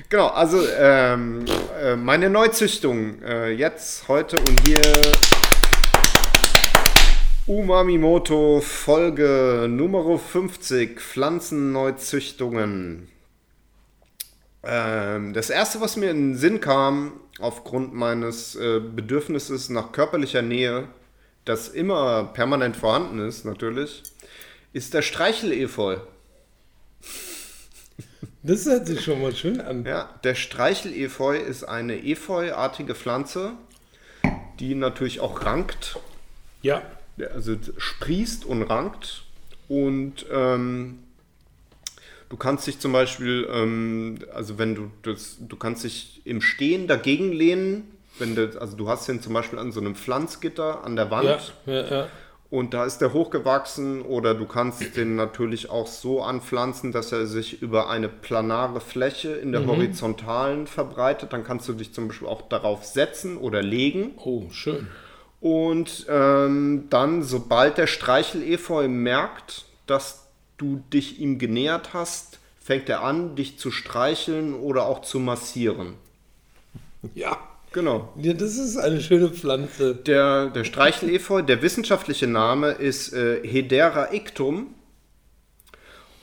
Genau, also ähm, äh, meine Neuzüchtung äh, jetzt, heute und hier. Umamimoto Folge Nummer 50 Pflanzenneuzüchtungen. Ähm, das erste, was mir in den Sinn kam, aufgrund meines äh, Bedürfnisses nach körperlicher Nähe, das immer permanent vorhanden ist, natürlich, ist der Streichel-Efeu.
Das hört sich schon mal schön an.
Ja, der Streichel-Efeu ist eine Efeuartige Pflanze, die natürlich auch rankt,
Ja.
Ja, also sprießt und rankt. Und ähm, du kannst dich zum Beispiel, ähm, also wenn du das, du kannst dich im Stehen dagegen lehnen, wenn du, also du hast den zum Beispiel an so einem Pflanzgitter an der Wand
Ja, ja, ja.
und da ist der hochgewachsen oder du kannst den natürlich auch so anpflanzen, dass er sich über eine planare Fläche in der horizontalen verbreitet. Dann kannst du dich zum Beispiel auch darauf setzen oder legen.
Oh, schön.
Und ähm, dann, sobald der Streichel-Efeu merkt, dass du dich ihm genähert hast, fängt er an, dich zu streicheln oder auch zu massieren.
Ja.
Genau.
Ja, das ist eine schöne Pflanze.
Der, der Streichel-Efeu, der wissenschaftliche Name ist äh, Hedera ictum.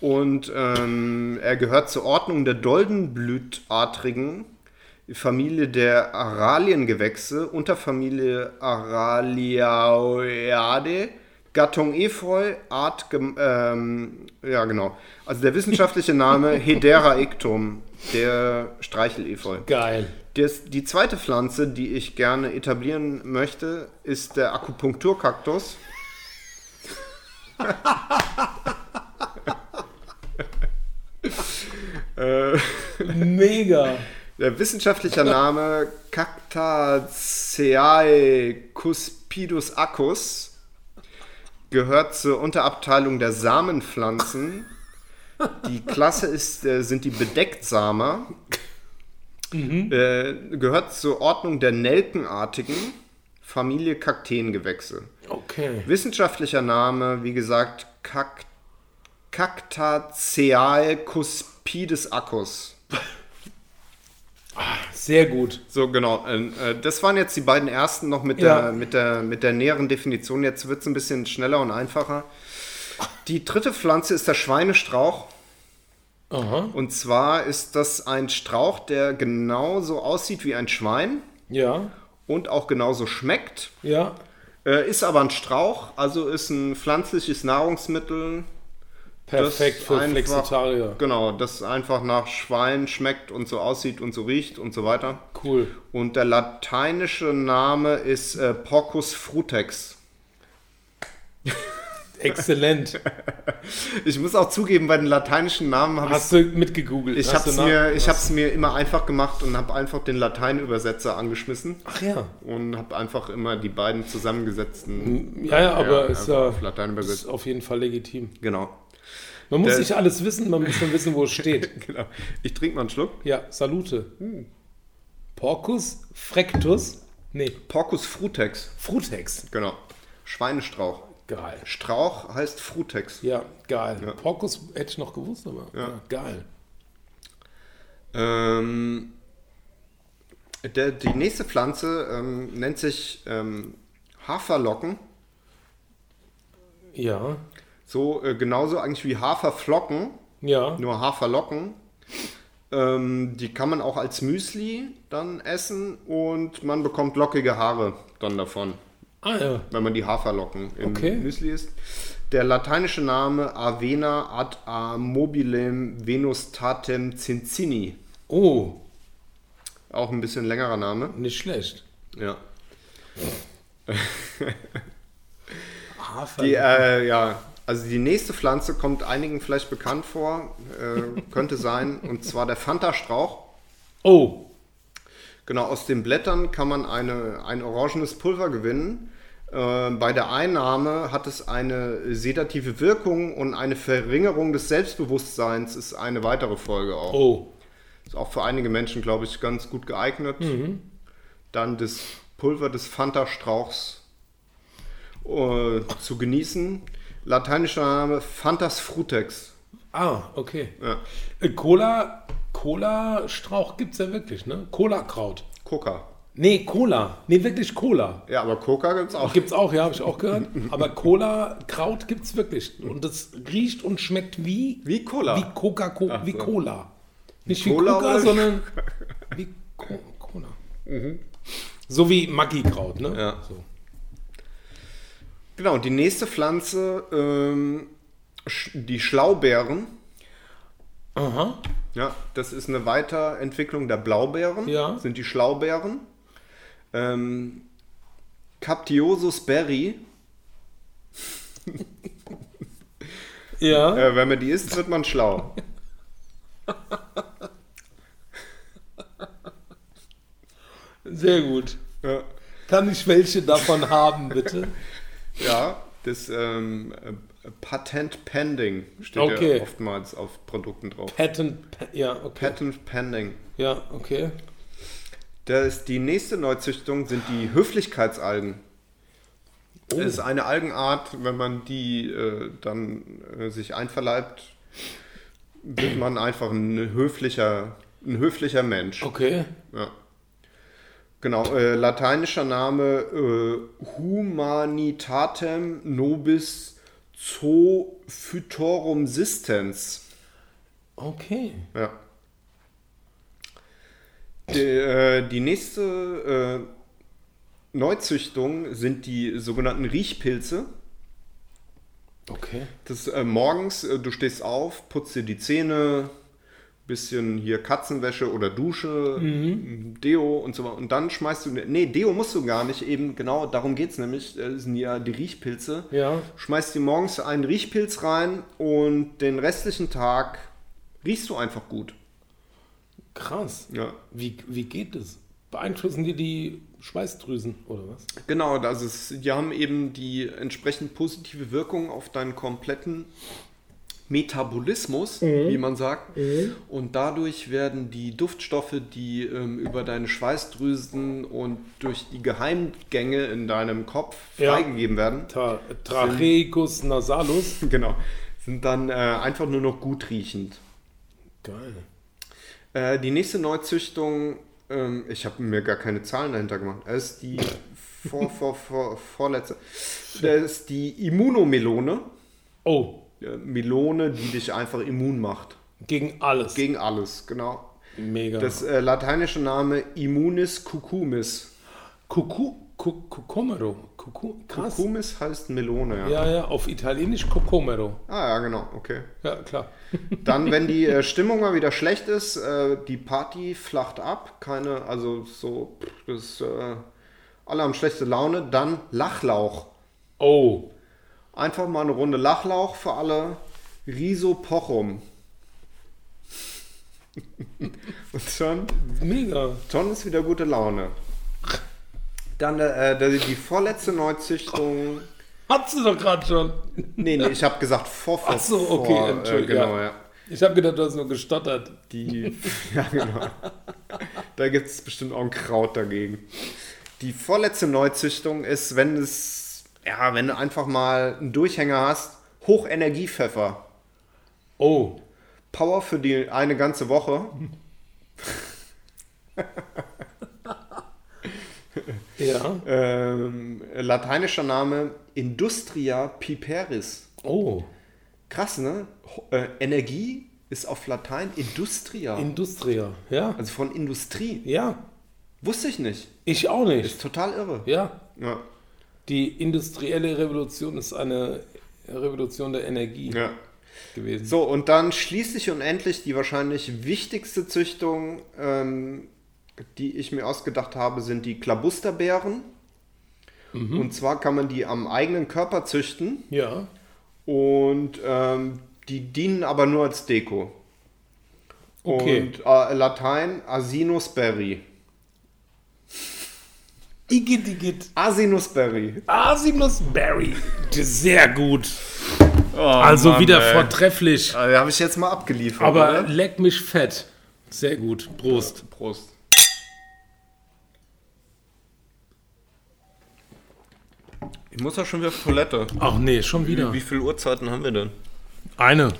Und ähm, er gehört zur Ordnung der Doldenblütartrigen, Familie der Araliengewächse, Unterfamilie Araliaceae, Gattung Efeu, Art. gem- Ähm, ja, genau. Also der wissenschaftliche Name Hedera ictum, der Streichel-Efeu.
Geil.
Das, die zweite Pflanze, die ich gerne etablieren möchte, ist der Akupunkturkaktus.
Mega.
Der wissenschaftliche Name Cactaceae cuspidus accus gehört zur Unterabteilung der Samenpflanzen. Die Klasse ist, äh, sind die Bedecktsamer. Äh, gehört zur Ordnung der Nelkenartigen, Familie Kakteengewächse.
Okay.
Wissenschaftlicher Name, wie gesagt, Cac Cactaceae cuspides accus.
Sehr gut.
So, genau. Ähm, äh, Das waren jetzt die beiden ersten noch mit,
Ja.
der, mit, der, mit der näheren Definition. Jetzt wird es ein bisschen schneller und einfacher. Die dritte Pflanze ist der Schweinestrauch.
Aha.
Und zwar ist das ein Strauch, der genauso aussieht wie ein Schwein
Ja.
und auch genauso schmeckt.
Ja.
Äh, ist aber ein Strauch, also ist ein pflanzliches Nahrungsmittel. das
Perfekt für
einfach-
Flexitarier.
Genau, das einfach nach Schwein schmeckt und so aussieht und so riecht und so weiter.
Cool.
Und der lateinische Name ist äh, Porcus frutex.
[laughs] Exzellent.
Ich muss auch zugeben, bei den lateinischen Namen habe
Hast du mitgegoogelt?
ich, ich
Hast
hab's
du nach-
mir, ich hab's mir immer einfach gemacht und habe einfach den Lateinübersetzer angeschmissen
Ach ja.
und habe einfach immer die beiden zusammengesetzten
Ja, ja, aber Hm, ist
einfach
ja
auf Latein
ist
übersetzt.
auf jeden Fall legitim.
Genau. [laughs]
Man muss
Der-
nicht alles wissen, man muss nur wissen, wo es steht. [laughs]
genau. Ich trinke mal einen Schluck.
Ja, Salute. Porcus frectus? Nee,
Porcus frutex.
Frutex.
Genau. Schweinestrauch.
Geil.
Strauch heißt frutex.
Ja, geil. Porcus hätte ich noch gewusst, aber ja. geil.
Ähm, der, die nächste Pflanze ähm, nennt sich ähm, Haferlocken.
Ja,
So äh, genauso eigentlich wie Haferflocken,
ja.
nur Haferlocken. Ähm, die kann man auch als Müsli dann essen und man bekommt lockige Haare dann davon,
Ah ja,
wenn man die Haferlocken im
Okay.
Müsli isst. Der lateinische Name Avena ad amobilem venustatem cincini.
oh,
Auch ein bisschen längerer Name.
nicht schlecht.
Ja.
Hafer.
Die, äh, ja, also die nächste Pflanze kommt einigen vielleicht bekannt vor, äh, könnte sein, und zwar der Fanta-Strauch.
oh,
Genau, aus den Blättern kann man eine, ein orangenes Pulver gewinnen. Äh, bei der Einnahme hat es eine sedative Wirkung und eine Verringerung des Selbstbewusstseins ist eine weitere Folge auch.
oh.
Ist auch für einige Menschen, glaube ich, ganz gut geeignet. Dann das Pulver des Fanta-Strauchs äh, zu genießen. Lateinischer Name Fantas Frutex.
Ah, okay.
Ja.
Äh, Cola, Cola-Strauch gibt's ja wirklich, ne? Cola-Kraut.
Coca.
Nee, Cola. Nee, wirklich Cola.
Ja, aber Coca gibt es auch.
Gibt's auch, ja, habe ich auch gehört. Aber Cola-Kraut gibt's wirklich. Und das riecht und schmeckt wie.
Wie Cola.
Wie Coca-Cola.
Ach
Wie
so.
Cola. Nicht
Cola
wie Coca,
oder-
sondern wie Co Cola. So wie Maggi-Kraut, ne?
Mhm. Ja.
So.
Genau, die nächste Pflanze, ähm, sch die Schlaubeeren.
Aha.
Ja, das ist eine Weiterentwicklung der Blaubeeren.
Ja.
Sind die Schlaubeeren. Ähm, Captiosus berry.
Ja.
Äh, wenn man die isst, wird man
[laughs]
schlau.
Sehr gut.
Ja.
Kann ich welche davon haben, bitte?
Ja, das ähm, äh, Patent Pending steht
Okay.
ja oftmals auf Produkten drauf.
Patent. Ja, okay.
Patent Pending.
Ja, okay.
Da ist die nächste Neuzüchtung sind die Höflichkeitsalgen. Das ist eine Algenart, wenn man die äh, dann äh, sich einverleibt, wird man einfach ein höflicher, ein höflicher Mensch.
Okay.
Ja. Genau, äh, lateinischer Name äh, Humanitatem nobis zoophytorum sistens.
Okay.
Ja. Die, äh, die nächste äh, Neuzüchtung sind die sogenannten Riechpilze.
Okay.
Das äh, morgens, äh, du stehst auf, putzt dir die Zähne, bisschen hier Katzenwäsche oder Dusche, Deo und so weiter. Und dann schmeißt du. Nee, Deo musst du gar nicht, eben genau darum geht es nämlich. äh, sind ja die Riechpilze.
Ja.
Schmeißt dir morgens einen Riechpilz rein und den restlichen Tag riechst du einfach gut.
Krass.
Ja.
Wie, wie geht das? Beeinflussen die die Schweißdrüsen oder was?
Genau, das ist, die haben eben die entsprechend positive Wirkung auf deinen kompletten Metabolismus, wie man sagt. Und dadurch werden die Duftstoffe, die ähm, über deine Schweißdrüsen und durch die Geheimgänge in deinem Kopf
Ja.
freigegeben werden, [laughs]
Ta Tracheicus nasalus.
genau, sind dann äh, einfach nur noch gut riechend.
Geil.
Äh, die nächste Neuzüchtung, ähm, ich habe mir gar keine Zahlen dahinter gemacht, das ist die vor, vor, vor, vorletzte. Das ist die Immunomelone.
Oh,
Äh, Melone, die dich einfach immun macht.
gegen alles.
Gegen alles, genau.
Mega.
Das äh, lateinische Name Immunis cucumis.
Kuku, Ku- Kukumero. Kuku, krass.
Cucumis heißt Melone, ja.
Ja, ja, auf Italienisch Kukumero.
Ah ja, genau, okay.
Ja, klar.
Dann, wenn die äh, Stimmung mal wieder schlecht ist, äh, die Party flacht ab, keine, also so, pff, das, äh, alle haben schlechte Laune, dann Lachlauch.
Oh,
Einfach mal eine Runde Lachlauch für alle. Risopochum. [laughs] Und schon,
mega.
schon ist wieder gute Laune. Dann äh, die- die vorletzte Neuzüchtung.
Hat sie doch gerade schon.
Nee, nee, ich habe gesagt vor, vor,
Ach so, okay,
vor,
Entschuldigung,
Äh, genau,
ja.
ja.
Ich habe gedacht, du hast nur gestottert.
Die, [laughs] ja, genau. Da gibt es bestimmt auch ein Kraut dagegen. Die vorletzte Neuzüchtung ist, wenn es, ja, wenn du einfach mal einen Durchhänger hast, Hochenergiepfeffer.
Oh,
Power für die eine ganze Woche.
Mhm. ja.
Ähm, lateinischer Name Industria Piperis.
Oh,
Krass, ne? Ho- Äh, Energie ist auf Latein Industria.
Industria. Ja,
also von Industrie.
ja.
Wusste ich nicht.
Ich auch nicht.
Ist total irre.
Ja,
Ja.
die industrielle Revolution ist eine Revolution der Energie
ja.
gewesen.
So, und dann schließlich und endlich die wahrscheinlich wichtigste Züchtung, ähm, die ich mir ausgedacht habe, sind die Klabusterbeeren.
Mhm.
Und zwar kann man die am eigenen Körper züchten
Ja.
und ähm, die dienen aber nur als Deko.
Okay.
Und äh, Latein Asinusberry.
Igitt, Igitt.
Asinusberry.
Asimus Berry. Sehr gut. also wieder vortrefflich.
Da habe ich jetzt mal abgeliefert.
Aber
ne?
oder?
leck mich fett. Sehr gut. Prost.
Prost.
Ich muss ja schon wieder auf Toilette.
Ach nee, schon wieder.
Wie viele Uhrzeiten haben wir denn?
Eine.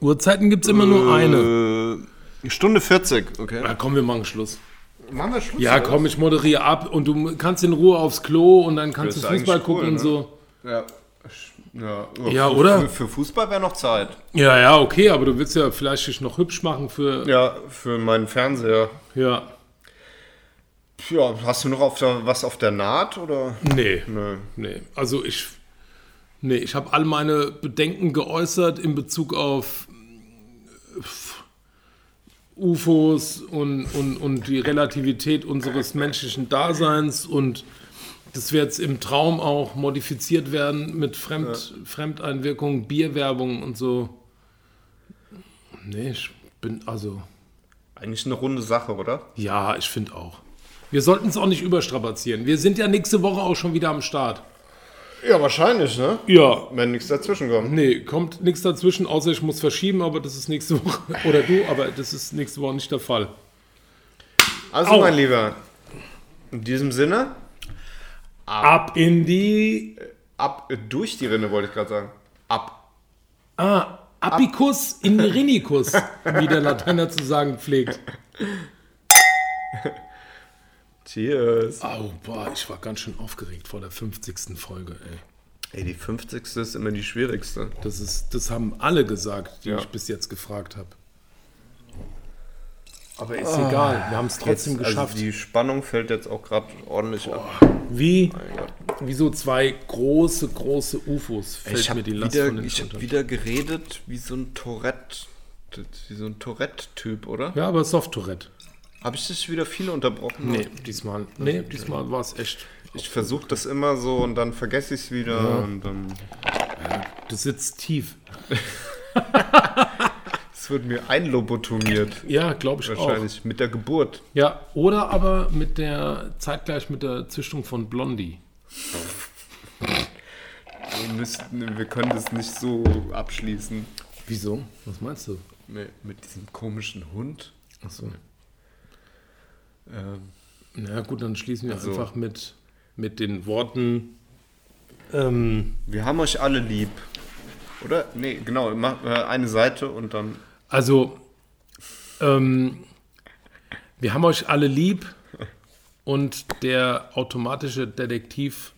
Uhrzeiten gibt es immer nur
Äh.
eine.
Stunde 40, okay.
Na komm, wir machen Schluss.
Machen wir Schluss?
Ja, komm, ich moderiere ab und du kannst in Ruhe aufs Klo und dann kannst
Das
du
ist
Fußball
eigentlich cool,
gucken und
ne?
so.
Ja. Sch- Ja,
Ja, oder?
oh, Für, für Fußball wäre noch Zeit.
Ja, ja, okay, aber du willst ja vielleicht dich noch hübsch machen für.
Ja, für meinen Fernseher.
Ja.
Ja, hast du noch auf der, was auf der Naht oder?
Nee. Nee. Also ich. Nee, ich habe all meine Bedenken geäußert in Bezug auf äh, UFOs und, und, und die Relativität unseres menschlichen Daseins und dass wir jetzt im Traum auch modifiziert werden mit Fremd, Fremdeinwirkung, Bierwerbung und so. Nee, ich bin also.
Eigentlich eine runde Sache, oder?
Ja, ich finde auch. Wir sollten es auch nicht überstrapazieren. Wir sind ja nächste Woche auch schon wieder am Start.
Ja, wahrscheinlich, ne?
Ja.
Wenn nichts dazwischen kommt.
Nee, kommt nichts dazwischen, außer ich muss verschieben, aber das ist nächste [laughs] Woche. Oder du, aber das ist nächste Woche nicht der Fall.
Also,
Au.
mein Lieber, in diesem Sinne,
Ab in die.
ab äh, durch die Rinde, wollte ich gerade sagen. Ab.
Ah, Apicus in [laughs] Rinicus, wie der Lateiner zu sagen pflegt.
Cheers.
Au, boah, ich war ganz schön aufgeregt vor der 50. Folge, ey.
Ey, die 50. ist immer die schwierigste.
Das, ist, das haben alle gesagt, die
Ja.
ich bis jetzt gefragt habe. Aber ist egal, wir haben es trotzdem geschafft.
Also die Spannung fällt jetzt auch gerade ordentlich ab.
also Wie, wie so zwei große, große UFOs fällt
ich
mir
habe
die Last
wieder,
von den
ich hab
Schultern.
wieder geredet wie so ein Tourette. Wie so ein Tourette-Typ, oder?
Ja, aber Soft-Tourette.
Habe ich dich wieder viel unterbrochen?
Nee, diesmal, nee, diesmal war es echt.
Ich versuche das immer so und dann vergesse ich es wieder. Und ähm, dann,
Du sitzt tief.
es wird mir einlobotomiert.
Ja, glaube ich auch.
Wahrscheinlich mit der Geburt.
Ja, oder aber mit der zeitgleich mit der Züchtung von Blondie.
müssten, wir können das nicht so abschließen.
Wieso? Was meinst du?
Nee, mit diesem komischen Hund.
Achso.
Ähm,
Na gut, dann schließen wir
Also-
einfach mit, mit den Worten. Ähm,
wir haben euch alle lieb. Oder? Nee, genau. Mach, äh, eine Seite und dann.
also, ähm, wir haben euch alle lieb und der automatische Detektiv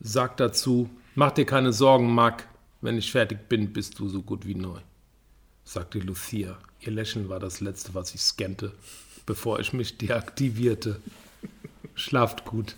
sagt dazu: Mach dir keine Sorgen, Marc. Wenn ich fertig bin, bist du so gut wie neu, sagte Lucia. Ihr Lächeln war das Letzte, was ich scannte, bevor ich mich deaktivierte. Schlaft gut.